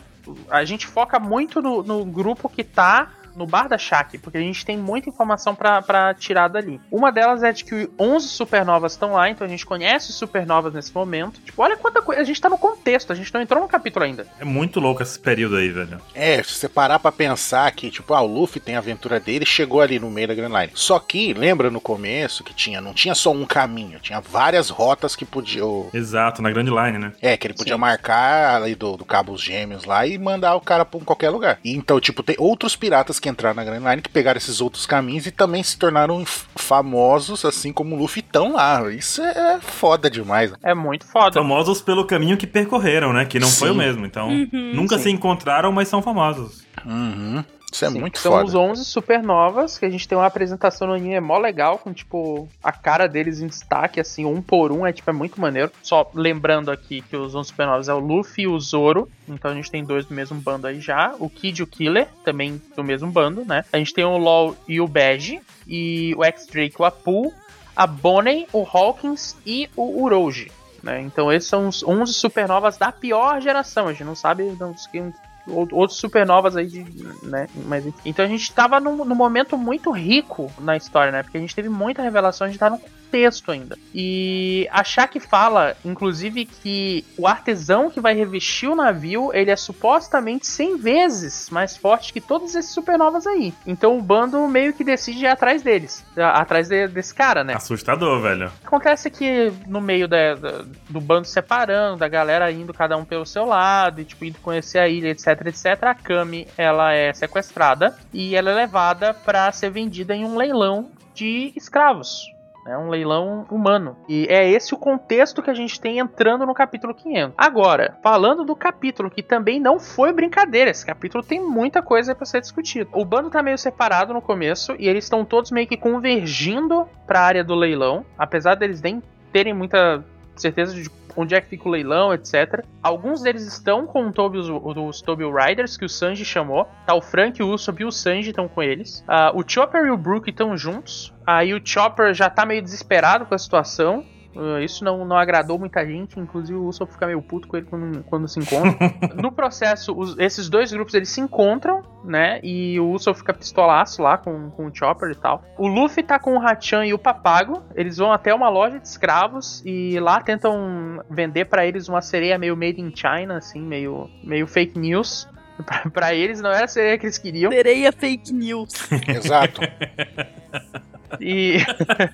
Speaker 1: a gente foca muito no, no grupo que tá no bar da Shaq, porque a gente tem muita informação pra- pra tirar dali. Uma delas é de que 11 supernovas estão lá, então a gente conhece os supernovas nesse momento. Tipo, olha quanta coisa. A gente tá no contexto, a gente não entrou no capítulo ainda.
Speaker 2: É muito louco esse período aí, velho.
Speaker 3: É, se você parar pra pensar que, tipo, ah, o Luffy tem a aventura dele, chegou ali no meio da Grand Line. Só que, lembra no começo que tinha, não tinha só um caminho, tinha várias rotas que podia. ou-
Speaker 2: Exato, na Grand Line, né?
Speaker 3: É, que ele podia
Speaker 1: Sim.
Speaker 3: marcar ali do, do Cabo Gêmeos lá e mandar o cara pra um qualquer lugar. E, então, tipo, tem outros piratas que entraram na Grand Line, que pegaram esses outros caminhos e também se tornaram inf- famosos, assim como o Luffy estão lá. Isso é foda demais.
Speaker 1: É muito foda.
Speaker 2: Famosos pelo caminho que percorreram, né? Que não foi o
Speaker 3: Sim.
Speaker 2: mesmo. Então,
Speaker 6: Uhum.
Speaker 2: nunca
Speaker 3: Sim.
Speaker 2: se encontraram, mas são famosos.
Speaker 3: Uhum. Isso é
Speaker 1: Sim,
Speaker 3: muito
Speaker 1: São
Speaker 3: foda.
Speaker 1: os 11 supernovas, que a gente tem uma apresentação no anime é mó legal, com, tipo, a cara deles em destaque, assim, um por um, é, tipo, é muito maneiro. Só lembrando aqui que os 11 supernovas é o Luffy e o Zoro, então a gente tem dois do mesmo bando aí já. O Kid e o Killer, também do mesmo bando, né? A gente tem o LOL e o Badge, e o X-Drake, o Apu, a Bonnie, o Hawkins e o Uroji. Né? Então esses são os 11 supernovas da pior geração. A gente não sabe não, é se- ou- outros um, supernovas aí, de, né? Mas, enfim. então a gente tava num, num momento muito rico na história, né? Porque a gente teve muita revelação, a gente tá num contexto ainda. E a Shaq fala, inclusive, que o artesão que vai revestir o navio, ele é supostamente 100 vezes mais forte que todos esses supernovas aí. Então o bando meio que decide ir atrás deles, a- atrás de- desse cara, né?
Speaker 2: Assustador, velho.
Speaker 1: Acontece que no meio da- da- do bando separando, da galera indo cada um pelo seu lado, e tipo, indo conhecer a ilha, etc, etc, a Kami, ela é sequestrada e ela é levada pra ser vendida em um leilão de escravos. É um leilão humano. E é esse o contexto que a gente tem entrando no capítulo 500. Agora, falando do capítulo, que também não foi brincadeira, esse capítulo tem muita coisa pra ser discutida. O bando tá meio separado no começo e eles estão todos meio que convergindo pra área do leilão, apesar deles nem terem muita certeza de onde é que fica o leilão, etc. Alguns deles estão com o Toby, os, os Toby Riders, que o Sanji chamou. Tá o Frank, o Usopp e o Sanji estão com eles. Ah, o Chopper e o Brook estão juntos. Aí o Chopper já tá meio desesperado com a situação. Ah, Isso não, não agradou muita gente, inclusive o Usopp fica meio puto com ele quando, quando se encontra. no processo, os- esses dois grupos eles se encontram, né? E o Usopp fica pistolaço lá com, com o Chopper e tal. O Luffy tá com o Hachan e o Papago. Eles vão até uma loja de escravos e lá tentam vender pra eles uma sereia meio made in China, assim, meio, meio fake news. Pra- Pra eles não era a sereia que eles queriam.
Speaker 4: Sereia fake news.
Speaker 3: Exato.
Speaker 1: E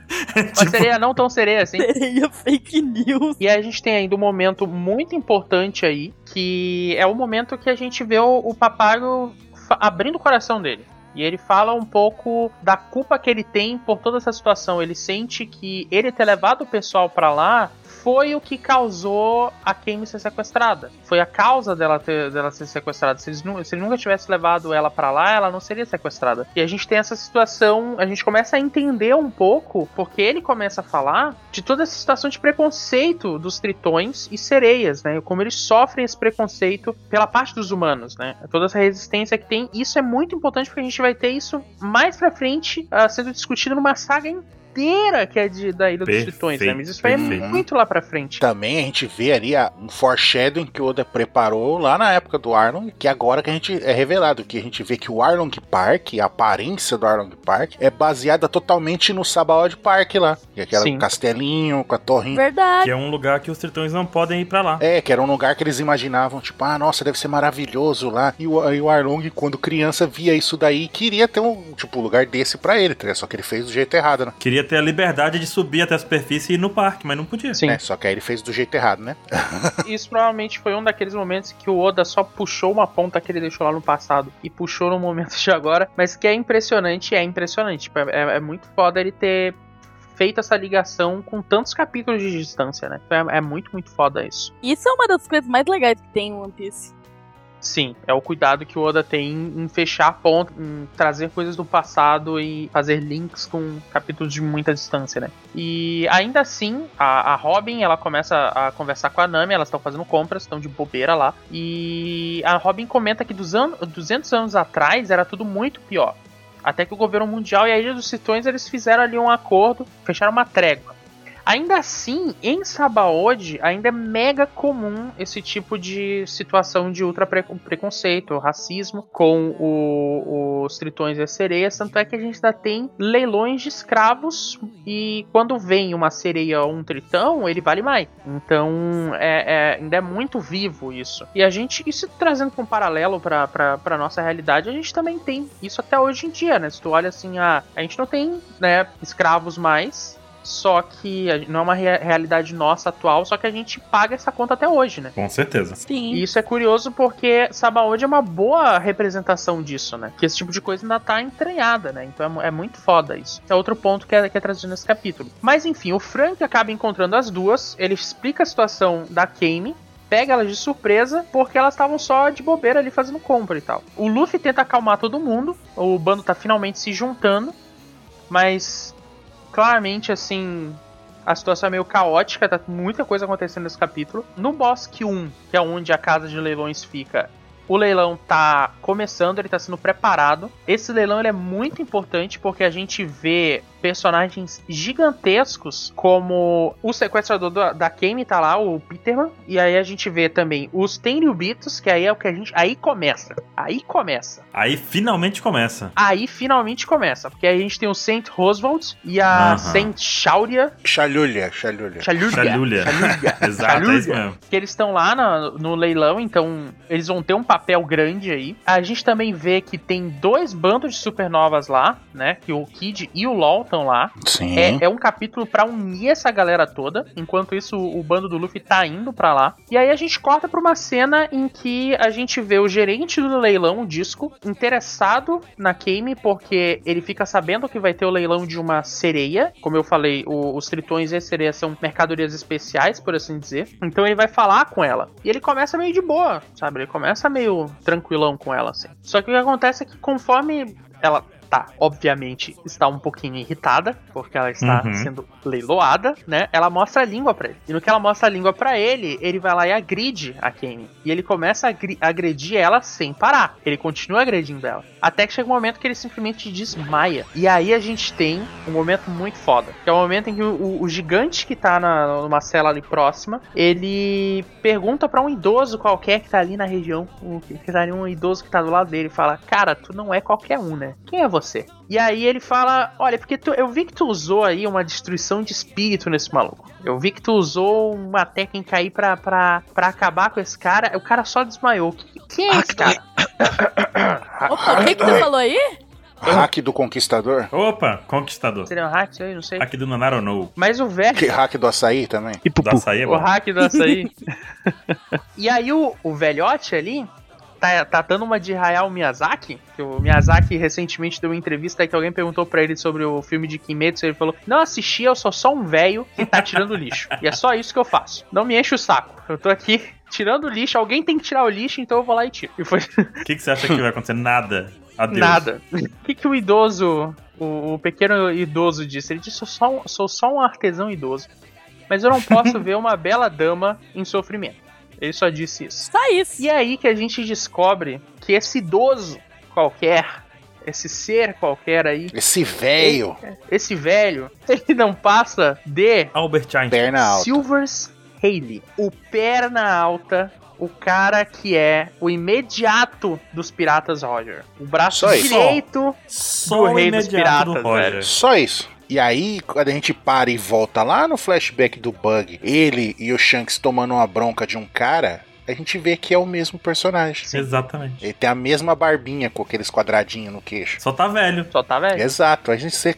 Speaker 1: uma sereia não tão sereia assim.
Speaker 4: Sereia fake news.
Speaker 1: E a gente tem ainda um momento muito importante aí, que é o momento que a gente vê o, o Papago fa- abrindo o coração dele. E ele fala um pouco da culpa que ele tem por toda essa situação. Ele sente que ele ter levado o pessoal pra lá foi o que causou a Kame ser sequestrada. Foi a causa dela, ter, dela ser sequestrada. Se, eles nu- se ele nunca tivesse levado ela pra lá, ela não seria sequestrada. E a gente tem essa situação, Então, a gente começa a entender um pouco, porque ele começa a falar de toda essa situação de preconceito dos tritões e sereias, né? Como eles sofrem esse preconceito pela parte dos humanos, né? Toda essa resistência que tem. Isso é muito importante porque a gente vai ter isso mais pra frente ah, sendo discutido numa saga inteira que é de, da Ilha dos
Speaker 2: Perfeito,
Speaker 1: Tritões, né? Mas isso vai
Speaker 2: perfeito.
Speaker 1: muito lá pra frente.
Speaker 3: Também a gente vê ali a- um foreshadowing que o Oda preparou lá na época do Arlong, que agora que a gente é revelado, que a gente vê que o Arlong Park, a aparência do Arlong Park, é baseada totalmente no Sabaody Park lá. Que é aquele
Speaker 1: Sim.
Speaker 3: castelinho com a torrinha.
Speaker 4: Verdade.
Speaker 2: Que é um lugar que os tritões não podem ir pra lá.
Speaker 3: É, que era um lugar que eles imaginavam, tipo, ah, nossa, deve ser maravilhoso lá. E o, e o Arlong, quando criança, via isso daí e queria ter um, tipo, um lugar desse pra ele, tá ligado? só que ele fez do jeito errado, né?
Speaker 2: Queria ter a liberdade de subir até a superfície e ir no parque, mas não podia.
Speaker 1: Sim.
Speaker 3: É, só que aí ele fez do jeito errado, né?
Speaker 1: Isso provavelmente foi um daqueles momentos que o Oda só puxou uma ponta que ele deixou lá no passado e puxou no momento de agora, mas que é impressionante, é impressionante. Tipo, é, é muito foda ele ter feito essa ligação com tantos capítulos de distância, né? Então É, é muito, muito foda isso.
Speaker 4: Isso é uma das coisas mais legais que tem em One Piece.
Speaker 1: Sim, é o cuidado que o Oda tem em, em fechar a ponta, em trazer coisas do passado e fazer links com capítulos de muita distância, né? E ainda assim, a, a Robin ela começa a conversar com a Nami, elas estão fazendo compras, estão de bobeira lá. E a Robin comenta que dos an 200 anos atrás era tudo muito pior. Até que o governo mundial e a Ilha dos Titões eles fizeram ali um acordo, fecharam uma trégua. Ainda assim, em Sabaody, ainda é mega comum esse tipo de situação de ultra pre- preconceito, racismo com o- os tritões e as sereias. Tanto é que a gente ainda tem leilões de escravos e quando vem uma sereia ou um tritão, ele vale mais. Então, é, é- ainda é muito vivo isso. E a gente, isso trazendo com um paralelo pra, pra, pra nossa realidade, a gente também ah, tem isso até hoje em dia, né? Se tu olha assim, a, a gente não tem né, escravos mais. só que a- não é uma rea- realidade nossa atual, só que a gente paga essa conta até hoje, né?
Speaker 2: Com certeza.
Speaker 4: Sim.
Speaker 1: E isso é curioso porque Sabaody é uma boa representação disso, né? Que esse tipo de coisa ainda tá entranhada, né? Então é mu- é, muito foda isso. É outro ponto que é, que é trazido nesse capítulo. Mas enfim, o Frank acaba encontrando as duas, ele explica a situação da Kane. Pega elas de surpresa porque elas estavam só de bobeira ali fazendo compra e tal. O Luffy tenta acalmar todo mundo, o bando tá finalmente se juntando, mas claramente assim a situação é meio caótica, tá muita coisa acontecendo nesse capítulo. No Bosque 1, que é onde a casa de leilões fica, o leilão tá começando, ele tá sendo preparado. Esse leilão ele é muito importante porque a gente vê personagens gigantescos, como o sequestrador da, da Kane tá lá, o Peterman, e aí a gente vê também os Tenryubitos, que aí é o que a gente. Aí começa. Aí começa.
Speaker 2: Aí finalmente começa.
Speaker 1: Aí finalmente começa. Porque aí a gente tem o Saint Roosevelt e a
Speaker 2: Aham.
Speaker 1: Saint Shauria.
Speaker 3: Chalulha, chalulha.
Speaker 1: Chalulha.
Speaker 2: Chalulha. Exato, é isso mesmo.
Speaker 1: Que eles estão lá na- no leilão, então eles vão ter um papel grande aí. A gente também vê que tem dois bandos de supernovas lá, né? Que o Kid e o LOL estão lá.
Speaker 3: Sim.
Speaker 1: É, é um capítulo pra unir essa galera toda. Enquanto isso, o o bando do Luffy tá indo pra lá. E aí a gente corta pra uma cena em que a gente vê o gerente do leilão, o disco, interessado na Kame, porque ele fica sabendo que vai ter o leilão de uma sereia. Como eu falei, o- os tritões e as sereias são mercadorias especiais, por assim dizer. Então ele vai falar com ela. E ele começa meio de boa, sabe? Ele começa meio tranquilão com ela, assim. Só que o que acontece é que conforme ela tá, obviamente, está um pouquinho irritada, porque ela está
Speaker 2: Uhum.
Speaker 1: sendo leiloada, né? Ela mostra a língua pra ele. E no que ela mostra a língua pra ele, ele vai lá e agride a Kane. E ele começa a agri- agredir ela sem parar. Ele continua agredindo ela. Até que chega um momento que ele simplesmente desmaia. E aí a gente tem um momento muito foda. Que é o momento em que o, o- o gigante que tá na, numa cela ali próxima, ele pergunta pra um idoso qualquer que tá ali na região, o- que tá ali um idoso que tá do lado dele, e fala: Cara, tu não é qualquer um, né? Quem é você? E aí ele fala: Olha, porque tu- eu vi que tu usou aí uma destruição de espírito nesse maluco. Eu vi que tu usou uma técnica aí pra, pra, pra acabar com esse cara. O cara só desmaiou. Que- Quem é
Speaker 5: Ah,
Speaker 1: esse
Speaker 5: que
Speaker 1: cara?
Speaker 4: Opa, o que, que tu falou aí?
Speaker 3: Hack do Conquistador?
Speaker 2: Opa, conquistador.
Speaker 1: Seria um hack isso aí? Não
Speaker 5: Ah,
Speaker 1: sei.
Speaker 2: Aqui do Nanaro No.
Speaker 1: Mas o velho.
Speaker 3: Que hack do açaí também?
Speaker 5: E
Speaker 2: Da açaí é
Speaker 1: O
Speaker 2: bom.
Speaker 1: hack do açaí. e aí o, o velhote ali tá, tá dando uma de Hayao Miyazaki. Que o Miyazaki recentemente deu uma entrevista que alguém perguntou pra ele sobre o filme de Kimetsu. Ele falou: Não assisti, eu sou só um velho que tá tirando lixo. E é só isso que eu faço. Não me enche o saco. Eu tô aqui. Tirando lixo, alguém tem que tirar o lixo, então eu vou lá e tiro. E foi
Speaker 2: O que, que você acha que vai acontecer? Nada. Adeus.
Speaker 1: nada. O que, que o idoso, o, o pequeno idoso disse? Ele disse: sou só, um, sou só um artesão idoso, mas eu não posso ver uma bela dama em sofrimento. Ele só disse isso.
Speaker 4: Só isso.
Speaker 1: E é aí que a gente descobre que esse idoso qualquer, esse ser qualquer aí,
Speaker 3: Esse velho,
Speaker 1: esse velho, ele não passa de
Speaker 2: Albert Einstein.
Speaker 3: perna alta.
Speaker 1: Silvers Haley, o perna alta, o cara que é o imediato dos piratas Roger, o braço
Speaker 3: Só isso.
Speaker 1: direito.
Speaker 2: Só
Speaker 1: Do
Speaker 2: o
Speaker 1: rei dos
Speaker 2: imediato do
Speaker 1: piratas,
Speaker 2: Roger.
Speaker 3: Só isso. E aí, quando a gente para e volta lá no flashback do Bug, ele e o Shanks tomando uma bronca de um cara, a gente vê que é o mesmo personagem.
Speaker 2: Exatamente.
Speaker 3: Ele tem a mesma barbinha com aqueles quadradinhos no queixo.
Speaker 2: Só tá velho.
Speaker 1: Só tá velho.
Speaker 3: Exato, a gente se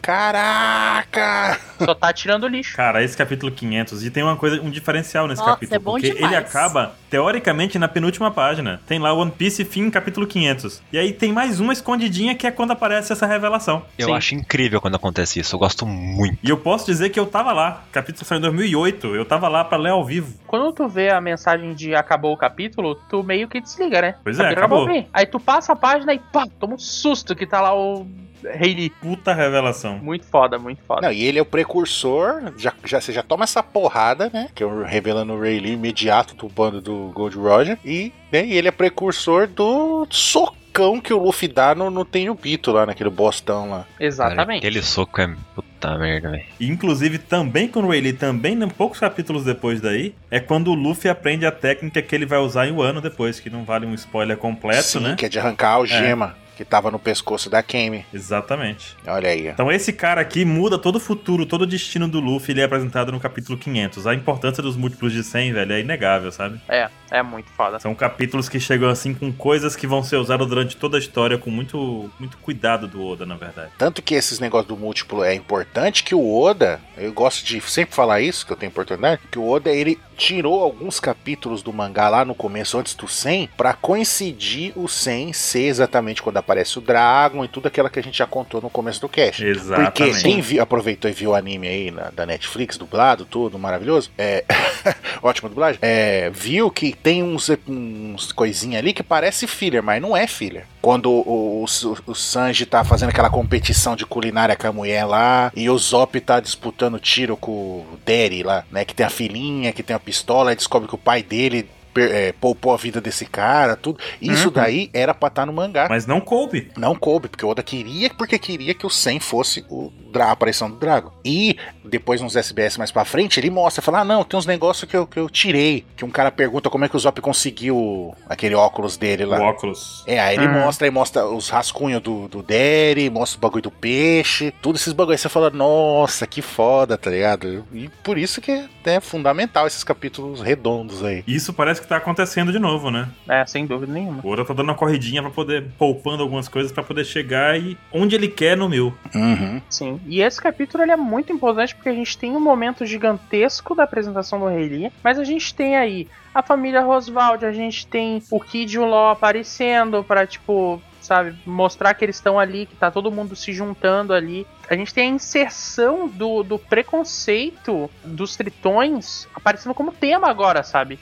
Speaker 3: caraca!
Speaker 1: Só tá tirando lixo.
Speaker 2: Cara, esse capítulo 500. E tem uma coisa, um diferencial nesse
Speaker 4: Nossa,
Speaker 2: capítulo.
Speaker 4: é bom
Speaker 2: porque
Speaker 4: demais.
Speaker 2: ele acaba, teoricamente, na penúltima página. Tem lá One Piece fim, capítulo 500. E aí tem mais uma escondidinha que é quando aparece essa revelação.
Speaker 5: Eu
Speaker 1: Sim.
Speaker 5: acho incrível quando acontece isso. Eu gosto muito.
Speaker 2: E eu posso dizer que eu tava lá. O capítulo saiu em 2008. Eu tava lá pra ler ao vivo.
Speaker 1: Quando tu vê a mensagem de acabou o capítulo, tu meio que desliga, né?
Speaker 2: Pois
Speaker 1: Capítulo
Speaker 2: é, acabou.
Speaker 1: fim. Aí tu passa a página e pá, toma um susto que tá lá o Hayley.
Speaker 2: Puta revelação.
Speaker 1: Muito foda, muito foda.
Speaker 3: Não, e ele é o precursor, já, já, você já toma essa porrada, né? Que é o revelando o Ray Lee imediato do bando do Gold Roger. E, né, e ele é precursor do socão que o Luffy dá no, no Tenryubito lá, naquele bostão lá.
Speaker 1: Exatamente.
Speaker 5: Cara, aquele soco é. Puta merda, velho.
Speaker 2: E, inclusive, também com o Rayleigh, também em poucos capítulos depois daí, é quando o Luffy aprende a técnica que ele vai usar em um ano depois, que não vale um spoiler completo,
Speaker 3: Sim,
Speaker 2: né?
Speaker 3: que é de arrancar a algema. que tava no pescoço da Kame.
Speaker 2: Exatamente.
Speaker 3: Olha aí. ó.
Speaker 2: Então esse cara aqui muda todo o futuro, todo o destino do Luffy, ele é apresentado no capítulo 500. A importância dos múltiplos de 100, velho, é inegável, sabe?
Speaker 1: É, é muito foda.
Speaker 2: São capítulos que chegam assim com coisas que vão ser usadas durante toda a história com muito, muito cuidado do Oda, na verdade.
Speaker 3: Tanto que esses negócios do múltiplo é importante que o Oda, eu gosto de sempre falar isso, que eu tenho oportunidade, que o Oda ele tirou alguns capítulos do mangá lá no começo, antes do 100, pra coincidir o 100 ser exatamente quando aparece o Dragon e tudo aquilo que a gente já contou no começo do cast. Porque
Speaker 2: Exatamente.
Speaker 3: quem viu- aproveitou e viu o anime aí na- da Netflix, dublado, tudo maravilhoso, é, ótima dublagem, é, viu que tem uns, uns coisinha ali que parece filler, mas não é filler. Quando o, o, o Sanji tá fazendo aquela competição de culinária com a mulher lá, e o Zop tá disputando tiro com o Derry lá, né, que tem a filhinha, que tem a pistola, e descobre que o pai dele... per- é, poupou a vida desse cara, tudo. Isso
Speaker 2: Uhum.
Speaker 3: daí era pra estar no mangá.
Speaker 2: Mas não coube.
Speaker 3: Não coube, porque o Oda queria, porque queria que o Sen fosse o dra- a aparição do Drago. E depois nos SBS mais pra frente, ele mostra, fala, ah não, tem uns negócios que eu, que eu tirei. Que um cara pergunta como é que o Zop conseguiu aquele óculos dele lá.
Speaker 2: O óculos.
Speaker 3: É, aí ele
Speaker 1: Ah.
Speaker 3: mostra, aí mostra os rascunhos do, do Derry, mostra o bagulho do peixe, tudo esses bagulho. Aí você fala, nossa, que foda, tá ligado? E por isso que é fundamental esses capítulos redondos aí.
Speaker 2: Isso parece que tá acontecendo de novo, né?
Speaker 1: É, sem dúvida nenhuma.
Speaker 2: O Oda tá dando uma corridinha pra poder, poupando algumas coisas pra poder chegar e onde ele quer no mil.
Speaker 3: Uhum.
Speaker 1: Sim. E esse capítulo ele é muito importante porque a gente tem um momento gigantesco da apresentação do Rei Lear, mas a gente tem aí a família Roswald, a gente tem o Kid e o Law aparecendo pra, tipo, sabe, mostrar que eles estão ali, que tá todo mundo se juntando ali. A gente tem a inserção do, do preconceito dos tritões aparecendo como tema agora, sabe?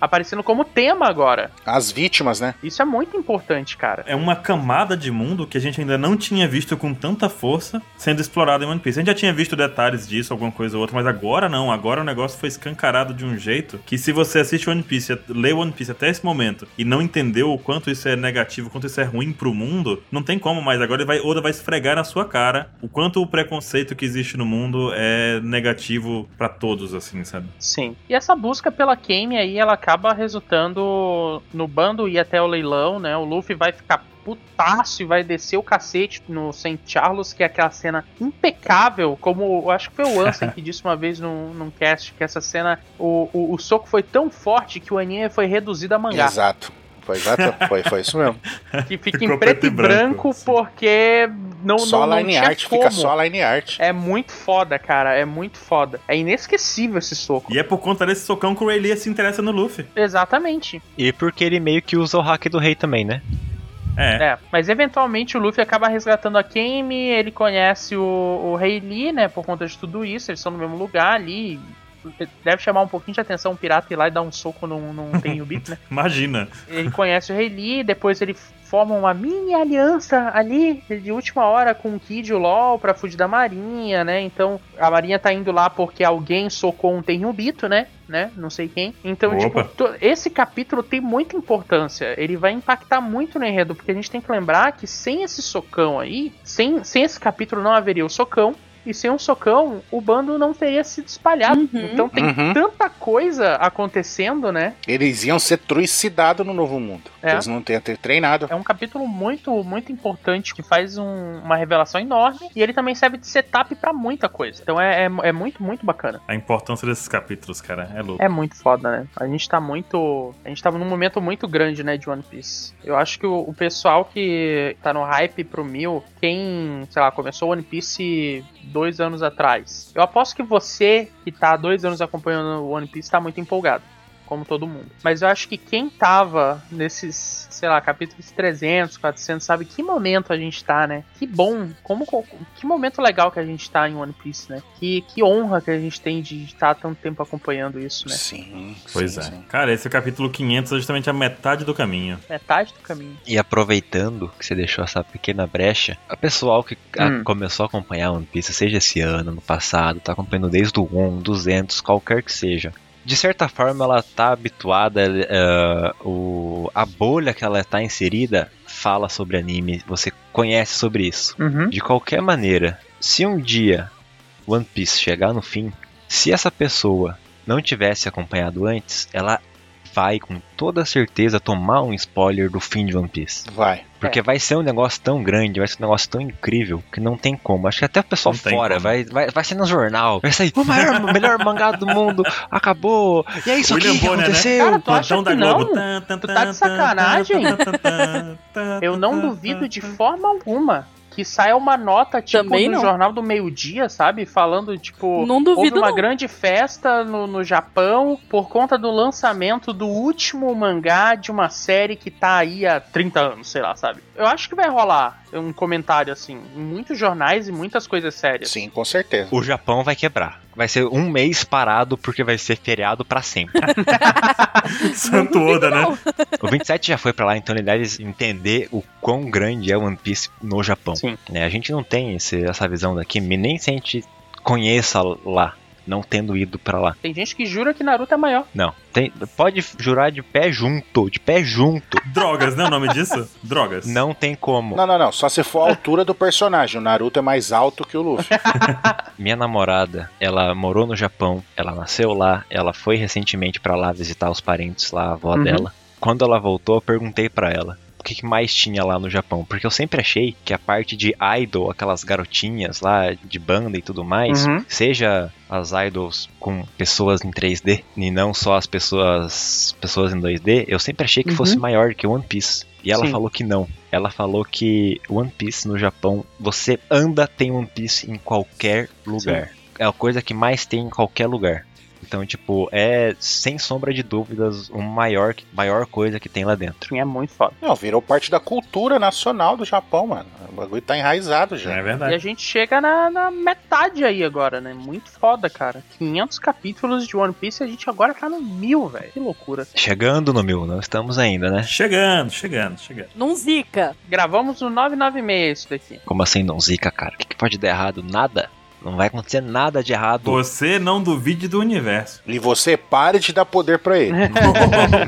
Speaker 1: Aparecendo como tema agora.
Speaker 3: As vítimas, né?
Speaker 1: Isso é muito importante, cara.
Speaker 2: É uma camada de mundo que a gente ainda não tinha visto com tanta força sendo explorada em One Piece. A gente já tinha visto detalhes disso, alguma coisa ou outra, mas agora não. Agora o negócio foi escancarado de um jeito que se você assiste One Piece, lê One Piece até esse momento e não entendeu o quanto isso é negativo, o quanto isso é ruim pro mundo, não tem como mais. Agora ele vai, Oda vai esfregar na sua cara o quanto o preconceito que existe no mundo é negativo pra todos, assim, sabe?
Speaker 1: Sim. E essa busca pela Kame aí, ela acaba resultando no bando ir até o leilão, né? O Luffy vai ficar putaço e vai descer o cacete no St. Charles, que é aquela cena impecável, como eu acho que foi o Ansem que disse uma vez num, num cast, que essa cena, o, o, o soco foi tão forte que o anime foi reduzido a mangá.
Speaker 3: Exato. Foi, exato, foi, foi isso mesmo.
Speaker 1: Que fica
Speaker 2: Ficou
Speaker 1: em preto, e branco,
Speaker 2: sim.
Speaker 1: porque não,
Speaker 3: só
Speaker 1: não,
Speaker 3: a
Speaker 1: não
Speaker 3: line
Speaker 1: tinha
Speaker 3: art,
Speaker 1: como.
Speaker 3: fica só a line art.
Speaker 1: É muito foda, cara, é muito foda. É inesquecível esse soco.
Speaker 2: E é por conta desse socão que o Ray Lee se interessa no Luffy.
Speaker 1: Exatamente.
Speaker 5: E porque ele meio que usa o hack do rei também, né?
Speaker 2: É.
Speaker 1: É, mas eventualmente o Luffy acaba resgatando a Kame, ele conhece o, o Rei Lee, né, por conta de tudo isso, eles estão no mesmo lugar ali. Deve chamar um pouquinho de atenção um pirata ir lá e dar um soco num, num Tenyubito, né?
Speaker 2: Imagina.
Speaker 1: Ele conhece o Rei Lee, depois ele forma uma mini aliança ali, de última hora, com o Kid e o LOL pra fugir da marinha, né? Então, a marinha tá indo lá porque alguém socou um Tenyubito, né? né? Não sei quem. Então, tipo,
Speaker 2: Opa.
Speaker 1: to- esse capítulo tem muita importância. Ele vai impactar muito no enredo, porque a gente tem que lembrar que sem esse socão aí, sem, sem esse capítulo não haveria o socão, e sem um socão, o bando não teria sido espalhado.
Speaker 6: Uhum.
Speaker 1: Então tem
Speaker 3: Uhum.
Speaker 1: tanta coisa acontecendo, né?
Speaker 3: Eles iam ser trucidados no Novo Mundo.
Speaker 1: É.
Speaker 3: Eles não tinham ter treinado.
Speaker 1: É um capítulo muito, muito importante que faz um- uma revelação enorme e ele também serve de setup pra muita coisa. Então é, é, é muito, muito bacana.
Speaker 2: A importância desses capítulos, cara, é louco.
Speaker 1: É muito foda, né? A gente tá muito. A gente tá num momento muito grande, né, de One Piece. Eu acho que o, o pessoal que tá no hype pro Mil, quem, sei lá, começou One Piece dois anos atrás. Eu aposto que você que tá há dois anos acompanhando o One Piece tá muito empolgado como todo mundo. Mas eu acho que quem tava nesses, sei lá, capítulos 300, 400, sabe que momento a gente tá, né? Que bom, como co- que momento legal que a gente tá em One Piece, né? Que, que honra que a gente tem de estar tanto tempo acompanhando isso, né?
Speaker 3: Sim.
Speaker 2: Pois
Speaker 3: sim,
Speaker 2: é.
Speaker 3: sim.
Speaker 2: Cara, esse capítulo 500 é justamente a metade do caminho.
Speaker 1: Metade do caminho.
Speaker 5: E aproveitando que você deixou essa pequena brecha, a pessoal que a-
Speaker 1: Hum.
Speaker 5: começou a acompanhar One Piece, seja esse ano, no passado, tá acompanhando desde o 1, 200, qualquer que seja. De certa forma, ela tá habituada, eh, o, a bolha que ela tá inserida fala sobre anime, você conhece sobre isso.
Speaker 1: Uhum.
Speaker 5: De qualquer maneira, se um dia One Piece chegar no fim, se essa pessoa não tivesse acompanhado antes, ela vai com toda certeza tomar um spoiler do fim de One Piece.
Speaker 3: Vai.
Speaker 5: Porque vai ser um negócio tão grande, vai ser um negócio tão incrível que não tem como. Acho que até o pessoal
Speaker 2: Não tem
Speaker 5: fora
Speaker 2: como.
Speaker 5: vai, vai, vai ser no jornal. Vai sair, o maior, o melhor mangá do mundo acabou. E é isso
Speaker 2: William
Speaker 5: aqui que
Speaker 2: Bonner, né?
Speaker 5: aconteceu.
Speaker 1: Cara, tu acha
Speaker 2: Plantão da
Speaker 1: que não?
Speaker 2: Globo. Tan, tan,
Speaker 1: Tu
Speaker 2: tan,
Speaker 1: tá de
Speaker 2: tan,
Speaker 1: sacanagem?
Speaker 2: tan, tan, tan, tan,
Speaker 1: Eu não
Speaker 2: tan,
Speaker 1: duvido
Speaker 2: tan,
Speaker 1: de
Speaker 2: tan.
Speaker 1: forma alguma que saia uma nota, tipo,
Speaker 4: Também
Speaker 1: no
Speaker 4: não.
Speaker 1: jornal do meio-dia, sabe? Falando, tipo.
Speaker 4: Não
Speaker 1: Houve
Speaker 4: duvido,
Speaker 1: uma
Speaker 4: não.
Speaker 1: grande festa no, no Japão por conta do lançamento do último mangá de uma série que tá aí há 30 anos, sei lá, sabe? Eu acho que vai rolar um comentário assim, em muitos jornais e muitas coisas sérias.
Speaker 3: Sim, com certeza.
Speaker 5: O Japão vai quebrar. Vai ser um mês parado porque vai ser feriado pra sempre.
Speaker 2: Santo Oda, né?
Speaker 4: Não.
Speaker 5: o 27 já foi pra lá, então ele deve entender o quão grande é One Piece no Japão.
Speaker 1: Sim.
Speaker 5: né? A gente não tem esse- essa visão daqui, nem se a gente conheça lá, não tendo ido pra lá.
Speaker 1: Tem gente que jura que Naruto é maior.
Speaker 5: Não. Tem- pode jurar de pé junto, de pé junto.
Speaker 2: Drogas, né? O nome disso? Drogas.
Speaker 5: Não tem como.
Speaker 3: Não, não, não. Só se for a altura do personagem. O Naruto é mais alto que o Luffy.
Speaker 5: Minha namorada, ela morou no Japão, ela nasceu lá, ela foi recentemente pra lá visitar os parentes lá, a avó
Speaker 1: Uhum.
Speaker 5: dela. Quando ela voltou, eu perguntei pra ela o que, que mais tinha lá no Japão, porque eu sempre achei que a parte de idol, aquelas garotinhas lá de banda e tudo mais,
Speaker 1: Uhum.
Speaker 5: seja as idols com pessoas em 3D e não só as pessoas pessoas em 2D, eu sempre achei que
Speaker 1: Uhum.
Speaker 5: fosse maior que One Piece. E ela
Speaker 1: Sim.
Speaker 5: falou que não. Ela falou que One Piece no Japão, você anda tem One Piece em qualquer lugar. É a coisa que mais tem em qualquer lugar. Então, tipo, é sem sombra de dúvidas o maior maior coisa que tem lá dentro.
Speaker 1: Sim, é muito foda.
Speaker 3: Não, virou parte da cultura nacional do Japão, mano. O bagulho tá enraizado já.
Speaker 2: É
Speaker 1: E
Speaker 2: verdade.
Speaker 1: a gente chega na, na metade aí agora, né? Muito foda, cara. 500 capítulos de One Piece e a gente agora tá no mil, velho. Que loucura.
Speaker 5: Chegando no mil, não estamos ainda, né?
Speaker 2: É. Chegando, chegando, chegando.
Speaker 4: Não zica.
Speaker 1: Gravamos no 996 isso daqui.
Speaker 5: Como assim não zica, cara? O que, que pode dar errado? Nada. Não vai acontecer nada de errado.
Speaker 2: Você não duvide do universo.
Speaker 3: E você pare de dar poder pra ele.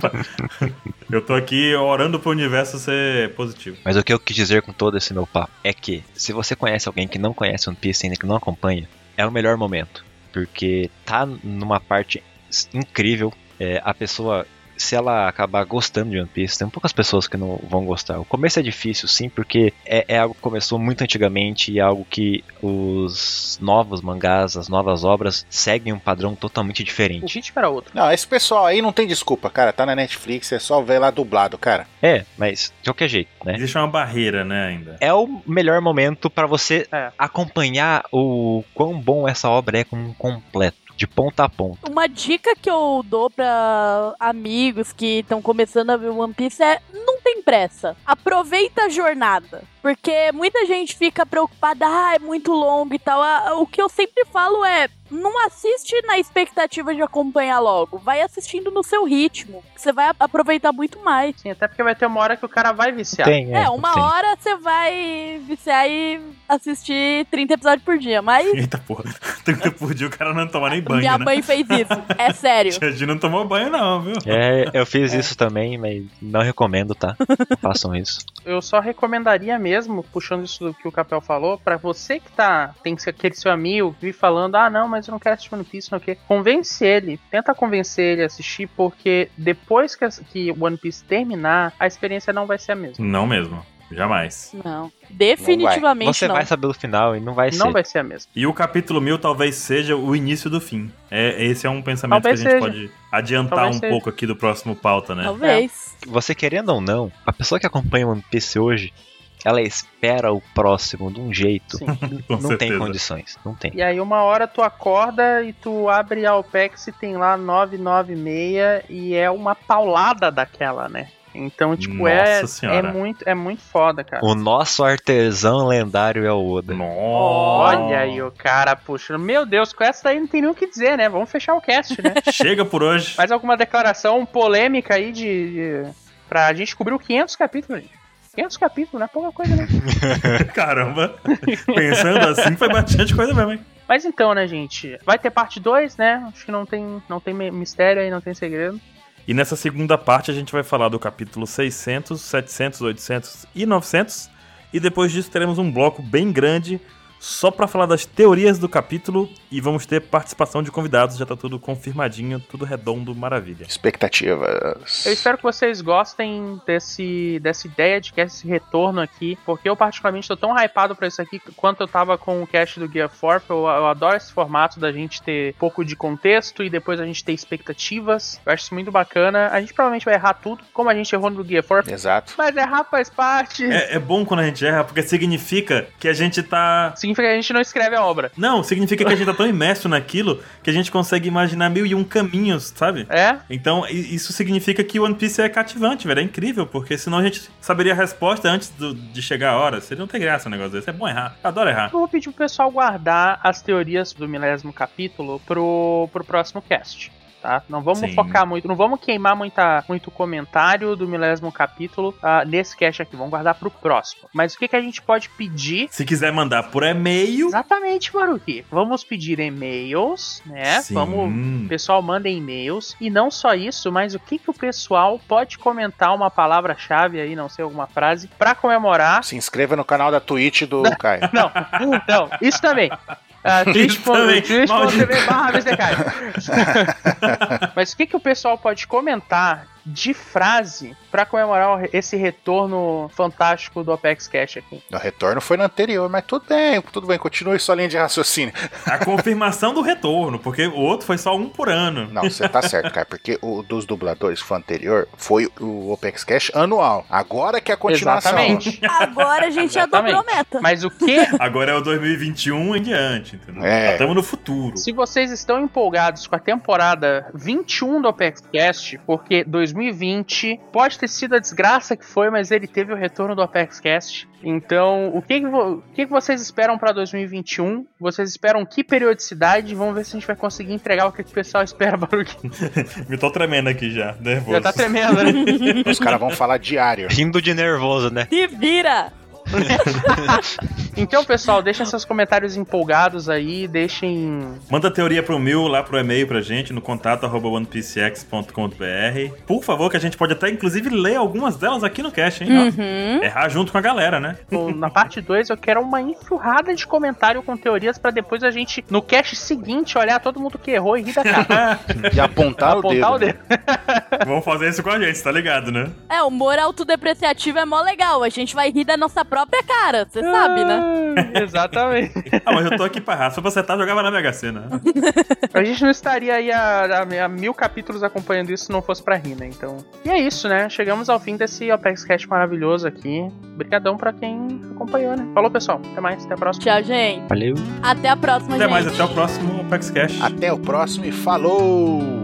Speaker 2: Eu tô aqui orando pro universo ser positivo.
Speaker 5: Mas o que eu quis dizer com todo esse meu papo é que, se você conhece alguém que não conhece One Piece ainda, que não acompanha, é o melhor momento. Porque tá numa parte s- incrível. É, a pessoa, se ela acabar gostando de One Piece, tem poucas pessoas que não vão gostar. O começo é difícil, sim, porque é, é algo que começou muito antigamente e é algo que os novos mangás, as novas obras, seguem um padrão totalmente
Speaker 1: Um
Speaker 5: diferente.
Speaker 1: ritmo era outro.
Speaker 3: Não, esse pessoal aí não tem desculpa, cara. Tá na Netflix, é só ver lá dublado, cara.
Speaker 5: É, mas de qualquer jeito, né?
Speaker 2: Existe uma barreira, né, ainda.
Speaker 5: é o melhor momento pra você
Speaker 1: É.
Speaker 5: acompanhar o quão bom essa obra é como um completo, de ponta a ponta.
Speaker 4: Uma dica que eu dou pra amigos que estão começando a ver One Piece é não tem pressa. Aproveita a jornada. Porque muita gente fica preocupada, ah, é muito longo e tal. Ah, O que eu sempre falo é, não assiste na expectativa de acompanhar logo. Vai assistindo no seu ritmo. que Você vai a- aproveitar muito mais.
Speaker 1: Sim, até porque vai ter uma hora que o cara vai viciar.
Speaker 5: Tem,
Speaker 4: É, uma
Speaker 5: tem.
Speaker 4: hora você vai viciar e assistir 30 episódios por dia. Mas
Speaker 2: Eita porra. 30 por dia o cara não toma nem banho,
Speaker 4: minha
Speaker 2: né?
Speaker 4: mãe fez isso. É sério.
Speaker 2: Tia Gi não tomou banho, não, viu?
Speaker 5: É, eu fiz isso também, mas não recomendo, tá? Não Façam isso.
Speaker 1: Eu só recomendaria mesmo, puxando isso do que o Capel falou, pra você que tá, tem que ser aquele seu amigo que vive falando, ah não, mas eu não quero assistir One Piece, não sei o quê. Convence ele, tenta convencer ele a assistir, porque depois que, as- que One Piece terminar, a experiência não vai ser a mesma.
Speaker 2: Não mesmo. Jamais.
Speaker 4: Não. Definitivamente
Speaker 5: Você
Speaker 4: não.
Speaker 5: vai saber do final e não vai
Speaker 1: não
Speaker 5: ser.
Speaker 1: vai ser a mesma.
Speaker 2: E o capítulo 1000 talvez seja o início do fim. É, esse é um pensamento
Speaker 1: Talvez
Speaker 2: que a gente
Speaker 1: seja.
Speaker 2: pode adiantar
Speaker 1: Talvez
Speaker 2: um
Speaker 1: seja.
Speaker 2: pouco aqui do próximo pauta, né?
Speaker 4: Talvez.
Speaker 5: Você querendo ou não, a pessoa que acompanha One Piece hoje, ela espera o próximo de um jeito.
Speaker 1: Sim.
Speaker 2: Com
Speaker 5: não tem
Speaker 2: certeza.
Speaker 5: condições, não tem.
Speaker 1: E aí uma hora tu acorda e tu abre a OPEX e tem lá 996 e é uma paulada daquela, né? Então, tipo, é,
Speaker 2: Nossa senhora.
Speaker 1: é muito é muito foda, cara.
Speaker 5: O nosso artesão lendário é o Oda.
Speaker 2: Nossa.
Speaker 1: Olha aí o cara puxando. Meu Deus, com essa daí não tem nem o que dizer, né? Vamos fechar o cast, né?
Speaker 2: Chega por hoje.
Speaker 1: Mais alguma declaração polêmica aí de, de pra gente cobrir o 500 capítulos. gente. 500 capítulos, não é pouca coisa, né?
Speaker 2: Caramba. Pensando assim, foi bastante coisa mesmo, hein?
Speaker 1: Mas então, né, gente? Vai ter parte 2, né? Acho que não tem, não tem mi- mistério aí, não tem segredo.
Speaker 2: E nessa segunda parte a gente vai falar do capítulo 600, 700, 800 e 900. E depois disso teremos um bloco bem grande só pra falar das teorias do capítulo e vamos ter participação de convidados, já tá tudo confirmadinho, tudo redondo, maravilha.
Speaker 3: Expectativas.
Speaker 1: Eu espero que vocês gostem desse, dessa ideia de que esse retorno aqui, porque eu particularmente tô tão hypado pra isso aqui quanto eu tava com o cast do Gear 4. Eu, eu adoro esse formato da gente ter pouco de contexto e depois a gente ter expectativas. Eu acho isso muito bacana. A gente provavelmente vai errar tudo, como a gente errou no do Gear 4.
Speaker 3: Exato.
Speaker 1: Mas errar faz parte.
Speaker 2: É, é bom quando a gente erra, porque significa que a gente tá.
Speaker 1: Significa que a gente não escreve a obra.
Speaker 2: Não, significa que a gente tá tão imerso naquilo que a gente consegue imaginar mil e um caminhos, sabe?
Speaker 1: É?
Speaker 2: Então, i- isso significa que One Piece é cativante, velho. É incrível, porque senão a gente saberia a resposta antes do- de chegar a hora. Seria não ter graça um negócio desse. É bom errar. Eu adoro errar.
Speaker 1: Eu vou pedir pro pessoal guardar as teorias do milésimo capítulo pro, pro próximo cast. Tá? Não vamos
Speaker 2: Sim.
Speaker 1: focar muito, não vamos queimar muita, muito comentário do milésimo capítulo ah, nesse cast aqui. Vamos guardar pro próximo. Mas o que, que a gente pode pedir?
Speaker 2: Se quiser mandar por e-mail.
Speaker 1: Ah, Exatamente, Maruki. Vamos pedir e-mails, né?
Speaker 2: Sim.
Speaker 1: Vamos. O pessoal manda e-mails. E não só isso, mas o que, que o pessoal pode comentar uma palavra-chave aí, não sei, alguma frase, pra comemorar
Speaker 3: Se inscreva no canal da Twitch do Caio.
Speaker 1: não, não, isso também. Ah,
Speaker 2: Isso também,
Speaker 1: twitch.tv
Speaker 2: maldito.
Speaker 1: barra Mr. Caio. Mas o que, que o pessoal pode comentar de frase pra comemorar o- esse retorno fantástico do Apex Cash aqui?
Speaker 3: O retorno foi no anterior, mas tudo bem, tudo bem. Continue sua linha de raciocínio.
Speaker 2: A confirmação do retorno, porque o outro foi só um por ano.
Speaker 3: Não, você tá certo, Caio, porque o dos dubladores que foi anterior foi o Opex Cash anual. Agora que é a continuação.
Speaker 1: Exatamente.
Speaker 4: Agora a gente já dobrou a meta.
Speaker 1: Mas o que
Speaker 2: Agora é o 2021 em diante, entendeu?
Speaker 3: É.
Speaker 2: Estamos no futuro.
Speaker 1: Se vocês estão empolgados com a temporada 21 do ApexCast, porque 2020 pode ter sido a desgraça que foi, mas ele teve o retorno do ApexCast. Então, o que, que, vo- o que que vocês esperam pra 2021? Vocês esperam que periodicidade? Vamos ver se a gente vai conseguir entregar o que, que o pessoal espera, Baruque.
Speaker 2: Me tô tremendo aqui já, nervoso.
Speaker 1: Já tá tremendo, né?
Speaker 3: Os caras vão falar diário.
Speaker 5: Rindo de nervoso, né?
Speaker 4: Se vira!
Speaker 1: Então, pessoal, deixem seus comentários empolgados aí, deixem.
Speaker 2: Manda a teoria pro Mil lá pro e-mail pra gente, no contato arroba onepcx.com.br. Por favor, que a gente pode até inclusive ler algumas delas aqui no cast, hein?
Speaker 1: Hum.
Speaker 4: Uhum.
Speaker 2: Errar junto com a galera, né?
Speaker 1: Bom, Na parte 2, eu quero uma enxurrada de comentário com teorias pra depois a gente, no cast seguinte, olhar todo mundo que errou e rir da cara.
Speaker 3: E apontar,
Speaker 1: Apontar
Speaker 3: o dedo.
Speaker 1: o dedo.
Speaker 2: Ah, Vão fazer isso com a gente, tá ligado, né?
Speaker 4: É, humor autodepreciativo é mó legal. A gente vai rir da nossa própria cara, você sabe, né?
Speaker 1: Ah, Exatamente.
Speaker 2: Ah, mas eu tô aqui pra errar. Se eu acertar, eu jogava na Mega Sena.
Speaker 1: A gente não estaria aí a, a- a mil capítulos acompanhando isso se não fosse pra rir, né? Então. E é isso, né? Chegamos ao fim desse Opex Cash maravilhoso aqui. Obrigadão pra quem acompanhou, né? Falou, pessoal. Até mais, até a próxima.
Speaker 4: Tchau, gente.
Speaker 5: Valeu.
Speaker 4: Até a próxima,
Speaker 2: Até
Speaker 4: gente.
Speaker 2: mais, até o próximo Apex Cash.
Speaker 3: Até o próximo e falou!